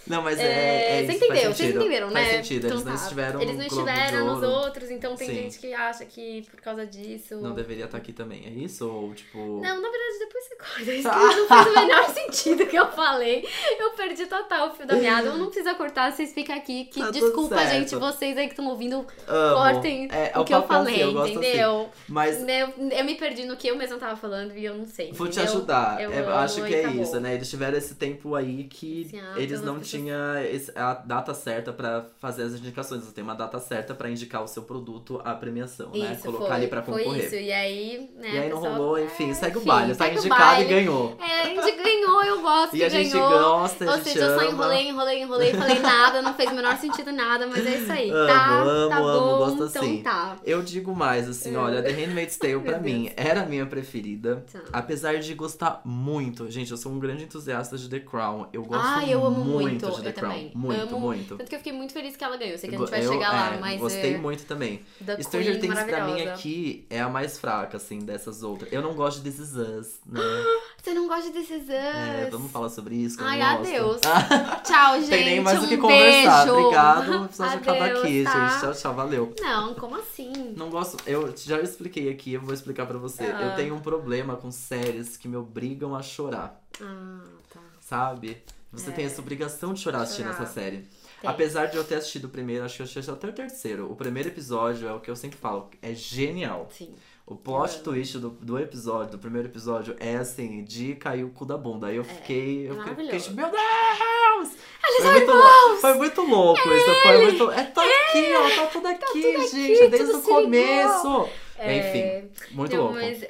Speaker 2: Não, mas é,
Speaker 3: É,
Speaker 2: é
Speaker 3: você
Speaker 2: isso, faz
Speaker 3: entendeu, vocês
Speaker 2: sentido.
Speaker 3: entenderam,
Speaker 2: Faz
Speaker 3: né?
Speaker 2: sentido,
Speaker 3: Então
Speaker 2: eles não
Speaker 3: tá.
Speaker 2: estiveram
Speaker 3: Eles
Speaker 2: no
Speaker 3: não
Speaker 2: Globo um de
Speaker 3: estiveram nos
Speaker 2: Ouro.
Speaker 3: outros, então tem
Speaker 2: Sim.
Speaker 3: gente que acha que por causa disso.
Speaker 2: Não deveria estar aqui também, é isso? Ou tipo.
Speaker 3: Não, na verdade, depois você corta. Isso não faz o menor sentido que eu falei. Eu perdi total o fio da meada. Eu não precisa cortar, vocês ficam aqui. Que
Speaker 2: Tá tudo
Speaker 3: desculpa,
Speaker 2: certo.
Speaker 3: gente, vocês aí que estão ouvindo,
Speaker 2: Amo.
Speaker 3: cortem
Speaker 2: É,
Speaker 3: o que eu
Speaker 2: papel assim,
Speaker 3: falei,
Speaker 2: gosto assim.
Speaker 3: entendeu?
Speaker 2: Mas
Speaker 3: Né, Eu, eu me perdi no que eu mesma tava falando e eu não sei.
Speaker 2: Vou te
Speaker 3: entendeu?
Speaker 2: ajudar.
Speaker 3: Eu
Speaker 2: É,
Speaker 3: amo
Speaker 2: acho
Speaker 3: e
Speaker 2: que é
Speaker 3: acabou.
Speaker 2: isso, né? Eles tiveram esse tempo aí que
Speaker 3: Esse ato,
Speaker 2: eles
Speaker 3: as
Speaker 2: não
Speaker 3: pessoas-
Speaker 2: tinham esse- a data certa pra fazer as indicações. Você tem uma data certa pra indicar o seu produto à premiação, né?
Speaker 3: Isso,
Speaker 2: Colocar
Speaker 3: foi,
Speaker 2: ali pra
Speaker 3: foi
Speaker 2: concorrer.
Speaker 3: isso. E aí, né?
Speaker 2: E aí não
Speaker 3: pessoal,
Speaker 2: rolou,
Speaker 3: é,
Speaker 2: enfim, segue o baile. Tá
Speaker 3: segue o
Speaker 2: indicado e
Speaker 3: baile.
Speaker 2: ganhou.
Speaker 3: É, a gente ganhou, eu gosto
Speaker 2: E
Speaker 3: que
Speaker 2: a gente
Speaker 3: ganhou.
Speaker 2: gosta, a
Speaker 3: Ou
Speaker 2: gente
Speaker 3: seja, eu
Speaker 2: ama.
Speaker 3: só enrolei, enrolei, enrolei, falei nada, não fez o menor sentido nada, mas é isso aí.
Speaker 2: Amo,
Speaker 3: tá, tá
Speaker 2: amo,
Speaker 3: bom,
Speaker 2: amo, gosto
Speaker 3: então
Speaker 2: assim.
Speaker 3: tá.
Speaker 2: Eu digo mais, assim, olha, The Handmaid's Tale pra
Speaker 3: É. Meu
Speaker 2: mim era a minha preferida.
Speaker 3: Tá.
Speaker 2: Apesar de gostar muito, gente, eu sou um grande entusiasta de The Crown. Eu gosto
Speaker 3: Ah, eu amo muito,
Speaker 2: de The
Speaker 3: eu
Speaker 2: Crown.
Speaker 3: também.
Speaker 2: Muito,
Speaker 3: Amo-
Speaker 2: muito.
Speaker 3: Tanto que eu fiquei muito feliz que ela ganhou. Sei que a
Speaker 2: Go-
Speaker 3: gente vai
Speaker 2: eu,
Speaker 3: chegar lá,
Speaker 2: é,
Speaker 3: mas.
Speaker 2: Gostei
Speaker 3: é,
Speaker 2: muito também.
Speaker 3: da
Speaker 2: Stranger
Speaker 3: Queen,
Speaker 2: Things pra mim
Speaker 3: maravilhosa.
Speaker 2: aqui é a mais fraca, assim, dessas outras. Eu não gosto de This Is Us, né?
Speaker 3: Você não gosta desses anos?
Speaker 2: É, vamos falar sobre isso. que eu
Speaker 3: Ai,
Speaker 2: não gosto.
Speaker 3: adeus.
Speaker 2: Ah,
Speaker 3: Tchau, gente.
Speaker 2: Tem nem mais
Speaker 3: um
Speaker 2: o que conversar.
Speaker 3: Beijo.
Speaker 2: Obrigado. Só acaba
Speaker 3: Adeus,
Speaker 2: aqui,
Speaker 3: tá?
Speaker 2: gente. Tchau, tchau. Valeu.
Speaker 3: Não, como assim?
Speaker 2: Não gosto. Eu já expliquei aqui, eu vou explicar pra você.
Speaker 3: Ah.
Speaker 2: Eu tenho um problema com séries que me obrigam a chorar,
Speaker 3: Ah, tá. É.
Speaker 2: sabe? Você tem essa obrigação de chorar assistindo
Speaker 3: Chorar.
Speaker 2: essa série.
Speaker 3: Tem.
Speaker 2: Apesar de eu ter assistido o primeiro, acho que eu assisti até o terceiro. O primeiro episódio é o que eu sempre falo, é genial.
Speaker 3: Sim.
Speaker 2: O plot twist do, do episódio, do primeiro episódio, é assim, de cair o cu da bunda.
Speaker 3: É,
Speaker 2: Aí eu fiquei. eu fiquei- fiquei tipo, meu Deus! foi, muito lou- foi muito louco isso. Foi muito. É, tá aqui, ó, tá tudo aqui, gente, desde
Speaker 3: tudo
Speaker 2: o
Speaker 3: se ligou.
Speaker 2: começo.
Speaker 3: É,
Speaker 2: Enfim, muito
Speaker 3: não,
Speaker 2: louco.
Speaker 3: mas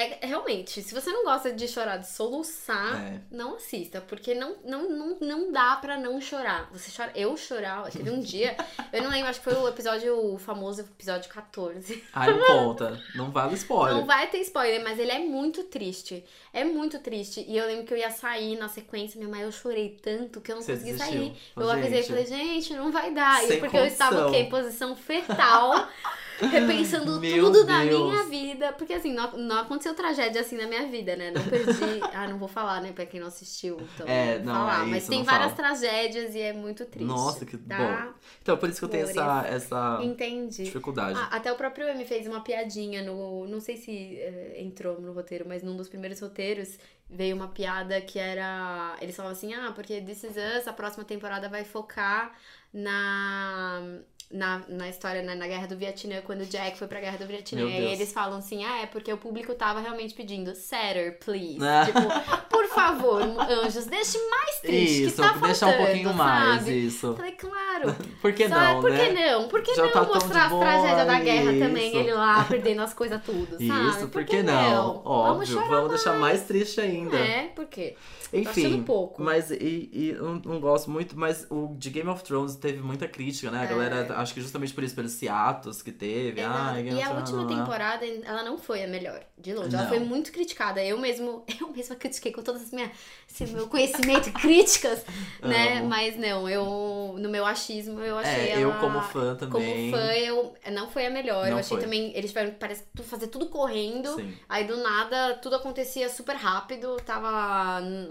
Speaker 3: É, realmente, se você não gosta de chorar, de soluçar,
Speaker 2: É.
Speaker 3: não assista, porque não, não, não, não dá pra não chorar. Você chora, eu chorava, teve um dia, eu não lembro, acho que foi o episódio, o famoso episódio 14.
Speaker 2: Ai, não conta. Não vale spoiler.
Speaker 3: Não vai ter spoiler, mas ele é muito triste. É muito triste. E eu lembro que eu ia sair na sequência, minha mãe, eu chorei tanto que eu não
Speaker 2: Você
Speaker 3: consegui
Speaker 2: desistiu.
Speaker 3: sair. Eu
Speaker 2: Falou,
Speaker 3: avisei e
Speaker 2: "Gente,
Speaker 3: falei, gente, não vai dar. E
Speaker 2: sem
Speaker 3: porque eu estava o
Speaker 2: condição.
Speaker 3: quê? Em posição fetal, repensando
Speaker 2: Meu
Speaker 3: tudo da
Speaker 2: Deus.
Speaker 3: minha vida. Porque assim, não, não aconteceu tragédia assim na minha vida, né? Não perdi. ah, não vou falar, né? Pra quem não assistiu. Então,
Speaker 2: É,
Speaker 3: vou
Speaker 2: não,
Speaker 3: falar.
Speaker 2: é
Speaker 3: mas
Speaker 2: isso,
Speaker 3: tem
Speaker 2: não
Speaker 3: várias
Speaker 2: fala.
Speaker 3: tragédias e é muito triste.
Speaker 2: Nossa, que
Speaker 3: tá?
Speaker 2: Então, por isso que eu tenho essa, essa
Speaker 3: Entendi.
Speaker 2: dificuldade.
Speaker 3: Ah, até o próprio M fez uma piadinha no. Não sei se eh, entrou no roteiro, mas num dos primeiros roteiros veio uma piada que era. Eles falavam assim: ah, porque This Is Us, a próxima temporada vai focar na. Na, na história, né, na Guerra do Vietnã, quando o Jack foi pra Guerra do Vietnã.
Speaker 2: Meu
Speaker 3: E
Speaker 2: Deus.
Speaker 3: eles falam assim: ah, é porque o público tava realmente pedindo Setter, please.
Speaker 2: Ah.
Speaker 3: Tipo, por favor, anjos, deixe mais triste.
Speaker 2: isso,
Speaker 3: que tá
Speaker 2: deixar um
Speaker 3: faltando,
Speaker 2: pouquinho mais,
Speaker 3: sabe? Eu
Speaker 2: isso.
Speaker 3: falei, claro,
Speaker 2: Por que
Speaker 3: só, é
Speaker 2: não,
Speaker 3: por
Speaker 2: né?
Speaker 3: que não? Por que
Speaker 2: Já
Speaker 3: não
Speaker 2: tá tão
Speaker 3: mostrar
Speaker 2: de
Speaker 3: as tragédias da
Speaker 2: boa,
Speaker 3: guerra também?
Speaker 2: isso.
Speaker 3: Ele lá perdendo as coisas tudo, sabe?
Speaker 2: Isso, por que não? Óbvio,
Speaker 3: chorar
Speaker 2: vamos, deixar mais triste ainda.
Speaker 3: É, por quê? Tá
Speaker 2: Enfim,
Speaker 3: achando pouco.
Speaker 2: mas e, e eu não, não gosto muito, mas o de Game of Thrones teve muita crítica, né? A galera, acho que justamente por isso, pelos hiatos que teve.
Speaker 3: É. Exato.
Speaker 2: Ai, Game
Speaker 3: É,
Speaker 2: of
Speaker 3: e a
Speaker 2: Thrones,
Speaker 3: última
Speaker 2: blá, blá, blá.
Speaker 3: temporada, ela não foi a melhor, de longe.
Speaker 2: Não.
Speaker 3: Ela foi muito criticada. Eu mesmo, eu mesma critiquei com todas as minhas, esse meu conhecimento e críticas, né?
Speaker 2: Amo.
Speaker 3: Mas não, eu no meu achismo, eu achei
Speaker 2: É, eu
Speaker 3: ela-
Speaker 2: como fã também.
Speaker 3: Como fã, eu não foi a melhor.
Speaker 2: Não
Speaker 3: eu achei
Speaker 2: foi.
Speaker 3: também, eles tiveram que parece tu- fazer tudo correndo.
Speaker 2: Sim.
Speaker 3: Aí do nada tudo acontecia super rápido. Tava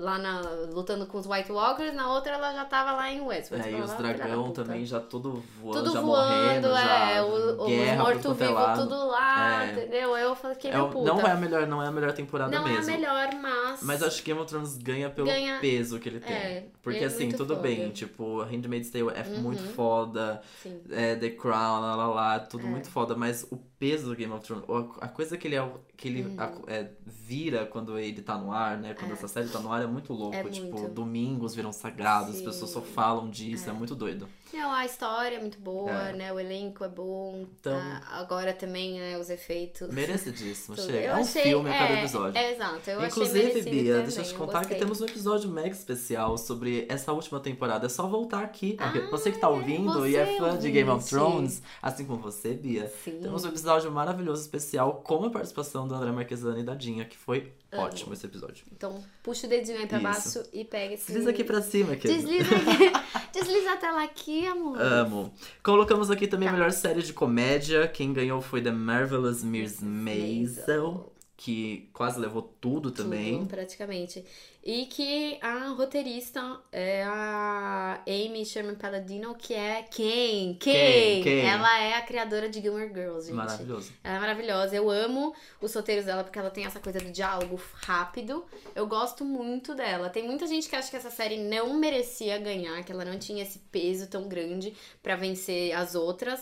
Speaker 3: lá na, lutando com os White Walkers, na outra ela já tava lá em Westwood.
Speaker 2: É, e
Speaker 3: Falava,
Speaker 2: os
Speaker 3: "Ah, filha da
Speaker 2: dragão
Speaker 3: puta."
Speaker 2: também já tudo voando,
Speaker 3: Tudo
Speaker 2: já
Speaker 3: voando,
Speaker 2: morrendo, já
Speaker 3: é, o- os
Speaker 2: guerra por
Speaker 3: mortos
Speaker 2: todo
Speaker 3: vivos
Speaker 2: lado.
Speaker 3: tudo lá,
Speaker 2: É.
Speaker 3: entendeu? Aí Eu fiquei
Speaker 2: É
Speaker 3: meu
Speaker 2: o-
Speaker 3: puta.
Speaker 2: não é a melhor, não é a melhor temporada
Speaker 3: Não é a
Speaker 2: mesmo.
Speaker 3: melhor, mas.
Speaker 2: Mas acho que Game of Thrones ganha pelo
Speaker 3: Ganha-
Speaker 2: peso que ele tem.
Speaker 3: É,
Speaker 2: Porque
Speaker 3: ele é
Speaker 2: assim,
Speaker 3: muito
Speaker 2: tudo
Speaker 3: foda.
Speaker 2: bem, tipo, Handmaid's Tale é
Speaker 3: Uhum.
Speaker 2: muito foda,
Speaker 3: Sim.
Speaker 2: é, The Crown, lá, lá, lá, tudo
Speaker 3: É.
Speaker 2: muito foda, mas o peso do Game of Thrones, a- a coisa que ele, é- que ele a- é, vira quando ele tá no ar, né? Quando
Speaker 3: Uhum. É.
Speaker 2: essa série tá no ar é muito louco.
Speaker 3: É
Speaker 2: tipo,
Speaker 3: muito.
Speaker 2: domingos viram sagrados, as
Speaker 3: Sim.
Speaker 2: pessoas só falam disso, é, muito doido.
Speaker 3: Não, a história é muito boa,
Speaker 2: É.
Speaker 3: né? O elenco é bom.
Speaker 2: Então-
Speaker 3: Ah, agora também, né, os efeitos.
Speaker 2: Merecidíssimo,
Speaker 3: tudo.
Speaker 2: chega.
Speaker 3: Eu
Speaker 2: é um
Speaker 3: achei-
Speaker 2: filme a cada
Speaker 3: é,
Speaker 2: episódio.
Speaker 3: É, exato. Eu achei
Speaker 2: Inclusive,
Speaker 3: merecido
Speaker 2: Bia,
Speaker 3: também,
Speaker 2: deixa eu te contar
Speaker 3: gostei.
Speaker 2: que temos um episódio mega especial sobre essa última temporada. É só voltar aqui. porque
Speaker 3: Ah,
Speaker 2: você que tá ouvindo
Speaker 3: você,
Speaker 2: e é fã de Game of
Speaker 3: ouvinte.
Speaker 2: Thrones, assim como você, Bia,
Speaker 3: Sim.
Speaker 2: temos um episódio maravilhoso especial com a participação do André Marquesano e da Dinha, que foi ótimo esse episódio.
Speaker 3: Então, puxa o dedinho aí pra
Speaker 2: Isso.
Speaker 3: baixo e pega esse...
Speaker 2: Desliza aqui pra cima, querido.
Speaker 3: Desliza aqui. Desliza a tela aqui, amor.
Speaker 2: Amo. Colocamos aqui também a
Speaker 3: Tá.
Speaker 2: melhor série de comédia. Quem ganhou foi The Marvelous Miss Maisel, que quase levou tudo também.
Speaker 3: Tudo, praticamente. E que a roteirista é a Amy Sherman Palladino, que é quem?
Speaker 2: Quem?
Speaker 3: Quem?
Speaker 2: Quem?
Speaker 3: Ela é a criadora de Gilmore Girls, gente.
Speaker 2: Maravilhoso.
Speaker 3: Ela é maravilhosa. Eu amo os roteiros dela porque ela tem essa coisa do diálogo rápido. Eu gosto muito dela. Tem muita gente que acha que essa série não merecia ganhar, que ela não tinha esse peso tão grande pra vencer as outras,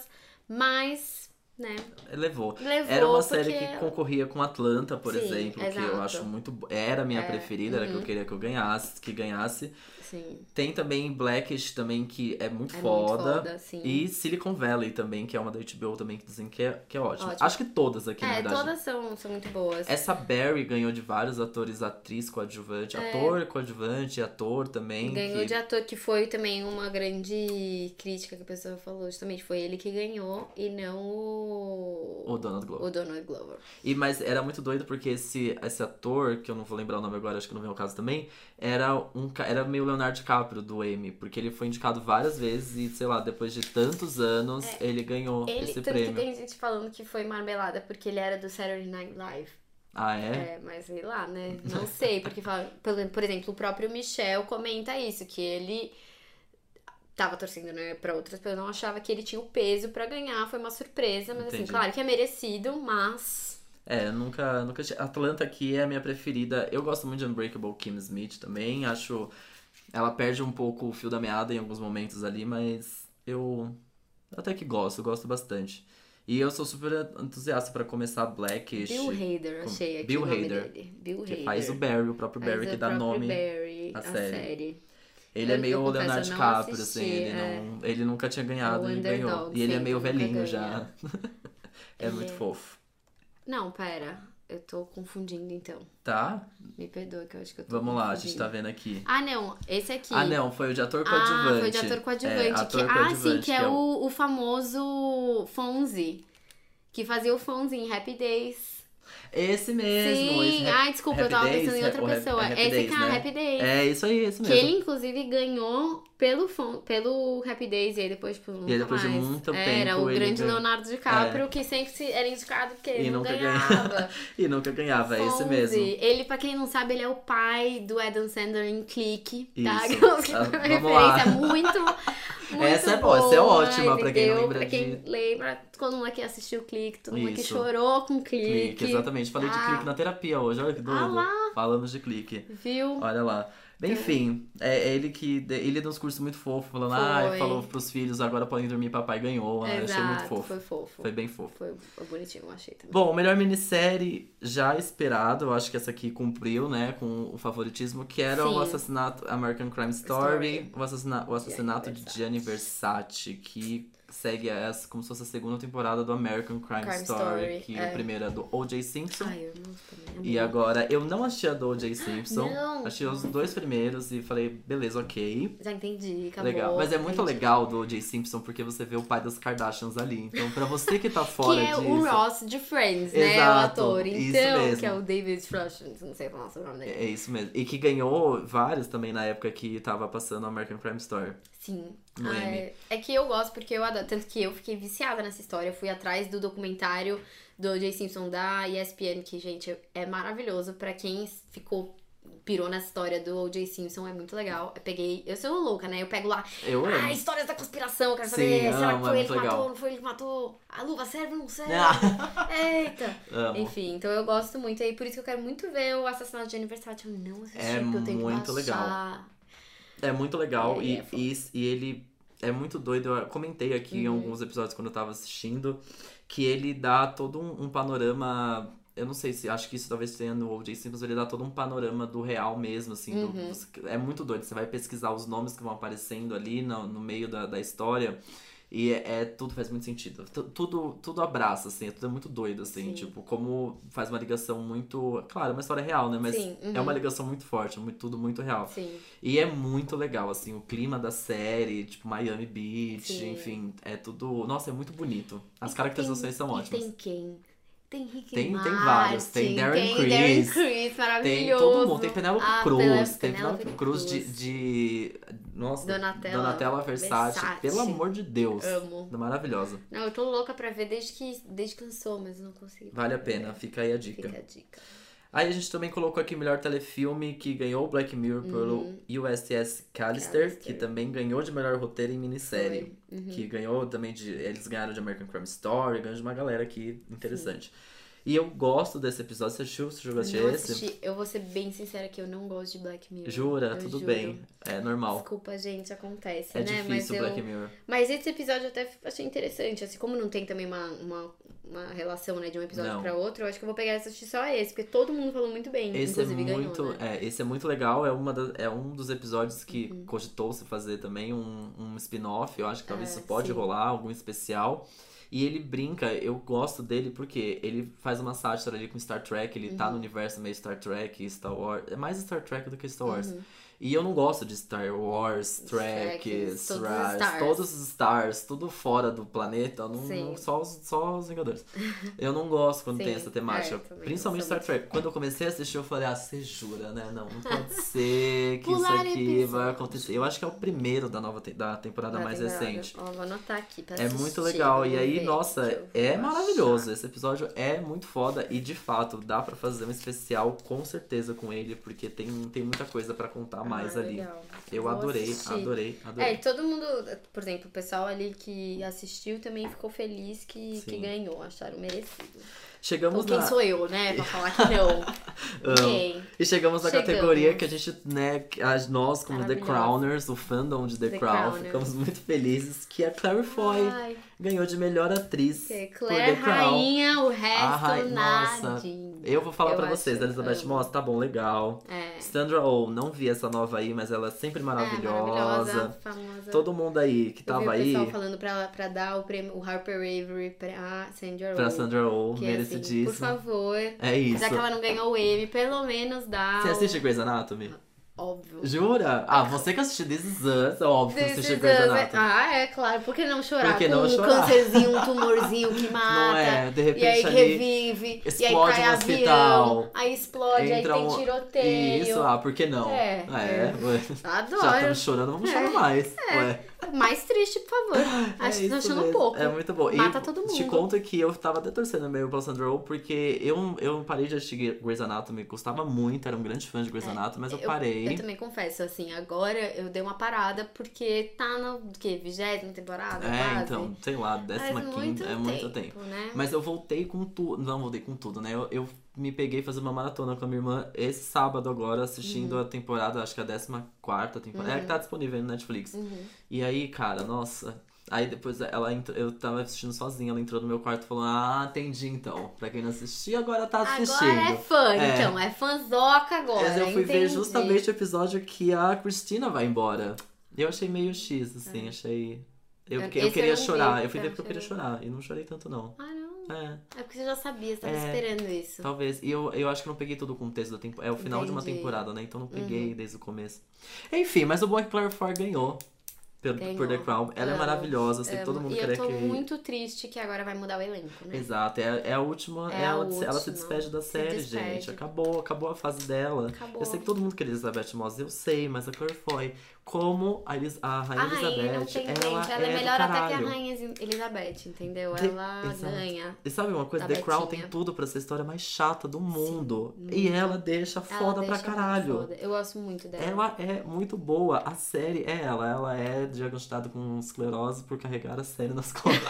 Speaker 3: mas, né,
Speaker 2: Levou.
Speaker 3: levou
Speaker 2: Era uma
Speaker 3: porque
Speaker 2: série que concorria com Atlanta, por
Speaker 3: é- Sim,
Speaker 2: exemplo, que eu
Speaker 3: exato.
Speaker 2: acho muito. bo- Era a minha
Speaker 3: É,
Speaker 2: preferida, era a que eu queria que eu ganhasse, que ganhasse.
Speaker 3: sim,
Speaker 2: Tem também Blackish também, que é muito
Speaker 3: é
Speaker 2: foda.
Speaker 3: muito foda, sim.
Speaker 2: E Silicon Valley também, que é uma da HBO também, que dizem que é, que é ótima.
Speaker 3: Ótimo.
Speaker 2: Acho que todas aqui, na
Speaker 3: é,
Speaker 2: verdade. É
Speaker 3: todas são, são muito boas.
Speaker 2: Essa Barry ganhou de vários atores, atriz coadjuvante, ator coadjuvante, ator também.
Speaker 3: É. Ganhou
Speaker 2: que...
Speaker 3: de ator, que foi também uma grande crítica que a pessoa falou, justamente foi ele que ganhou e não o.
Speaker 2: O Donald Glover.
Speaker 3: o Donald Glover.
Speaker 2: E, mas era muito doido porque esse, esse ator, que eu não vou lembrar o nome agora, acho que não vem ao caso também, era um ca- era meio Leonardo DiCaprio do Emmy, porque ele foi indicado várias vezes e, sei lá, depois de tantos anos, ele ganhou
Speaker 3: É. Ele,
Speaker 2: esse
Speaker 3: tanto que
Speaker 2: prêmio.
Speaker 3: tem gente falando que foi marmelada porque ele era do Saturday Night Live.
Speaker 2: Ah, é?
Speaker 3: É, mas sei lá, né? Não sei, porque fala, pelo- por exemplo, o próprio Michel comenta isso, que ele tava torcendo, né, pra outras pessoas, não achava que ele tinha o peso pra ganhar, foi uma surpresa, mas
Speaker 2: Entendi.
Speaker 3: assim, claro que é merecido, mas
Speaker 2: É, eu nunca, nunca tinha. Atlanta aqui é a minha preferida. Eu gosto muito de Unbreakable Kim Smith também. Acho. Ela perde um pouco o fio da meada em alguns momentos ali, mas eu até que gosto, eu gosto bastante. E eu sou super entusiasta pra começar Blackish.
Speaker 3: Bill Hader,
Speaker 2: com-
Speaker 3: achei aqui
Speaker 2: Bill
Speaker 3: o nome
Speaker 2: Hader,
Speaker 3: dele. Bill
Speaker 2: Que
Speaker 3: Hader.
Speaker 2: faz o Barry, o próprio
Speaker 3: Faz
Speaker 2: Barry
Speaker 3: o
Speaker 2: que dá
Speaker 3: próprio
Speaker 2: nome.
Speaker 3: Barry,
Speaker 2: à
Speaker 3: a
Speaker 2: série.
Speaker 3: série.
Speaker 2: Ele é
Speaker 3: Eu-
Speaker 2: meio
Speaker 3: eu
Speaker 2: o
Speaker 3: confesso,
Speaker 2: Leonardo
Speaker 3: eu não
Speaker 2: DiCaprio,
Speaker 3: assisti,
Speaker 2: assim. Ele,
Speaker 3: é.
Speaker 2: não, ele nunca tinha ganhado,
Speaker 3: É o
Speaker 2: ele ganhou.
Speaker 3: underdog
Speaker 2: E ele é
Speaker 3: sempre,
Speaker 2: meio
Speaker 3: nunca
Speaker 2: velhinho
Speaker 3: ganha.
Speaker 2: já. é
Speaker 3: Ele
Speaker 2: muito
Speaker 3: é.
Speaker 2: fofo.
Speaker 3: Não, pera. Eu tô confundindo então.
Speaker 2: Tá?
Speaker 3: Me perdoa que eu acho que eu tô
Speaker 2: Vamos lá, a
Speaker 3: confundindo.
Speaker 2: gente tá vendo aqui.
Speaker 3: Ah, não. Esse aqui.
Speaker 2: Ah, não, foi o de ator coadjuvante.
Speaker 3: Ah, foi de ator coadjuvante.
Speaker 2: É, ator
Speaker 3: que, ah, sim,
Speaker 2: coadjuvante,
Speaker 3: que é o, o famoso Fonzi. Que fazia o Fonzi em Happy Days.
Speaker 2: Esse mesmo.
Speaker 3: sim,
Speaker 2: esse rap-
Speaker 3: ai, desculpa, eu
Speaker 2: Happy
Speaker 3: tava
Speaker 2: Days,
Speaker 3: pensando em
Speaker 2: é-
Speaker 3: outra
Speaker 2: o Happy-
Speaker 3: pessoa.
Speaker 2: é Happy
Speaker 3: esse
Speaker 2: Days,
Speaker 3: que é o
Speaker 2: né?
Speaker 3: Happy Days.
Speaker 2: É isso aí, esse
Speaker 3: Que
Speaker 2: mesmo.
Speaker 3: ele, inclusive, ganhou pelo, fon... pelo Happy Days e aí depois, tipo, nunca
Speaker 2: aí depois de
Speaker 3: mais. É,
Speaker 2: muito
Speaker 3: Era
Speaker 2: tempo,
Speaker 3: o
Speaker 2: ele
Speaker 3: grande
Speaker 2: ganhou. É.
Speaker 3: Leonardo DiCaprio, que sempre se- era indicado porque ele
Speaker 2: E
Speaker 3: não
Speaker 2: nunca
Speaker 3: ganhava.
Speaker 2: E nunca ganhava, é esse
Speaker 3: Fonzie.
Speaker 2: mesmo.
Speaker 3: Ele, pra quem não sabe, ele é o pai do Adam Sandler em Clique, tá?
Speaker 2: Isso.
Speaker 3: Que é uma
Speaker 2: Ah, vamos lá.
Speaker 3: referência muito, muito
Speaker 2: Essa é boa, essa é ótima pra quem não
Speaker 3: entendeu?
Speaker 2: lembra
Speaker 3: Pra quem
Speaker 2: de-
Speaker 3: lembra, todo mundo aqui assistiu Clique, todo mundo aqui
Speaker 2: Isso.
Speaker 3: chorou com Clique.
Speaker 2: Clique, exatamente. Falei de
Speaker 3: Ah.
Speaker 2: clique na terapia hoje, olha que doido.
Speaker 3: Ah lá.
Speaker 2: Falamos de clique.
Speaker 3: Viu?
Speaker 2: Olha lá.
Speaker 3: Então,
Speaker 2: Bem, enfim, é é ele que. de- Ele deu uns cursos muito fofos, falando, ah,
Speaker 3: Foi.
Speaker 2: falou pros filhos, agora podem dormir, papai ganhou. Ah, eu achei muito
Speaker 3: Exato,
Speaker 2: fofo.
Speaker 3: Foi fofo.
Speaker 2: Foi bem fofo.
Speaker 3: Foi bonitinho, eu achei também.
Speaker 2: Bom, melhor minissérie já esperado, eu acho que essa aqui cumpriu, né, com o favoritismo, que era o
Speaker 3: Sim.
Speaker 2: assassinato American Crime Story,
Speaker 3: Story.
Speaker 2: O, assassina- o assassinato de
Speaker 3: Versace.
Speaker 2: Gianni Versace, que segue essa, como se fosse a segunda temporada do American Crime,
Speaker 3: Crime
Speaker 2: Story,
Speaker 3: Story,
Speaker 2: que
Speaker 3: é.
Speaker 2: a primeira é do O.J. Simpson.
Speaker 3: Ai, eu não também.
Speaker 2: E
Speaker 3: amei.
Speaker 2: agora, eu não achei a do O.J. Simpson,
Speaker 3: Não!
Speaker 2: achei os dois primeiros e falei, beleza, ok.
Speaker 3: Já entendi, acabou.
Speaker 2: legal. Mas é muito
Speaker 3: Tá entendi.
Speaker 2: legal do O.J. Simpson, porque você vê o pai das Kardashians ali. Então, pra você que tá
Speaker 3: Que
Speaker 2: fora
Speaker 3: é
Speaker 2: disso...
Speaker 3: o Ross de Friends, né? O
Speaker 2: Exato,
Speaker 3: ator.
Speaker 2: isso
Speaker 3: Então,
Speaker 2: mesmo.
Speaker 3: que é o David Rushing, não sei falar sobre o nome
Speaker 2: É
Speaker 3: dele.
Speaker 2: isso mesmo. E que ganhou vários também na época que tava passando o American Crime Story.
Speaker 3: Sim.
Speaker 2: No
Speaker 3: Ah, é, é que eu gosto porque eu adoro. Tanto que eu fiquei viciada nessa história. Eu fui atrás do documentário do Jay Simpson da ESPN, que, gente, é maravilhoso. Pra quem ficou. Pirou na história do O.J. Simpson, é muito legal. Eu peguei. Eu sou louca, né? Eu pego lá.
Speaker 2: Eu amo.
Speaker 3: Ah, histórias da conspiração, eu quero
Speaker 2: Sim,
Speaker 3: saber. Será
Speaker 2: amo,
Speaker 3: que
Speaker 2: é
Speaker 3: foi
Speaker 2: muito
Speaker 3: ele que
Speaker 2: legal.
Speaker 3: matou? Não foi ele que matou? A luva serve ou não serve?
Speaker 2: Ah, Tá
Speaker 3: Eita!
Speaker 2: amo.
Speaker 3: Enfim, então eu gosto muito. E por isso que eu quero muito ver o assassinato de aniversário. Eu não assisti,
Speaker 2: É
Speaker 3: porque eu tenho
Speaker 2: muito
Speaker 3: que
Speaker 2: legal.
Speaker 3: baixar.
Speaker 2: É muito legal.
Speaker 3: É,
Speaker 2: e,
Speaker 3: é fofo.
Speaker 2: e, e ele é muito doido. Eu comentei aqui
Speaker 3: Uhum.
Speaker 2: em alguns episódios quando eu tava assistindo que ele dá todo um, um panorama. Eu não sei se acho que isso talvez tenha no O.J. Simpson, ele dá todo um panorama do real mesmo, assim. do-
Speaker 3: Uhum.
Speaker 2: você- é muito doido. Você vai pesquisar os nomes que vão aparecendo ali no, no meio da, da história. E é, é- tudo faz muito sentido. Tu- tudo, tudo abraça, assim, é tudo é muito doido, assim.
Speaker 3: Sim.
Speaker 2: Tipo, como faz uma ligação muito. Claro, é uma história real, né? Mas
Speaker 3: Sim,
Speaker 2: é
Speaker 3: uhum.
Speaker 2: uma ligação muito forte, é muito- tudo muito real.
Speaker 3: Sim.
Speaker 2: E é muito legal, assim, o clima da série, tipo Miami Beach,
Speaker 3: Sim.
Speaker 2: enfim, é tudo. Nossa, é muito bonito. As
Speaker 3: E
Speaker 2: caracterizações são
Speaker 3: tem- e
Speaker 2: ótimas.
Speaker 3: tem quem? Tem Rick
Speaker 2: Tem- tem
Speaker 3: Martin,
Speaker 2: vários. Tem Darren
Speaker 3: Tem Darren
Speaker 2: Criss,
Speaker 3: Criss,
Speaker 2: Tem
Speaker 3: maravilhoso.
Speaker 2: todo mundo, tem Penélope
Speaker 3: Ah,
Speaker 2: Cruz,
Speaker 3: Penélope-
Speaker 2: tem
Speaker 3: Penélope
Speaker 2: Penélope Cruz, de, de. Nossa,
Speaker 3: Donatella
Speaker 2: Versace.
Speaker 3: Versace.
Speaker 2: Pelo amor de Deus.
Speaker 3: Amo.
Speaker 2: Maravilhosa.
Speaker 3: Não, eu tô louca pra ver desde que, desde que lançou, mas eu não consegui.
Speaker 2: Vale a pena, fica aí a dica.
Speaker 3: É. Fica a dica.
Speaker 2: Aí a gente também colocou aqui o melhor telefilme, que ganhou o Black Mirror pelo USS Callister, que
Speaker 3: Uhum. Callister.
Speaker 2: também ganhou de melhor roteiro em minissérie.
Speaker 3: Foi. Uhum.
Speaker 2: Que ganhou também de. Eles ganharam de American Crime Story, ganhou de uma galera aqui interessante. E eu gosto desse episódio. Você assistiu? Você jogou
Speaker 3: Não
Speaker 2: esse?
Speaker 3: assisti. Eu vou ser bem sincera que eu não gosto de Black Mirror.
Speaker 2: Jura?
Speaker 3: Eu
Speaker 2: Tudo
Speaker 3: juro.
Speaker 2: bem. É normal.
Speaker 3: Desculpa, gente, acontece,
Speaker 2: É
Speaker 3: né? mas
Speaker 2: difícil o
Speaker 3: eu...
Speaker 2: Black Mirror.
Speaker 3: Mas esse episódio eu até achei interessante, assim, como não tem também uma, uma, uma relação, né, de um episódio
Speaker 2: Não.
Speaker 3: pra outro, eu acho que eu vou pegar e assistir só esse, porque todo mundo falou muito bem,
Speaker 2: Esse é
Speaker 3: inclusive
Speaker 2: muito,
Speaker 3: ganhou, né?
Speaker 2: é, esse é muito legal. É, uma da- é um dos episódios que
Speaker 3: Uhum.
Speaker 2: cogitou-se fazer também um, um spin-off. Eu acho que talvez
Speaker 3: É,
Speaker 2: isso pode
Speaker 3: sim.
Speaker 2: rolar, algum especial. E ele brinca, eu gosto dele porque ele faz uma sátira ali com Star Trek, ele
Speaker 3: Uhum.
Speaker 2: tá no universo meio Star Trek, Star Wars. É mais Star Trek do que Star Wars.
Speaker 3: Uhum.
Speaker 2: E eu não gosto de Star Wars, Trek,
Speaker 3: Treks, todos os
Speaker 2: Stars,
Speaker 3: stars.
Speaker 2: todos os Stars, tudo fora do planeta, eu não,
Speaker 3: Sim.
Speaker 2: não- só, os, só os Vingadores. Eu não gosto quando tem
Speaker 3: Sim,
Speaker 2: essa
Speaker 3: é,
Speaker 2: temática,
Speaker 3: também não
Speaker 2: principalmente
Speaker 3: sou
Speaker 2: Star
Speaker 3: muito
Speaker 2: Trek. Quando eu comecei a assistir, eu falei, ah, você jura, né? Não, não pode ser que isso
Speaker 3: Pular
Speaker 2: aqui
Speaker 3: episódio.
Speaker 2: vai acontecer. Eu acho que é o primeiro da nova te- da temporada
Speaker 3: Da
Speaker 2: mais
Speaker 3: temporada.
Speaker 2: recente.
Speaker 3: Ó, vou anotar aqui pra
Speaker 2: É muito
Speaker 3: assistir,
Speaker 2: legal. E
Speaker 3: vou
Speaker 2: aí,
Speaker 3: ver o que
Speaker 2: nossa,
Speaker 3: eu
Speaker 2: é
Speaker 3: vou
Speaker 2: maravilhoso. Esse episódio é muito foda. E de fato, dá pra fazer um especial com certeza com ele, porque tem, tem muita coisa pra contar
Speaker 3: achar.
Speaker 2: mais
Speaker 3: Ah,
Speaker 2: ali.
Speaker 3: legal.
Speaker 2: Eu
Speaker 3: Vou
Speaker 2: adorei,
Speaker 3: assistir.
Speaker 2: adorei, adorei.
Speaker 3: É, e todo mundo, por exemplo, o pessoal ali que assistiu também ficou feliz que, que
Speaker 2: Sim.
Speaker 3: ganhou, acharam merecido.
Speaker 2: Chegamos
Speaker 3: então, quem
Speaker 2: na...
Speaker 3: sou eu, né, pra falar que não?
Speaker 2: Amo.
Speaker 3: Ninguém.
Speaker 2: E chegamos na
Speaker 3: Chegamos.
Speaker 2: categoria que a gente, né, que as- nós como The
Speaker 3: Maravilhosa.
Speaker 2: Crowners, o fandom de The,
Speaker 3: The
Speaker 2: Crown,
Speaker 3: Crowners.
Speaker 2: ficamos muito felizes, que é Claire Foy.
Speaker 3: Ai,
Speaker 2: ganhou de melhor atriz.
Speaker 3: Que
Speaker 2: por
Speaker 3: Claire, é
Speaker 2: The Crown.
Speaker 3: rainha, o resto,
Speaker 2: Ai, nossa.
Speaker 3: nadinho.
Speaker 2: Eu vou falar
Speaker 3: Eu
Speaker 2: pra
Speaker 3: acho-
Speaker 2: vocês, Elizabeth
Speaker 3: amo.
Speaker 2: Moss, tá bom, legal.
Speaker 3: É.
Speaker 2: Sandra Oh, não vi essa nova aí, mas ela é sempre maravilhosa.
Speaker 3: É, maravilhosa, famosa.
Speaker 2: Todo mundo aí que
Speaker 3: Eu vi
Speaker 2: tava
Speaker 3: o
Speaker 2: aí
Speaker 3: pessoal falando pra, ela- pra dar o prêmio, o Harper Avery pra Sandra
Speaker 2: pra
Speaker 3: Oh,
Speaker 2: Sandra Oh,
Speaker 3: que, assim,
Speaker 2: merecidíssimo.
Speaker 3: Por favor,
Speaker 2: é isso.
Speaker 3: já que ela não ganhou o M, pelo menos dá
Speaker 2: Você
Speaker 3: o-
Speaker 2: assiste Grey's Anatomy?
Speaker 3: Óbvio.
Speaker 2: Jura? Ah, você que assiste This Is Us, é óbvio que
Speaker 3: This
Speaker 2: você
Speaker 3: is
Speaker 2: assiste Grey's
Speaker 3: us.
Speaker 2: Anatomy.
Speaker 3: Ah, é claro. Por que não chorar?
Speaker 2: Por que não
Speaker 3: Com um
Speaker 2: chorar?
Speaker 3: câncerzinho, um tumorzinho que mata.
Speaker 2: não é? De repente
Speaker 3: Ah, tá. E aí
Speaker 2: ali
Speaker 3: revive, e aí
Speaker 2: explode
Speaker 3: cai
Speaker 2: um
Speaker 3: avião,
Speaker 2: hospital,
Speaker 3: aí explode,
Speaker 2: entra
Speaker 3: aí tem
Speaker 2: um-
Speaker 3: tiroteio.
Speaker 2: Isso, ah, por que não?
Speaker 3: É,
Speaker 2: é.
Speaker 3: é.
Speaker 2: ué. Já
Speaker 3: Adoro.
Speaker 2: estamos chorando, vamos
Speaker 3: É.
Speaker 2: chorar mais. Ué.
Speaker 3: Mais triste, por favor. Acho
Speaker 2: é
Speaker 3: que tô
Speaker 2: isso
Speaker 3: achando
Speaker 2: mesmo.
Speaker 3: pouco.
Speaker 2: É muito bom.
Speaker 3: Mata
Speaker 2: e
Speaker 3: todo
Speaker 2: Te
Speaker 3: mundo.
Speaker 2: conto que eu tava até torcendo meio pra Sandra Oh, porque eu, eu parei de assistir Grey's Anatomy, gostava muito, era um grande fã de Grey's Anatomy, mas eu, parei.
Speaker 3: É. Eu também confesso, assim, agora eu dei uma parada porque tá na o quê? Vigésima temporada?
Speaker 2: é,
Speaker 3: quase.
Speaker 2: então, sei lá,
Speaker 3: Faz
Speaker 2: 15
Speaker 3: muito
Speaker 2: é muito tempo.
Speaker 3: né?
Speaker 2: Mas eu voltei com tudo. Não, voltei com tudo, né? Eu, eu me peguei fazer uma maratona com a minha irmã esse sábado agora, assistindo
Speaker 3: Uhum.
Speaker 2: a temporada, acho que a 14 temporada. É a que tá disponível aí no Netflix.
Speaker 3: Uhum.
Speaker 2: E aí, cara, nossa. Aí depois ela entrou, eu tava assistindo sozinha, ela entrou no meu quarto e falou: Ah, entendi então. Pra quem não assistiu, agora tá assistindo.
Speaker 3: Agora é fã,
Speaker 2: É.
Speaker 3: então. É fãzoca agora.
Speaker 2: Mas eu fui ver
Speaker 3: entendi.
Speaker 2: justamente o episódio que a Cristina vai embora. E eu achei meio X, assim, achei. Eu,
Speaker 3: É. Eu-
Speaker 2: que- eu
Speaker 3: esse eu
Speaker 2: queria
Speaker 3: não vi,
Speaker 2: chorar. Eu fui
Speaker 3: eu
Speaker 2: ver porque eu queria
Speaker 3: achei-
Speaker 2: chorar. E não chorei tanto, não.
Speaker 3: Ah, não.
Speaker 2: É.
Speaker 3: É porque você já sabia, você tava
Speaker 2: É.
Speaker 3: esperando isso.
Speaker 2: Talvez. E eu, eu acho que não peguei todo o contexto da temporada. É o final de uma
Speaker 3: Entendi. Uhum.
Speaker 2: temporada, né? Então não peguei desde o começo. Enfim, mas o bom é que Claire Foy ganhou. Por,
Speaker 3: Ganhou.
Speaker 2: por The Crown. Ela é
Speaker 3: Amo,
Speaker 2: maravilhosa, eu sei que todo
Speaker 3: Amo.
Speaker 2: mundo
Speaker 3: e eu
Speaker 2: quer
Speaker 3: tô
Speaker 2: que.
Speaker 3: muito triste que agora vai mudar o elenco, né?
Speaker 2: Exato, é, é a última.
Speaker 3: É
Speaker 2: é
Speaker 3: a
Speaker 2: ela, se- ela se
Speaker 3: última.
Speaker 2: despede da série,
Speaker 3: despede.
Speaker 2: gente. Acabou, acabou a fase dela.
Speaker 3: Acabou.
Speaker 2: Eu sei que todo mundo quer Elizabeth Moss, eu sei, mas a Claire Foy, como a, Elis- a Rainha
Speaker 3: a rainha não
Speaker 2: Elizabeth,
Speaker 3: tem
Speaker 2: ela,
Speaker 3: gente, ela é,
Speaker 2: do
Speaker 3: melhor até que
Speaker 2: caralho.
Speaker 3: a rainha Elizabeth, entendeu?
Speaker 2: De-
Speaker 3: Ela
Speaker 2: Exato.
Speaker 3: ganha.
Speaker 2: E sabe uma coisa?
Speaker 3: Da
Speaker 2: The Crown
Speaker 3: Betinha.
Speaker 2: tem tudo pra ser a história mais chata do mundo. e
Speaker 3: muito.
Speaker 2: ela deixa
Speaker 3: Ela
Speaker 2: foda pra
Speaker 3: deixa muito
Speaker 2: caralho.
Speaker 3: foda. Eu gosto muito dela.
Speaker 2: Ela é muito boa. A série é ela. Ela é diagnosticada com esclerose por carregar a série nas costas.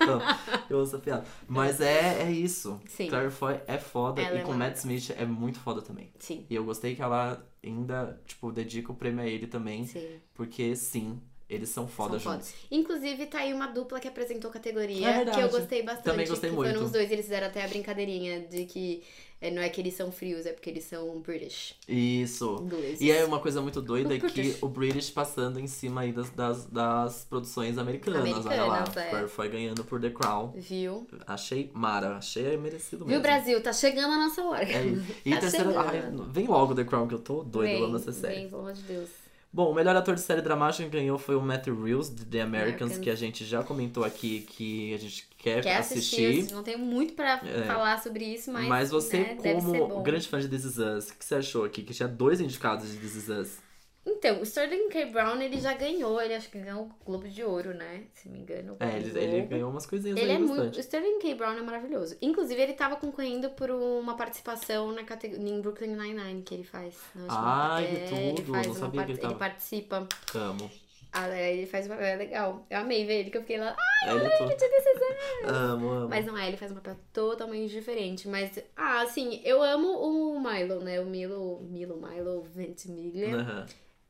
Speaker 2: Não, eu uso a piada. Mas é, é isso.
Speaker 3: Sim.
Speaker 2: Claire Foy é foda.
Speaker 3: Ela
Speaker 2: e
Speaker 3: é
Speaker 2: com Matt Smith é muito foda também.
Speaker 3: Sim,
Speaker 2: E eu gostei que ela ainda, tipo, dedica o prêmio a ele também.
Speaker 3: sim.
Speaker 2: Porque, sim, eles são foda
Speaker 3: são
Speaker 2: juntos.
Speaker 3: fodas. Inclusive, tá aí uma dupla que apresentou categoria
Speaker 2: É verdade.
Speaker 3: que eu gostei bastante.
Speaker 2: Também gostei
Speaker 3: que
Speaker 2: muito.
Speaker 3: Foram os dois, eles fizeram até a brincadeirinha de que é, não é que eles são frios, é porque eles são British,
Speaker 2: Isso.
Speaker 3: ingleses.
Speaker 2: E é uma coisa muito doida
Speaker 3: O
Speaker 2: é que
Speaker 3: British.
Speaker 2: o British passando em cima aí das, das, das produções americanas, olha lá.
Speaker 3: Americanas, é.
Speaker 2: Claire Foy ganhando por The Crown.
Speaker 3: Viu?
Speaker 2: Achei mara, achei merecido
Speaker 3: Viu,
Speaker 2: mesmo.
Speaker 3: Brasil? Tá chegando a nossa hora.
Speaker 2: É isso. E
Speaker 3: Tá
Speaker 2: terceira.
Speaker 3: chegando.
Speaker 2: Ai, vem logo The Crown, que eu tô doido, eu amo
Speaker 3: Vem,
Speaker 2: essa série. É
Speaker 3: vem, pelo amor de Deus.
Speaker 2: Bom, o melhor ator de série dramática que ganhou foi o Matthew Reeves, de The Americans,
Speaker 3: Americans.
Speaker 2: que a gente já comentou aqui que a gente quer,
Speaker 3: Quer assistir?
Speaker 2: assistir.
Speaker 3: Não tenho muito pra
Speaker 2: É.
Speaker 3: falar sobre isso, mas.
Speaker 2: Mas, você,
Speaker 3: né, deve ser
Speaker 2: como
Speaker 3: bom.
Speaker 2: grande fã de This Is Us, o que você achou aqui? Que tinha dois indicados de This Is Us.
Speaker 3: Então, o Sterling K. Brown, ele já ganhou, ele acho que ganhou o Globo de Ouro, né? Se me engano. o
Speaker 2: É,
Speaker 3: Globo
Speaker 2: ele,
Speaker 3: de
Speaker 2: ele
Speaker 3: Ouro.
Speaker 2: ganhou umas coisinhas
Speaker 3: Ele
Speaker 2: aí
Speaker 3: é muito.
Speaker 2: bastante.
Speaker 3: O Sterling K. Brown é maravilhoso. Inclusive, ele tava concorrendo por uma participação na categ... em Brooklyn Nine-Nine que ele faz. na última-
Speaker 2: Ai, que
Speaker 3: É,
Speaker 2: tudo,
Speaker 3: Ele faz
Speaker 2: não
Speaker 3: uma
Speaker 2: sabia que ele
Speaker 3: part-
Speaker 2: tava.
Speaker 3: Ele participa.
Speaker 2: Amo.
Speaker 3: Ah, é, ele faz uma. É legal. Eu amei ver ele, que eu fiquei lá. "Ah,
Speaker 2: ele é todo. Amo, amo.
Speaker 3: Mas não é, ele faz um papel totalmente diferente. Mas, ah, assim, eu amo o Milo, né? O Milo, Milo, Milo Ventimiglia.
Speaker 2: Aham.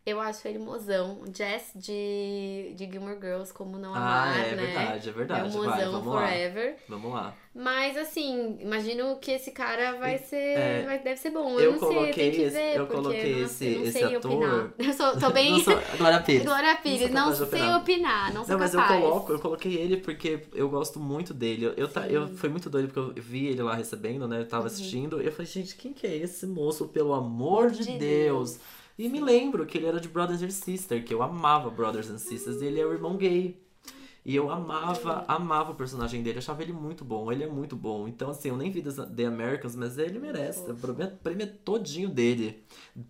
Speaker 3: Eu acho ele mozão. Jess de, de Gilmore Girls, como não
Speaker 2: Ah,
Speaker 3: amar,
Speaker 2: é
Speaker 3: né?
Speaker 2: verdade, é
Speaker 3: É
Speaker 2: verdade.
Speaker 3: um
Speaker 2: Vai,
Speaker 3: mozão
Speaker 2: vamos lá.
Speaker 3: forever.
Speaker 2: Vamos lá.
Speaker 3: Mas, assim, imagino que esse cara vai ser.
Speaker 2: é,
Speaker 3: vai- deve ser bom.
Speaker 2: eu
Speaker 3: Eu, não sei,
Speaker 2: coloquei
Speaker 3: tem que
Speaker 2: esse-
Speaker 3: ver.
Speaker 2: eu
Speaker 3: porque
Speaker 2: coloquei
Speaker 3: não,
Speaker 2: esse-
Speaker 3: não
Speaker 2: esse
Speaker 3: sei
Speaker 2: ator-
Speaker 3: opinar. Eu sou, tô
Speaker 2: Não
Speaker 3: bem.
Speaker 2: sou... Glória Pires.
Speaker 3: Glória Pires,
Speaker 2: Não
Speaker 3: não,
Speaker 2: sou capaz de
Speaker 3: sei opinar, não sou
Speaker 2: Não, mas eu
Speaker 3: capaz.
Speaker 2: coloco, eu coloquei ele porque eu gosto muito dele. Eu, eu, ta- eu fui muito doido porque eu vi ele lá recebendo, né? Eu
Speaker 3: Uhum.
Speaker 2: tava assistindo. E eu falei, gente, quem que é esse moço, pelo amor de,
Speaker 3: De
Speaker 2: Deus? E me lembro que ele era de Brothers and Sisters, que eu amava Brothers and Sisters, e ele é o irmão gay. E eu amava, amava o personagem dele, achava ele muito bom, ele é muito bom. Então, assim, eu nem vi The The Americans, mas ele merece. O prêmio- prêmio é todinho dele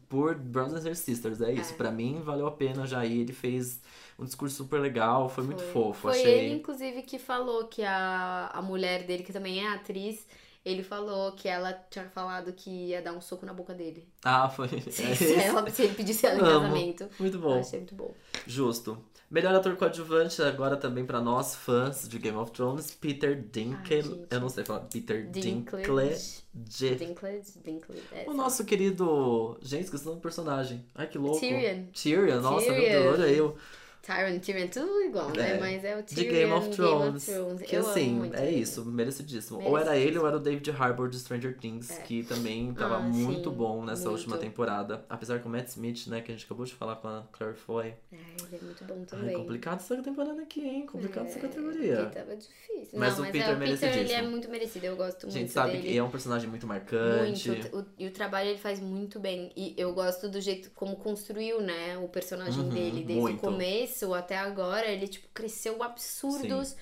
Speaker 2: por Brothers and Sisters. É isso,
Speaker 3: É.
Speaker 2: pra mim valeu a pena já ir. Ele fez um discurso super legal, foi, muito
Speaker 3: Foi.
Speaker 2: fofo,
Speaker 3: Foi
Speaker 2: achei.
Speaker 3: ele, inclusive, que falou que a, a mulher dele, que também é atriz, ele falou que ela tinha falado que ia dar um soco na boca dele.
Speaker 2: Ah, foi.
Speaker 3: Se,
Speaker 2: é
Speaker 3: se
Speaker 2: isso.
Speaker 3: ela, se ele pedisse ela em
Speaker 2: Amo.
Speaker 3: casamento.
Speaker 2: Muito
Speaker 3: Eu
Speaker 2: bom.
Speaker 3: achei muito bom.
Speaker 2: Justo. Melhor ator coadjuvante agora também pra nós, fãs de Game of Thrones, Peter Dinklage.
Speaker 3: gente.
Speaker 2: Eu não sei falar. Peter Dinklage.
Speaker 3: Dinklage.
Speaker 2: de-
Speaker 3: Dinklage. Dinklage. é.
Speaker 2: O nosso querido. Gente, esqueci o nome do personagem. Ai, que louco.
Speaker 3: Tyrion.
Speaker 2: Tyrion, nossa, meu
Speaker 3: Tyrion.
Speaker 2: Deus, olha eu.
Speaker 3: Tyrion, Tyrion, tudo igual, né?
Speaker 2: É.
Speaker 3: Mas é o
Speaker 2: De
Speaker 3: Tyrion
Speaker 2: Game of Thrones. Que
Speaker 3: Eu amo
Speaker 2: assim,
Speaker 3: muito
Speaker 2: é
Speaker 3: ele.
Speaker 2: isso, merecidíssimo. Ou era ele ou era o David Harbour de Stranger Things, que também tava
Speaker 3: É. Ah,
Speaker 2: muito
Speaker 3: sim,
Speaker 2: bom nessa
Speaker 3: muito.
Speaker 2: última temporada. Apesar que o Matt Smith, né, que a gente acabou de falar com a Claire Foy.
Speaker 3: Ai, ele é muito bom
Speaker 2: Ai,
Speaker 3: também. É,
Speaker 2: complicado essa temporada aqui, hein? Complicado essa
Speaker 3: Porque tá
Speaker 2: categoria.
Speaker 3: tava difícil.
Speaker 2: Mas
Speaker 3: Não,
Speaker 2: o
Speaker 3: mas
Speaker 2: Peter
Speaker 3: é, o Peter ele é
Speaker 2: merecidíssimo.
Speaker 3: muito merecido. Eu gosto
Speaker 2: A
Speaker 3: muito
Speaker 2: gente sabe
Speaker 3: dele.
Speaker 2: que é um personagem muito marcante.
Speaker 3: Muito. O- e o trabalho ele faz muito bem. E eu gosto do jeito como construiu, né? O personagem
Speaker 2: Uhum,
Speaker 3: dele. Desde
Speaker 2: muito.
Speaker 3: o começo até agora, ele, tipo, cresceu absurdos,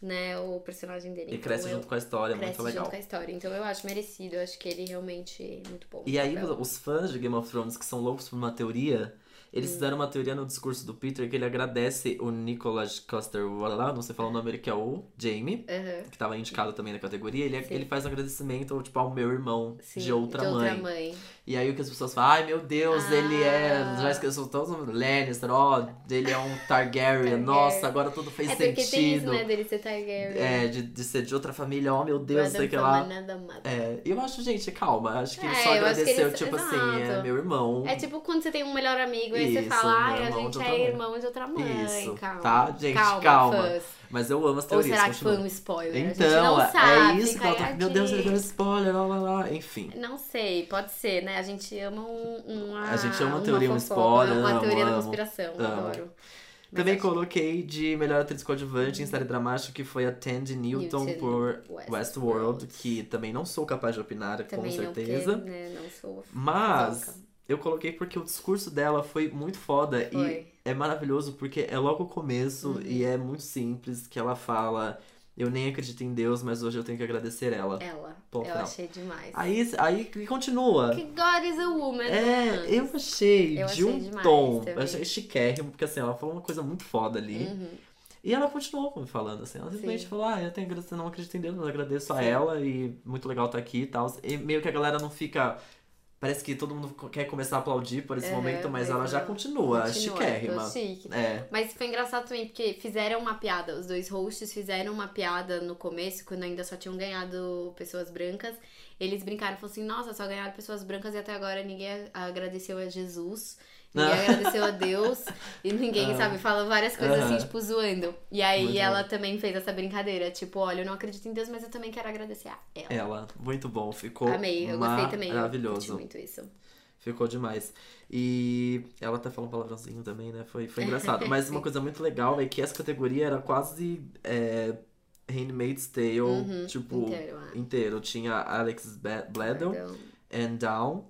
Speaker 3: né? O personagem dele.
Speaker 2: E cresce
Speaker 3: então, eu-
Speaker 2: junto com a história,
Speaker 3: cresce
Speaker 2: muito legal.
Speaker 3: junto com a história. Então eu acho merecido. Eu acho que ele realmente é muito bom.
Speaker 2: E aí,
Speaker 3: Então,
Speaker 2: os fãs de Game of Thrones, que são loucos por uma teoria,
Speaker 3: Hum.
Speaker 2: eles fizeram uma teoria no discurso do Peter que ele agradece o Nicholas Custer, lá, não sei falar o nome dele, que é o Jamie,
Speaker 3: aham.
Speaker 2: que tava indicado também na categoria. Ele,
Speaker 3: Sim.
Speaker 2: ele faz um agradecimento, tipo, ao meu irmão,
Speaker 3: Sim,
Speaker 2: de outra mãe.
Speaker 3: mãe.
Speaker 2: E aí, o que as pessoas falam, ai meu Deus, ele é.
Speaker 3: Ah.
Speaker 2: Já esqueceu todos os nomes, Lannister, ó, ele é um Targaryen, nossa, agora tudo fez
Speaker 3: É porque tem isso,
Speaker 2: sentido.
Speaker 3: né? Dele ser Targaryen.
Speaker 2: É, de, de ser de outra família, ó, meu Deus, sei que lá.
Speaker 3: É,
Speaker 2: É, eu acho, gente, calma. Acho que ele
Speaker 3: É,
Speaker 2: só
Speaker 3: eu acho que ele-
Speaker 2: agradeceu, tipo assim, é
Speaker 3: exato.
Speaker 2: meu irmão.
Speaker 3: é tipo quando você tem um melhor amigo e
Speaker 2: Isso,
Speaker 3: você fala,
Speaker 2: meu
Speaker 3: ai, a
Speaker 2: irmão de
Speaker 3: gente
Speaker 2: outra
Speaker 3: é
Speaker 2: mãe."
Speaker 3: irmão de outra mãe.
Speaker 2: Isso,
Speaker 3: calma.
Speaker 2: tá, gente?
Speaker 3: Calma.
Speaker 2: Calma.
Speaker 3: fãs.
Speaker 2: Mas eu amo as
Speaker 3: Ou
Speaker 2: teorias.
Speaker 3: será que foi
Speaker 2: continua.
Speaker 3: um spoiler? a gente
Speaker 2: Então,
Speaker 3: não
Speaker 2: é-
Speaker 3: sabe.
Speaker 2: é isso que
Speaker 3: fica É,
Speaker 2: ela tá.
Speaker 3: aí
Speaker 2: Meu Deus, ele deu
Speaker 3: atento.
Speaker 2: spoiler, lá, lá, lá. Enfim.
Speaker 3: Não sei, pode ser, né? A gente ama um, uma.
Speaker 2: A gente ama
Speaker 3: uma
Speaker 2: teoria, um
Speaker 3: fofoca,
Speaker 2: spoiler,
Speaker 3: Uma
Speaker 2: amo,
Speaker 3: teoria da
Speaker 2: amo,
Speaker 3: conspiração,
Speaker 2: amo.
Speaker 3: adoro. Mas
Speaker 2: Também
Speaker 3: acho
Speaker 2: coloquei de melhor atriz coadjuvante em série dramática, que foi a Tandy Newton,
Speaker 3: Newton
Speaker 2: por
Speaker 3: Westworld.
Speaker 2: Westworld, que também não sou capaz de opinar,
Speaker 3: Também
Speaker 2: com
Speaker 3: não, porque,
Speaker 2: certeza.
Speaker 3: né, não sou
Speaker 2: Mas
Speaker 3: fofoca.
Speaker 2: eu coloquei porque o discurso dela foi muito foda e
Speaker 3: Foi. Uhum.
Speaker 2: é maravilhoso porque é logo o começo e é muito simples que ela fala: Eu nem acredito em Deus, mas hoje eu tenho que agradecer ela.
Speaker 3: Ela.
Speaker 2: Ponto
Speaker 3: eu
Speaker 2: final.
Speaker 3: achei demais.
Speaker 2: Aí, aí que continua.
Speaker 3: Que God is a woman. né,
Speaker 2: É, eu achei
Speaker 3: Eu
Speaker 2: de
Speaker 3: achei
Speaker 2: um
Speaker 3: demais
Speaker 2: tom. Eu
Speaker 3: também.
Speaker 2: achei chiquérrimo, porque assim, ela falou uma coisa muito foda ali.
Speaker 3: Uhum.
Speaker 2: E ela continuou falando assim. Ela simplesmente
Speaker 3: Sim.
Speaker 2: falou: Ah, eu tenho que agradecer, não acredito em Deus, mas agradeço a ela e muito legal estar aqui e tal. E meio que a galera não fica. Parece que todo mundo quer começar a aplaudir por esse
Speaker 3: Aham,
Speaker 2: momento, mas
Speaker 3: mas
Speaker 2: ela já
Speaker 3: não.
Speaker 2: continua,
Speaker 3: Continua, assim.
Speaker 2: chiquérrima.
Speaker 3: ficou chique.
Speaker 2: É.
Speaker 3: Mas foi engraçado também, porque fizeram uma piada, os dois hosts fizeram uma piada no começo, quando ainda só tinham ganhado pessoas brancas. Eles brincaram, falaram assim, nossa, só ganharam pessoas brancas e até agora ninguém agradeceu a Jesus, ninguém
Speaker 2: Ah.
Speaker 3: agradeceu a Deus, e ninguém, sabe, fala várias coisas
Speaker 2: Aham.
Speaker 3: assim, tipo, zoando. E aí
Speaker 2: Muito
Speaker 3: ela também fez essa brincadeira, tipo, olha, eu não acredito em Deus, mas eu também quero agradecer a ela.
Speaker 2: Ela, muito bom, ficou
Speaker 3: Amei, eu gostei também. eu curti
Speaker 2: É, maravilhoso.
Speaker 3: muito isso.
Speaker 2: Ficou demais. E ela até falou um palavrãozinho também, né? Foi, foi engraçado. Mas uma coisa muito legal é que essa categoria era quase é, Handmaid's Tale,
Speaker 3: Uhum,
Speaker 2: tipo,
Speaker 3: inteiro, ah.
Speaker 2: inteiro. Tinha Alex Ba- Bledel,
Speaker 3: Então,
Speaker 2: and Down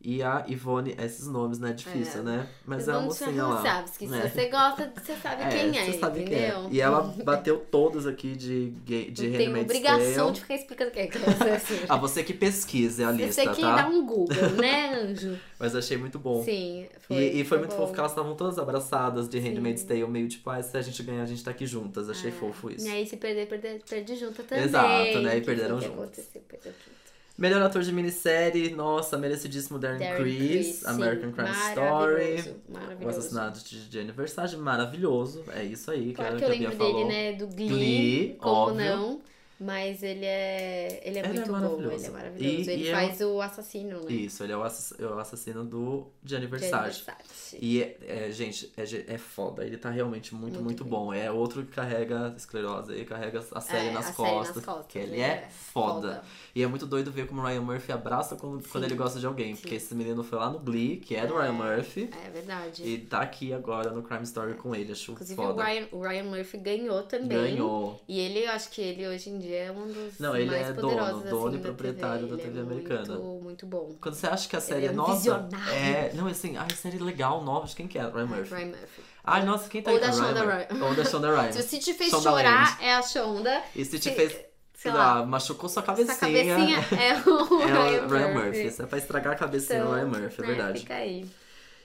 Speaker 2: e a Ivone. Esses nomes, né? Difícil,
Speaker 3: É.
Speaker 2: né? Mas é uma
Speaker 3: vamos
Speaker 2: mocinha
Speaker 3: chamar
Speaker 2: lá.
Speaker 3: Sabes, que
Speaker 2: né?
Speaker 3: se você gosta, você sabe quem é,
Speaker 2: você sabe quem
Speaker 3: entendeu?
Speaker 2: é. E ela bateu todas aqui de, gay- de
Speaker 3: Não tem
Speaker 2: Handmaid's
Speaker 3: obrigação
Speaker 2: Tale.
Speaker 3: de ficar explicando o que é que é assim.
Speaker 2: Ah, você que pesquise a lista,
Speaker 3: Você que
Speaker 2: tá?
Speaker 3: dá um Google, né, Anjo?
Speaker 2: Mas achei muito bom.
Speaker 3: Sim, foi.
Speaker 2: E, e foi muito fofo que
Speaker 3: bom.
Speaker 2: elas estavam todas abraçadas de Handmaid's Tale, meio tipo, ah, se a gente ganhar, a gente tá aqui juntas. Achei fofo isso.
Speaker 3: É. E aí, se perder, perder, perde junto também.
Speaker 2: Exato, né? E
Speaker 3: Que
Speaker 2: perderam
Speaker 3: foi o que
Speaker 2: juntas.
Speaker 3: aconteceu, perdeu junto.
Speaker 2: Melhor ator de minissérie, nossa, merecidíssimo Darren,
Speaker 3: Darren
Speaker 2: Criss,
Speaker 3: Criss,
Speaker 2: American
Speaker 3: sim,
Speaker 2: Crime
Speaker 3: maravilhoso,
Speaker 2: Story.
Speaker 3: maravilhoso.
Speaker 2: O assassinato de Jennifer Sage, maravilhoso. É isso aí,
Speaker 3: Claro
Speaker 2: era
Speaker 3: que eu
Speaker 2: a Bia
Speaker 3: lembro
Speaker 2: falou.
Speaker 3: dele, né? Do Glee,
Speaker 2: Glee,
Speaker 3: como
Speaker 2: óbvio.
Speaker 3: não. Mas ele é.
Speaker 2: Ele
Speaker 3: Ele é
Speaker 2: é
Speaker 3: muito bom,
Speaker 2: maravilhoso.
Speaker 3: ele é maravilhoso.
Speaker 2: E-
Speaker 3: ele
Speaker 2: e é
Speaker 3: faz o assassino, né?
Speaker 2: Isso, ele é o assass- é o assassino do Jennifer
Speaker 3: Gianni
Speaker 2: Sage.
Speaker 3: Versace.
Speaker 2: E, é, é, gente, é, ge- é foda. Ele tá realmente muito, muito,
Speaker 3: Muito bem.
Speaker 2: bom. É outro que carrega esclerose e carrega a série,
Speaker 3: É,
Speaker 2: nas,
Speaker 3: a série nas
Speaker 2: costas,
Speaker 3: costas,
Speaker 2: Que ele
Speaker 3: ele
Speaker 2: é
Speaker 3: é
Speaker 2: foda.
Speaker 3: foda.
Speaker 2: E é muito doido ver como o Ryan Murphy abraça quando, quando ele gosta de alguém. Porque esse menino foi lá no Glee, que é do Ryan Murphy.
Speaker 3: É verdade.
Speaker 2: E tá aqui agora no Crime Story com ele. Acho
Speaker 3: Inclusive, o
Speaker 2: foda.
Speaker 3: Ryan, o Ryan Murphy ganhou também.
Speaker 2: Ganhou.
Speaker 3: E ele, eu acho que ele hoje em dia é um dos
Speaker 2: Não, ele
Speaker 3: mais
Speaker 2: é
Speaker 3: poderosos,
Speaker 2: dono, dono
Speaker 3: assim,
Speaker 2: e
Speaker 3: da
Speaker 2: proprietário da
Speaker 3: TV. Ele
Speaker 2: TV
Speaker 3: é
Speaker 2: americana.
Speaker 3: Muito, muito bom.
Speaker 2: Quando você acha que a série
Speaker 3: é um
Speaker 2: nossa.
Speaker 3: visionário.
Speaker 2: É. Não, assim, ai, série legal, nova, de quem que é? Ryan Murphy.
Speaker 3: Ryan Murphy.
Speaker 2: Ai, nossa, quem tá
Speaker 3: Ou
Speaker 2: aí?
Speaker 3: da
Speaker 2: Ah, Ryan
Speaker 3: Shonda
Speaker 2: Murphy.
Speaker 3: Rhimes.
Speaker 2: Ou da Shonda Rhimes.
Speaker 3: Se você te fez
Speaker 2: Shonda
Speaker 3: chorar,
Speaker 2: Rhimes.
Speaker 3: é a Shonda.
Speaker 2: E se te
Speaker 3: se-
Speaker 2: fez.
Speaker 3: Sei lá,
Speaker 2: ah, machucou sua
Speaker 3: essa cabecinha é o
Speaker 2: É
Speaker 3: Ryan,
Speaker 2: o Ryan Murphy.
Speaker 3: Murphy.
Speaker 2: Isso é pra estragar a cabecinha do
Speaker 3: Então,
Speaker 2: Ryan Murphy, é
Speaker 3: né,
Speaker 2: verdade.
Speaker 3: Fica aí.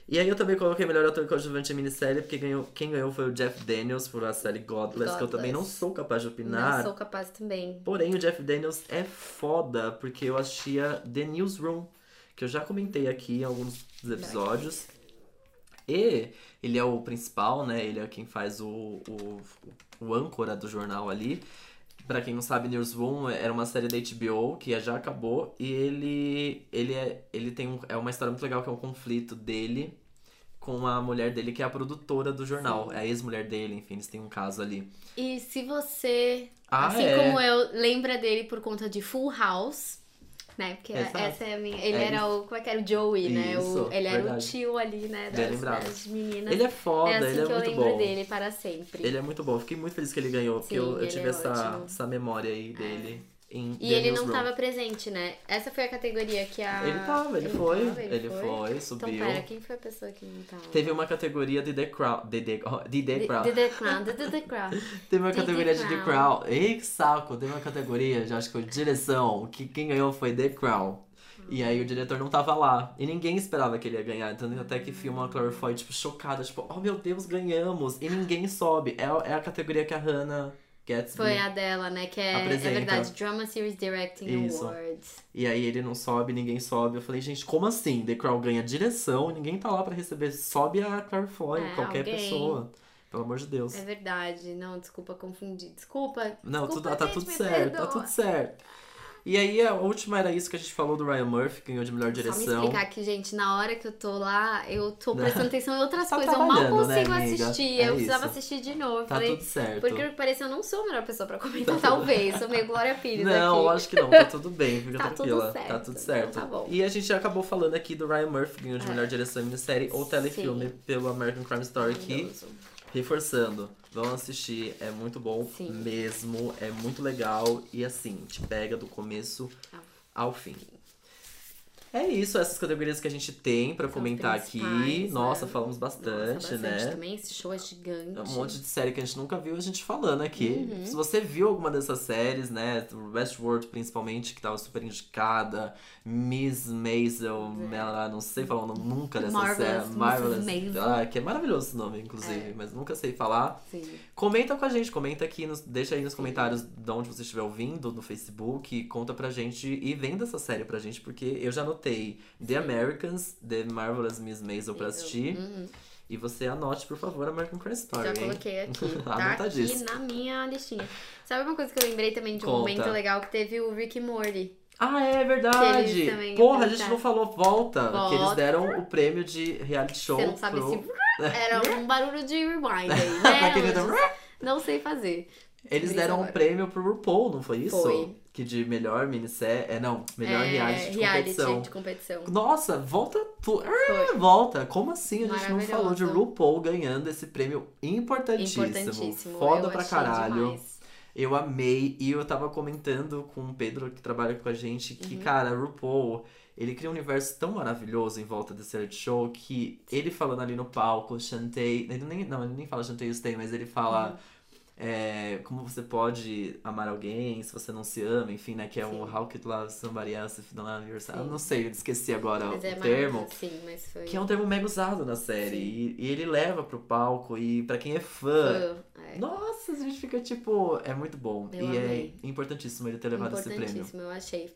Speaker 2: E aí eu também coloquei melhor ator coadjuvante em minissérie, porque ganhou, quem ganhou foi o Jeff Daniels por a série Godless, que eu
Speaker 3: Godless.
Speaker 2: também não sou capaz de
Speaker 3: Não
Speaker 2: opinar.
Speaker 3: sou capaz também.
Speaker 2: Porém, o Jeff Daniels é foda, porque eu assistia The Newsroom, que eu já comentei aqui em alguns dos episódios. E ele é o principal, né? Ele é quem faz o, o, o âncora do jornal ali. Pra quem não sabe, Newsroom era uma série da HBO que já acabou. E ele, ele, é, ele tem um, é uma história muito legal, que é um conflito dele com a mulher dele, que é a produtora do jornal. É a ex-mulher dele, enfim, eles têm um caso ali.
Speaker 3: E se você,
Speaker 2: Ah,
Speaker 3: assim
Speaker 2: é.
Speaker 3: como eu, lembra dele por conta de Full House, né? Porque
Speaker 2: Exato.
Speaker 3: essa é a minha. Ele
Speaker 2: É
Speaker 3: era o. Como é que era? O Joey, né?
Speaker 2: Isso,
Speaker 3: O, ele era o
Speaker 2: verdade.
Speaker 3: tio ali, né?
Speaker 2: Bem
Speaker 3: Das,
Speaker 2: lembrado.
Speaker 3: das meninas.
Speaker 2: Ele é foda,
Speaker 3: é assim
Speaker 2: ele é
Speaker 3: que eu
Speaker 2: muito
Speaker 3: lembro
Speaker 2: bom.
Speaker 3: dele para sempre.
Speaker 2: Ele é muito bom. Fiquei muito feliz que ele ganhou, porque
Speaker 3: Sim,
Speaker 2: eu, eu
Speaker 3: ele
Speaker 2: tive
Speaker 3: é
Speaker 2: essa,
Speaker 3: ótimo. É.
Speaker 2: essa memória aí dele em
Speaker 3: E
Speaker 2: The
Speaker 3: ele não
Speaker 2: Newsroom.
Speaker 3: tava presente, né? Essa foi a categoria que a.
Speaker 2: Ele tava, ele, foi.
Speaker 3: tava,
Speaker 2: ele foi, subiu.
Speaker 3: Então, pera, quem foi a pessoa que não tava?
Speaker 2: Teve uma categoria de The Crown. De The, oh, de The
Speaker 3: The,
Speaker 2: Crown.
Speaker 3: The, The Crown, The, The, The Crown.
Speaker 2: Teve uma
Speaker 3: The
Speaker 2: categoria de The
Speaker 3: Crown.
Speaker 2: Crown. Ei, que saco! Teve uma categoria, já acho que foi direção, que quem ganhou foi The Crown. E aí o diretor não tava lá. E ninguém esperava que ele ia ganhar. Então até que filma a Claire Foy, tipo, chocada, tipo, oh meu Deus, ganhamos! E ninguém sobe. É, é a categoria que a Hannah Gatsby.
Speaker 3: Foi a dela, né? Que é, é
Speaker 2: Apresenta.
Speaker 3: verdade, Drama Series Directing
Speaker 2: Isso.
Speaker 3: Awards.
Speaker 2: E aí ele não sobe, ninguém sobe. Eu falei, gente, como assim? The Crown ganha direção, ninguém tá lá pra receber. Sobe a Claire Foy,
Speaker 3: É,
Speaker 2: qualquer
Speaker 3: alguém.
Speaker 2: pessoa. Pelo amor de Deus.
Speaker 3: É verdade, não, desculpa confundir. Desculpa.
Speaker 2: Não,
Speaker 3: desculpa,
Speaker 2: tudo, tá
Speaker 3: gente,
Speaker 2: tudo
Speaker 3: me
Speaker 2: certo, tá
Speaker 3: perdoa.
Speaker 2: tudo certo. E aí, a última era isso que a gente falou do Ryan Murphy, que ganhou de melhor
Speaker 3: Só me
Speaker 2: direção. Né?
Speaker 3: explicar que, gente, na hora que eu tô lá, eu tô prestando atenção em outras
Speaker 2: Tá
Speaker 3: coisas. Eu mal
Speaker 2: trabalhando, né,
Speaker 3: consigo
Speaker 2: amiga?
Speaker 3: assistir.
Speaker 2: É
Speaker 3: eu precisava
Speaker 2: isso.
Speaker 3: assistir de novo. Eu
Speaker 2: Tá
Speaker 3: falei,
Speaker 2: tudo certo.
Speaker 3: Porque pelo que parece, eu não sou a melhor pessoa pra comentar, talvez. Sou meio Glória Pires
Speaker 2: Não,
Speaker 3: aqui.
Speaker 2: lógico que não, tá tudo bem, fica
Speaker 3: Tá tudo
Speaker 2: tranquila.
Speaker 3: certo,
Speaker 2: Tá tudo certo.
Speaker 3: então tá bom.
Speaker 2: E a gente já acabou falando aqui do Ryan Murphy, ganhou de
Speaker 3: É.
Speaker 2: melhor direção em minissérie ou telefilme pelo American Crime Story aqui.
Speaker 3: Maravilhoso.
Speaker 2: Reforçando, vão assistir, é muito bom
Speaker 3: Sim.
Speaker 2: mesmo, é muito legal e assim, te pega do começo
Speaker 3: Ao
Speaker 2: ao fim. É isso, essas categorias que a gente tem pra
Speaker 3: São
Speaker 2: comentar
Speaker 3: as
Speaker 2: aqui.
Speaker 3: principais,
Speaker 2: Nossa,
Speaker 3: né?
Speaker 2: falamos
Speaker 3: Nossa,
Speaker 2: bastante,
Speaker 3: bastante
Speaker 2: né?
Speaker 3: também. Esse show é gigante.
Speaker 2: Um monte de série que a gente nunca viu, a gente falando aqui.
Speaker 3: Uhum.
Speaker 2: Se você viu alguma dessas séries, né? Westworld, principalmente, que tava super indicada. Miss Maisel, ela não sei falar o nome nunca dessa
Speaker 3: É. Marvelous
Speaker 2: série.
Speaker 3: Mrs.
Speaker 2: Marvelous.
Speaker 3: Maisel. É.
Speaker 2: Ah, que é maravilhoso esse nome, inclusive, mas nunca sei falar.
Speaker 3: Sim.
Speaker 2: Comenta com a gente, comenta aqui, nos, deixa aí nos comentários de onde você estiver ouvindo, no Facebook, conta pra gente e venda essa série pra gente, porque eu já anotei The Americans, The Marvelous Miss Maisel pra assistir.
Speaker 3: Uhum.
Speaker 2: E você anote, por favor, American Crime Story.
Speaker 3: Já
Speaker 2: hein?
Speaker 3: coloquei aqui. Tá aqui
Speaker 2: Anotadíssimo.
Speaker 3: na minha listinha. Sabe uma coisa que eu lembrei também de um
Speaker 2: Conta.
Speaker 3: momento legal que teve o Rick e Morty?
Speaker 2: Ah, é
Speaker 3: Que
Speaker 2: verdade!
Speaker 3: eles também
Speaker 2: Porra, a
Speaker 3: apresentaram.
Speaker 2: gente não falou volta, que eles
Speaker 3: Volta.
Speaker 2: deram o prêmio de reality show
Speaker 3: Você não sabe
Speaker 2: pro...
Speaker 3: se era um barulho de rewind aí,
Speaker 2: Daquele
Speaker 3: né?
Speaker 2: do-
Speaker 3: Anjo? Não sei fazer.
Speaker 2: Eles
Speaker 3: Isso
Speaker 2: deram um
Speaker 3: agora.
Speaker 2: prêmio pro RuPaul, não foi isso?
Speaker 3: Foi.
Speaker 2: Que de melhor minissérie... É, não, melhor
Speaker 3: É,
Speaker 2: reality de
Speaker 3: reality
Speaker 2: competição.
Speaker 3: de competição.
Speaker 2: Nossa, volta tu. Ah, volta. Como assim? A gente não
Speaker 3: Maravilhoso.
Speaker 2: falou de RuPaul ganhando esse prêmio importantíssimo.
Speaker 3: Importantíssimo.
Speaker 2: Foda
Speaker 3: eu
Speaker 2: pra
Speaker 3: achei
Speaker 2: caralho.
Speaker 3: demais.
Speaker 2: Eu amei. E eu tava comentando com o Pedro, que trabalha com a gente,
Speaker 3: Uhum.
Speaker 2: que, cara, RuPaul, ele cria um universo tão maravilhoso em volta desse reality show que ele falando ali no palco, Chantei. Ele nem, não, ele nem fala Chantei e Stay, mas ele fala.
Speaker 3: Uhum.
Speaker 2: é, como você pode amar alguém se você não se ama, enfim, né? Que é um How Could Love Somebody Else If You Don't Love Yourself. Eu
Speaker 3: Sim.
Speaker 2: não sei, eu esqueci agora
Speaker 3: Mas
Speaker 2: o
Speaker 3: é
Speaker 2: termo.
Speaker 3: maravilhoso, Sim, mas foi.
Speaker 2: Que é um termo mega usado na série. E, e ele leva pro palco. E pra quem é fã.
Speaker 3: Fã, é.
Speaker 2: Nossa, a gente fica tipo. É muito bom.
Speaker 3: Eu
Speaker 2: e
Speaker 3: amei.
Speaker 2: é importantíssimo ele ter levado esse prêmio.
Speaker 3: Importantíssimo, eu achei.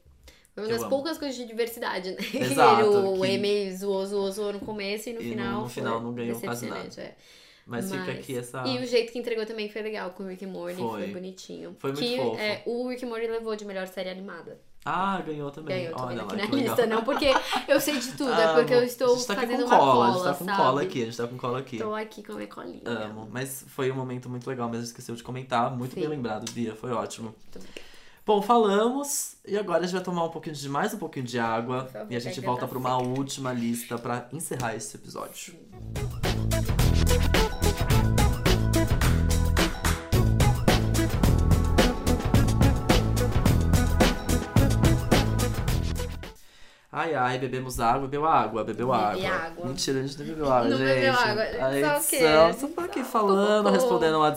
Speaker 3: Foi uma
Speaker 2: Eu
Speaker 3: das
Speaker 2: amo.
Speaker 3: poucas coisas de diversidade, né?
Speaker 2: Exato,
Speaker 3: o
Speaker 2: que-
Speaker 3: Amy zoou, zoou, zoou no começo e no
Speaker 2: E no-
Speaker 3: final.
Speaker 2: no final
Speaker 3: foi
Speaker 2: não ganhou quase
Speaker 3: decepcionante, é.
Speaker 2: Mas, fica
Speaker 3: Mas-
Speaker 2: aqui essa.
Speaker 3: E o jeito que entregou também foi legal com o Rick and Morty, foi,
Speaker 2: Foi.
Speaker 3: bonitinho.
Speaker 2: Foi muito
Speaker 3: que,
Speaker 2: fofo.
Speaker 3: é, o Rick and Morty levou de melhor série animada.
Speaker 2: Ah, ganhou também.
Speaker 3: Ganhou, tô
Speaker 2: Olha
Speaker 3: vendo
Speaker 2: lá,
Speaker 3: aqui na
Speaker 2: que legal.
Speaker 3: lista. Não porque eu sei de tudo, é
Speaker 2: Amo.
Speaker 3: porque eu estou
Speaker 2: a gente tá aqui
Speaker 3: fazendo
Speaker 2: com cola,
Speaker 3: uma
Speaker 2: A gente tá com
Speaker 3: sabe?
Speaker 2: cola aqui, a gente tá com cola aqui.
Speaker 3: Tô aqui com a minha colinha.
Speaker 2: Amo. Mas foi um momento muito legal, mesmo esqueceu de comentar. Muito
Speaker 3: Sim.
Speaker 2: bem lembrado, Bia. Foi ótimo.
Speaker 3: Muito bem.
Speaker 2: Bom, falamos. E agora a gente vai tomar um pouquinho de mais um pouquinho de água.
Speaker 3: Por favor,
Speaker 2: e a
Speaker 3: que
Speaker 2: gente
Speaker 3: a
Speaker 2: volta
Speaker 3: garganta
Speaker 2: pra uma última lista pra encerrar esse episódio. Ai, ai, bebemos água, bebeu água, bebeu
Speaker 3: Bebi
Speaker 2: água.
Speaker 3: água.
Speaker 2: Mentira, a gente não bebeu água,
Speaker 3: Não
Speaker 2: gente.
Speaker 3: bebeu água,
Speaker 2: A
Speaker 3: só o
Speaker 2: edição,
Speaker 3: quê?
Speaker 2: Só tá aqui
Speaker 3: Só
Speaker 2: falando,
Speaker 3: um
Speaker 2: respondendo o
Speaker 3: Fala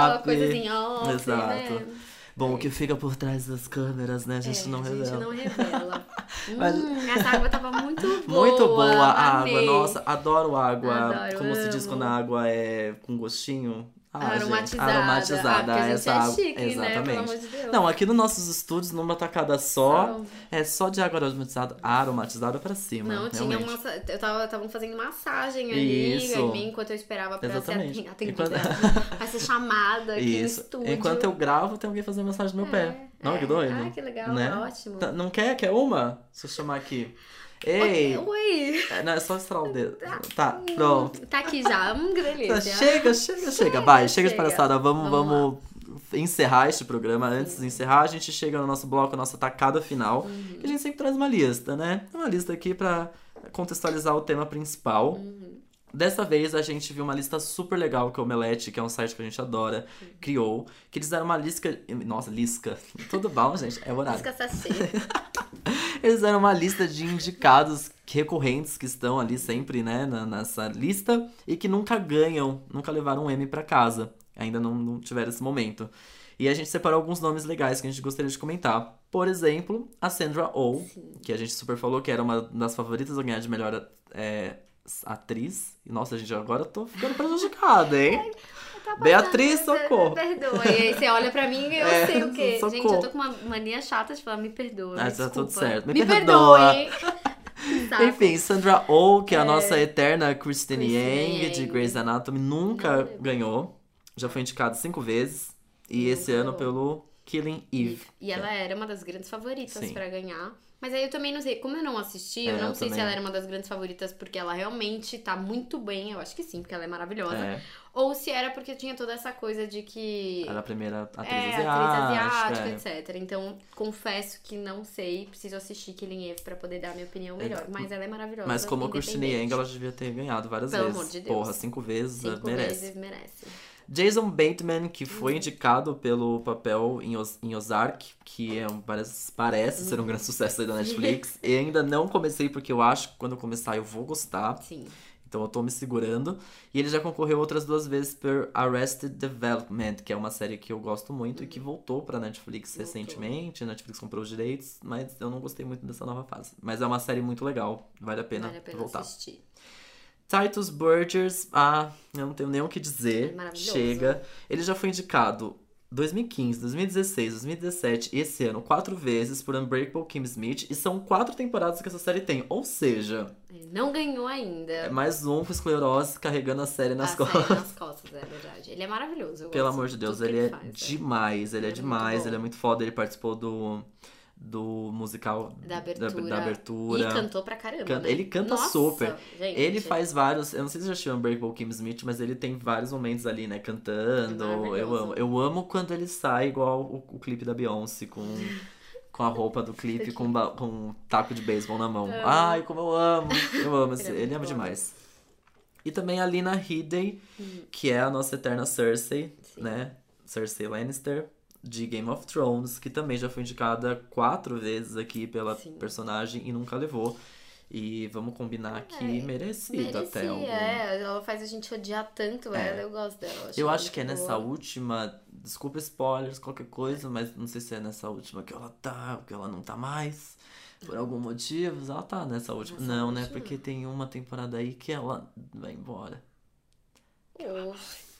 Speaker 2: WhatsApp.
Speaker 3: coisa assim, ó.
Speaker 2: Exato.
Speaker 3: Né?
Speaker 2: Bom, o que fica por trás das câmeras, né? A gente
Speaker 3: É,
Speaker 2: não
Speaker 3: a
Speaker 2: revela.
Speaker 3: gente não revela.
Speaker 2: Mas-
Speaker 3: Hum, essa água tava muito boa.
Speaker 2: Muito boa a
Speaker 3: amei.
Speaker 2: água, nossa, adoro água.
Speaker 3: Adoro,
Speaker 2: Como se diz
Speaker 3: amo.
Speaker 2: quando a água é com gostinho? Ah, gente,
Speaker 3: aromatizada. Ah,
Speaker 2: aromatizada.
Speaker 3: porque a gente
Speaker 2: essa
Speaker 3: é
Speaker 2: água.
Speaker 3: chique, né? Pelo
Speaker 2: Exatamente.
Speaker 3: amor de Deus.
Speaker 2: Não, aqui nos nossos estúdios, numa tacada só, é só de água aromatizada, aromatizada pra cima.
Speaker 3: Não, tinha
Speaker 2: realmente.
Speaker 3: uma. Eu tava estavam fazendo massagem ali
Speaker 2: Isso.
Speaker 3: em mim enquanto eu esperava pra
Speaker 2: Exatamente.
Speaker 3: ser atendida.
Speaker 2: Enquanto-
Speaker 3: pra ser chamada aqui no
Speaker 2: Isso.
Speaker 3: estúdio.
Speaker 2: Enquanto eu gravo, tem alguém fazendo massagem no meu
Speaker 3: É,
Speaker 2: pé. Não,
Speaker 3: é.
Speaker 2: que doido.
Speaker 3: Ah, que legal,
Speaker 2: Né?
Speaker 3: ótimo.
Speaker 2: Tá- Não quer? Quer uma? Deixa eu chamar aqui. Ei!
Speaker 3: Oi!
Speaker 2: É, Não, é só estourar o dedo. Tá, pronto.
Speaker 3: Tá aqui já. Hum, que
Speaker 2: Tá,
Speaker 3: delícia.
Speaker 2: chega, chega, chega. Vai, chega, de
Speaker 3: chega.
Speaker 2: palhaçada. Vamos,
Speaker 3: Vamos
Speaker 2: vamos, encerrar este programa. Antes de encerrar, a gente chega no nosso bloco, nossa tacada final. Que a gente sempre traz uma lista, né? Uma lista aqui pra contextualizar o tema principal. Dessa vez a gente viu uma lista super legal que o Omelete, que é um site que a gente adora, criou. Que eles deram uma lisca. Nossa, lisca. Tudo bom, gente? É o horário.
Speaker 3: Música sachê.
Speaker 2: Eles deram uma lista de indicados recorrentes que estão ali sempre, né, na- nessa lista e que nunca ganham, nunca levaram um M pra casa. Ainda não, não tiveram esse momento. E a gente separou alguns nomes legais que a gente gostaria de comentar. Por exemplo, a Sandra Oh, que a gente super falou que era uma das favoritas a ganhar de melhor é, atriz. E, nossa, gente, agora eu tô ficando prejudicada, hein?
Speaker 3: Tá bom,
Speaker 2: Beatriz,
Speaker 3: tá,
Speaker 2: socorro!
Speaker 3: Me perdoa. E aí você olha pra mim e eu
Speaker 2: É,
Speaker 3: sei o quê.
Speaker 2: socorro.
Speaker 3: Gente, eu tô com uma mania chata de falar, me perdoa.
Speaker 2: Ah,
Speaker 3: me
Speaker 2: tá tudo
Speaker 3: desculpa.
Speaker 2: certo. Me
Speaker 3: Me
Speaker 2: perdoa.
Speaker 3: perdoa, hein? Saco.
Speaker 2: Enfim, Sandra Oh, que é a nossa eterna Christine
Speaker 3: Christine
Speaker 2: Yang,
Speaker 3: Yang.
Speaker 2: de Grey's Anatomy, nunca
Speaker 3: Não lembro.
Speaker 2: ganhou. Já foi indicada cinco vezes. E
Speaker 3: Não
Speaker 2: esse ano
Speaker 3: ganhou.
Speaker 2: pelo Killing Eve.
Speaker 3: E ela era uma das grandes favoritas
Speaker 2: Sim.
Speaker 3: pra ganhar. Mas aí eu também não sei, como eu não assisti,
Speaker 2: É,
Speaker 3: eu não
Speaker 2: eu
Speaker 3: sei se
Speaker 2: também.
Speaker 3: ela era uma das grandes favoritas porque ela realmente tá muito bem, eu acho que sim, porque ela é maravilhosa.
Speaker 2: É,
Speaker 3: Ou se era porque tinha toda essa coisa de que.
Speaker 2: era a primeira atriz
Speaker 3: é,
Speaker 2: asiática.
Speaker 3: atriz asiática, etc. Então, confesso que não sei, preciso assistir Killing Eve pra poder dar minha opinião melhor.
Speaker 2: Exato.
Speaker 3: Mas ela é maravilhosa.
Speaker 2: Mas como a Christine
Speaker 3: independente.
Speaker 2: Yang, ela devia ter ganhado várias
Speaker 3: Pelo
Speaker 2: vezes.
Speaker 3: amor de Deus.
Speaker 2: Porra, cinco vezes,
Speaker 3: Cinco
Speaker 2: merece.
Speaker 3: vezes Uhum. merece.
Speaker 2: Jason Bateman, que foi indicado pelo papel em, Oz- em Ozark, que é um- parece, parece
Speaker 3: Uhum.
Speaker 2: ser um grande sucesso aí da Netflix. e ainda não comecei, porque eu acho que quando eu começar eu vou gostar.
Speaker 3: Sim.
Speaker 2: Então eu tô me segurando. E ele já concorreu outras duas vezes por Arrested Development, que é uma série que eu gosto muito e que voltou pra Netflix
Speaker 3: Voltou.
Speaker 2: recentemente. A Netflix comprou os direitos, mas eu não gostei muito dessa nova fase. Mas é uma série muito legal, vale a pena,
Speaker 3: vale a pena
Speaker 2: voltar.
Speaker 3: assistir.
Speaker 2: Titus Burgers, ah, eu não tenho nem o que dizer.
Speaker 3: É maravilhoso.
Speaker 2: Chega. Ele já foi indicado 2015, 2016, 2017 e esse ano quatro vezes por Unbreakable Kim Smith. E são quatro temporadas que essa série tem. Ou seja,
Speaker 3: É, Não ganhou ainda.
Speaker 2: é mais um com esclerose carregando a série nas
Speaker 3: a
Speaker 2: costas.
Speaker 3: série nas costas, é verdade. Ele é maravilhoso. eu
Speaker 2: Pelo
Speaker 3: gosto
Speaker 2: amor de
Speaker 3: tudo
Speaker 2: Deus,
Speaker 3: que
Speaker 2: ele é
Speaker 3: faz, é.
Speaker 2: demais, ele é,
Speaker 3: Ele é muito
Speaker 2: demais,
Speaker 3: bom.
Speaker 2: ele é muito foda. Ele participou do, do musical
Speaker 3: Da abertura.
Speaker 2: da abertura.
Speaker 3: E cantou pra caramba.
Speaker 2: Canta-
Speaker 3: né?
Speaker 2: ele canta
Speaker 3: Nossa,
Speaker 2: super.
Speaker 3: gente,
Speaker 2: Ele faz vários. Eu não sei se você já assistiu Unbreakable Kim Smith, mas ele tem vários momentos ali, né? Cantando.
Speaker 3: É
Speaker 2: eu
Speaker 3: maravilhoso.
Speaker 2: amo. Eu amo quando ele sai igual o, o clipe da Beyoncé, com, com a roupa do clipe, com, ba- com um taco de beisebol na mão. Ai, como eu amo! Eu amo. esse-
Speaker 3: Ele é
Speaker 2: ele
Speaker 3: muito
Speaker 2: ama
Speaker 3: bom.
Speaker 2: demais. E também a Lina Headey, que é a nossa eterna Cersei,
Speaker 3: Hum. Sim.
Speaker 2: né? Cersei Lannister. De Game of Thrones, que também já foi indicada quatro vezes aqui pela
Speaker 3: Sim.
Speaker 2: personagem e nunca levou. E vamos combinar que
Speaker 3: É,
Speaker 2: merecido
Speaker 3: Merecia,
Speaker 2: até algum.
Speaker 3: é. Ela faz a gente odiar tanto
Speaker 2: É.
Speaker 3: ela, eu gosto dela. acho
Speaker 2: Eu
Speaker 3: ela
Speaker 2: acho que é
Speaker 3: muito
Speaker 2: nessa
Speaker 3: boa.
Speaker 2: última. Desculpa spoilers, qualquer coisa, mas não sei se é nessa última que ela tá, que ela não tá mais. Por algum motivo, ela tá nessa última.
Speaker 3: Nessa
Speaker 2: não, né?
Speaker 3: última.
Speaker 2: Porque tem uma temporada aí que ela vai embora.
Speaker 3: Oh.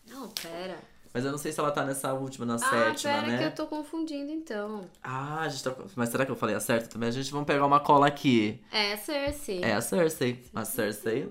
Speaker 3: Não, pera.
Speaker 2: Mas eu não sei se ela tá nessa última, na
Speaker 3: ah,
Speaker 2: sétima,
Speaker 3: pera
Speaker 2: né?
Speaker 3: que eu tô confundindo então.
Speaker 2: Ah, a gente tá. Mas será que eu falei a certa também? A gente vamos pegar uma cola aqui.
Speaker 3: É, Cersei.
Speaker 2: É a Cersei. A Cersei.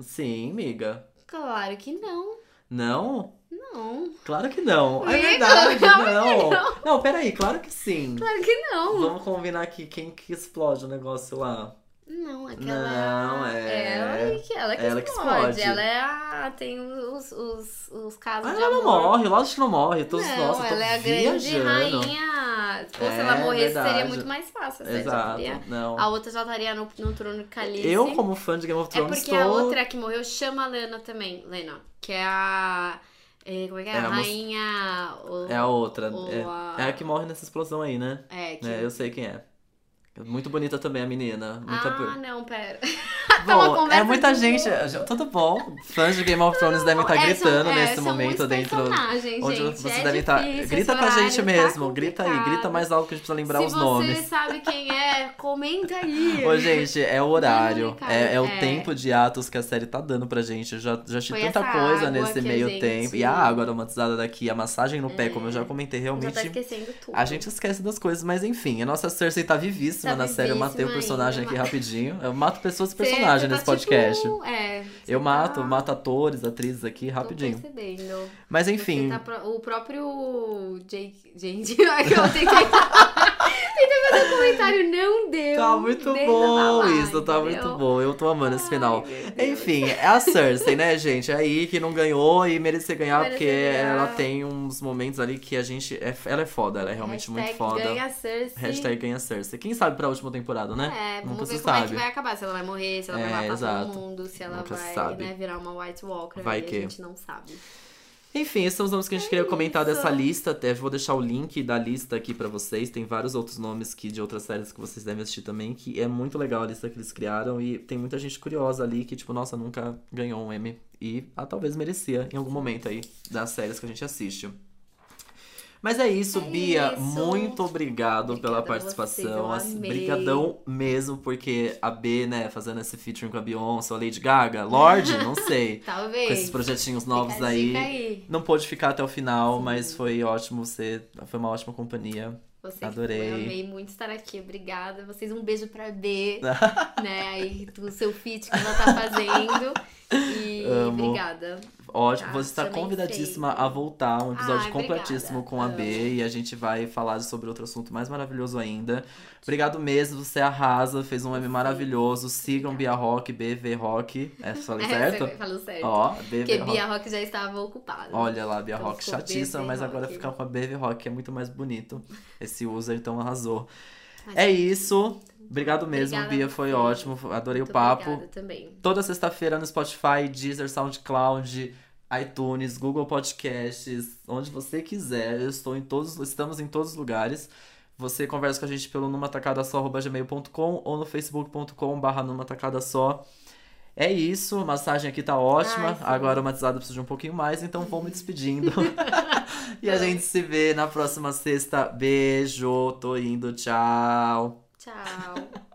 Speaker 2: Sim, amiga.
Speaker 3: Claro que não.
Speaker 2: Não?
Speaker 3: Não.
Speaker 2: Claro que não. É
Speaker 3: Amigo,
Speaker 2: verdade,
Speaker 3: claro que
Speaker 2: não. Não, peraí, claro que sim.
Speaker 3: Claro que não.
Speaker 2: Vamos combinar aqui quem que explode o negócio lá.
Speaker 3: Não, aquela.
Speaker 2: Não, é-
Speaker 3: Ela que, ela que
Speaker 2: ela que
Speaker 3: explode.
Speaker 2: explode.
Speaker 3: Ela é a. Tem os, os, os
Speaker 2: Ah,
Speaker 3: casos de
Speaker 2: ela
Speaker 3: amor.
Speaker 2: não morre, lógico que não morre. Todos
Speaker 3: não,
Speaker 2: nós, eu tô
Speaker 3: ela é a grande
Speaker 2: viajando.
Speaker 3: rainha. Pô, se
Speaker 2: É,
Speaker 3: ela morresse, seria
Speaker 2: verdade.
Speaker 3: muito mais fácil. Você já
Speaker 2: Exato,
Speaker 3: teria-
Speaker 2: não.
Speaker 3: A outra já estaria no, no trono de Calice.
Speaker 2: Eu, como fã de Game of
Speaker 3: É
Speaker 2: Thrones,
Speaker 3: porque
Speaker 2: tô...
Speaker 3: a outra que morreu chama a Lena também. Lena, que é a. é, como é que é?
Speaker 2: É, a
Speaker 3: a
Speaker 2: moça-
Speaker 3: rainha. o-
Speaker 2: É a outra.
Speaker 3: ou
Speaker 2: É,
Speaker 3: a-
Speaker 2: é a que morre nessa explosão aí, né?
Speaker 3: É, que.
Speaker 2: É, eu sei quem é. Muito bonita também a menina. Muita
Speaker 3: ah,
Speaker 2: per-
Speaker 3: não, pera. Tá uma
Speaker 2: Bom, é
Speaker 3: conversa
Speaker 2: muita
Speaker 3: de
Speaker 2: gente. Tudo bom. Fãs de Game of Thrones devem estar
Speaker 3: É, são-
Speaker 2: tá gritando
Speaker 3: é,
Speaker 2: nesse
Speaker 3: são
Speaker 2: momento
Speaker 3: muitos
Speaker 2: dentro.
Speaker 3: personagens,
Speaker 2: Onde
Speaker 3: gente,
Speaker 2: vocês
Speaker 3: é
Speaker 2: devem estar.
Speaker 3: difícil,
Speaker 2: Grita
Speaker 3: esse
Speaker 2: pra
Speaker 3: horário
Speaker 2: gente
Speaker 3: tá
Speaker 2: mesmo. grita aí, grita
Speaker 3: complicado.
Speaker 2: mais alto que a gente precisa lembrar
Speaker 3: Se
Speaker 2: os
Speaker 3: você
Speaker 2: nomes.
Speaker 3: sabe quem é, comenta aí.
Speaker 2: Ô, gente, é o horário.
Speaker 3: Ricardo,
Speaker 2: É, é o
Speaker 3: é.
Speaker 2: tempo de atos que a série tá dando pra gente. Eu já, já achei
Speaker 3: Foi
Speaker 2: tanta
Speaker 3: essa
Speaker 2: coisa
Speaker 3: água
Speaker 2: nesse
Speaker 3: que a
Speaker 2: meio
Speaker 3: gente-
Speaker 2: tempo. E a água aromatizada daqui, a massagem no pé,
Speaker 3: É.
Speaker 2: como eu já comentei,
Speaker 3: Já tá
Speaker 2: realmente.
Speaker 3: esquecendo tudo.
Speaker 2: A gente esquece das coisas, mas enfim, a nossa Cersei tá vivíssima
Speaker 3: Tá
Speaker 2: na série. Eu matei o
Speaker 3: vivíssima
Speaker 2: personagem
Speaker 3: ainda,
Speaker 2: aqui
Speaker 3: ma-
Speaker 2: rapidinho. Eu mato pessoas e
Speaker 3: Cê-
Speaker 2: personagens
Speaker 3: cê tá
Speaker 2: nesse podcast.
Speaker 3: tipo, é, cê
Speaker 2: Eu mato,
Speaker 3: tá-
Speaker 2: mato atores, atrizes aqui
Speaker 3: tô
Speaker 2: rapidinho.
Speaker 3: percebendo.
Speaker 2: Mas
Speaker 3: Você
Speaker 2: enfim,
Speaker 3: tá pro- O próprio Jake. Gente, é que eu tentei. Tentei fazer um comentário, não deu.
Speaker 2: Tá muito
Speaker 3: Deixa
Speaker 2: bom
Speaker 3: pra lá,
Speaker 2: isso, tá
Speaker 3: entendeu?
Speaker 2: muito bom. Eu tô amando esse final.
Speaker 3: meu Deus.
Speaker 2: Enfim, é a Cersei, né, gente? É aí que não ganhou e merecia ganhar,
Speaker 3: Merecia
Speaker 2: porque
Speaker 3: ganhar.
Speaker 2: ela tem uns momentos ali que a gente. É, ela é foda, ela é realmente muito
Speaker 3: Hashtag
Speaker 2: foda.
Speaker 3: Ganha Cersei.
Speaker 2: Hashtag ganha Cersei. Quem sabe pra última temporada, né?
Speaker 3: É, vamos
Speaker 2: Nunca
Speaker 3: ver
Speaker 2: se
Speaker 3: como é
Speaker 2: sabe.
Speaker 3: que vai acabar. Se ela vai morrer, se ela
Speaker 2: É,
Speaker 3: vai matar
Speaker 2: exato.
Speaker 3: todo mundo, se ela
Speaker 2: Nunca se
Speaker 3: vai
Speaker 2: sabe.
Speaker 3: né, virar uma White Walker.
Speaker 2: Vai
Speaker 3: aí
Speaker 2: que.
Speaker 3: A gente não sabe.
Speaker 2: Enfim, esses são os nomes que a gente
Speaker 3: É
Speaker 2: queria comentar dessa lista. Até vou deixar o link da lista aqui pra vocês. Tem vários outros nomes que, de outras séries que vocês devem assistir também, que é muito legal a lista que eles criaram. E tem muita gente curiosa ali que, tipo, nossa, nunca ganhou um M. E ah, talvez merecia em algum momento aí das séries que a gente assiste. Mas é isso,
Speaker 3: É
Speaker 2: Bia.
Speaker 3: isso.
Speaker 2: Muito obrigado
Speaker 3: Obrigada
Speaker 2: pela
Speaker 3: a vocês,
Speaker 2: participação.
Speaker 3: eu
Speaker 2: Assim,
Speaker 3: amei.
Speaker 2: Brigadão mesmo, porque a B, né, fazendo esse featuring com a Beyoncé, a Lady Gaga, Lorde, não sei.
Speaker 3: Talvez.
Speaker 2: Com esses projetinhos
Speaker 3: Fica
Speaker 2: novos
Speaker 3: a
Speaker 2: aí.
Speaker 3: dica aí.
Speaker 2: Não pôde ficar até o final, mas foi ótimo você. Foi uma ótima companhia.
Speaker 3: Você que
Speaker 2: Adorei.
Speaker 3: foi, eu amei muito estar aqui, obrigada. Vocês um beijo pra B, né? Aí do seu feat que ela tá fazendo. E
Speaker 2: Amo.
Speaker 3: obrigada.
Speaker 2: Ótimo.
Speaker 3: Ah,
Speaker 2: você está
Speaker 3: isso é bem
Speaker 2: convidadíssima
Speaker 3: feito.
Speaker 2: a voltar. Um episódio
Speaker 3: Ai,
Speaker 2: completíssimo
Speaker 3: obrigada.
Speaker 2: com a B. E a gente vai falar sobre outro assunto mais maravilhoso ainda. Obrigado mesmo, você arrasa, fez um M maravilhoso. Sigam Bia Rock, BV Rock. É, falei certo?
Speaker 3: você falou certo.
Speaker 2: Ó, BV
Speaker 3: Porque
Speaker 2: Rock.
Speaker 3: Bia Rock já estava ocupada.
Speaker 2: Olha lá, Bia
Speaker 3: Então
Speaker 2: Rock
Speaker 3: ficou
Speaker 2: chatíssima,
Speaker 3: BV
Speaker 2: mas agora
Speaker 3: Rock.
Speaker 2: ficar com a BV Rock é muito mais bonito. Esse user então arrasou.
Speaker 3: Mas-
Speaker 2: É isso. Obrigado mesmo,
Speaker 3: Obrigada a
Speaker 2: Bia. Foi
Speaker 3: você.
Speaker 2: ótimo. Adorei
Speaker 3: Muito
Speaker 2: o papo.
Speaker 3: Obrigada também.
Speaker 2: Toda sexta-feira no Spotify, Deezer, SoundCloud, iTunes, Google Podcasts, onde você quiser. Eu estou em todos, estamos em todos os lugares. Você conversa com a gente pelo numatacadasó@gmail.com ou no facebook.com/barra numatacadasó. É isso, a massagem aqui tá ótima.
Speaker 3: Ai, sim.
Speaker 2: Agora o matizado precisa de um pouquinho mais, então vou me despedindo. e a gente se vê na próxima sexta. Beijo, tô indo, tchau.
Speaker 3: Tchau.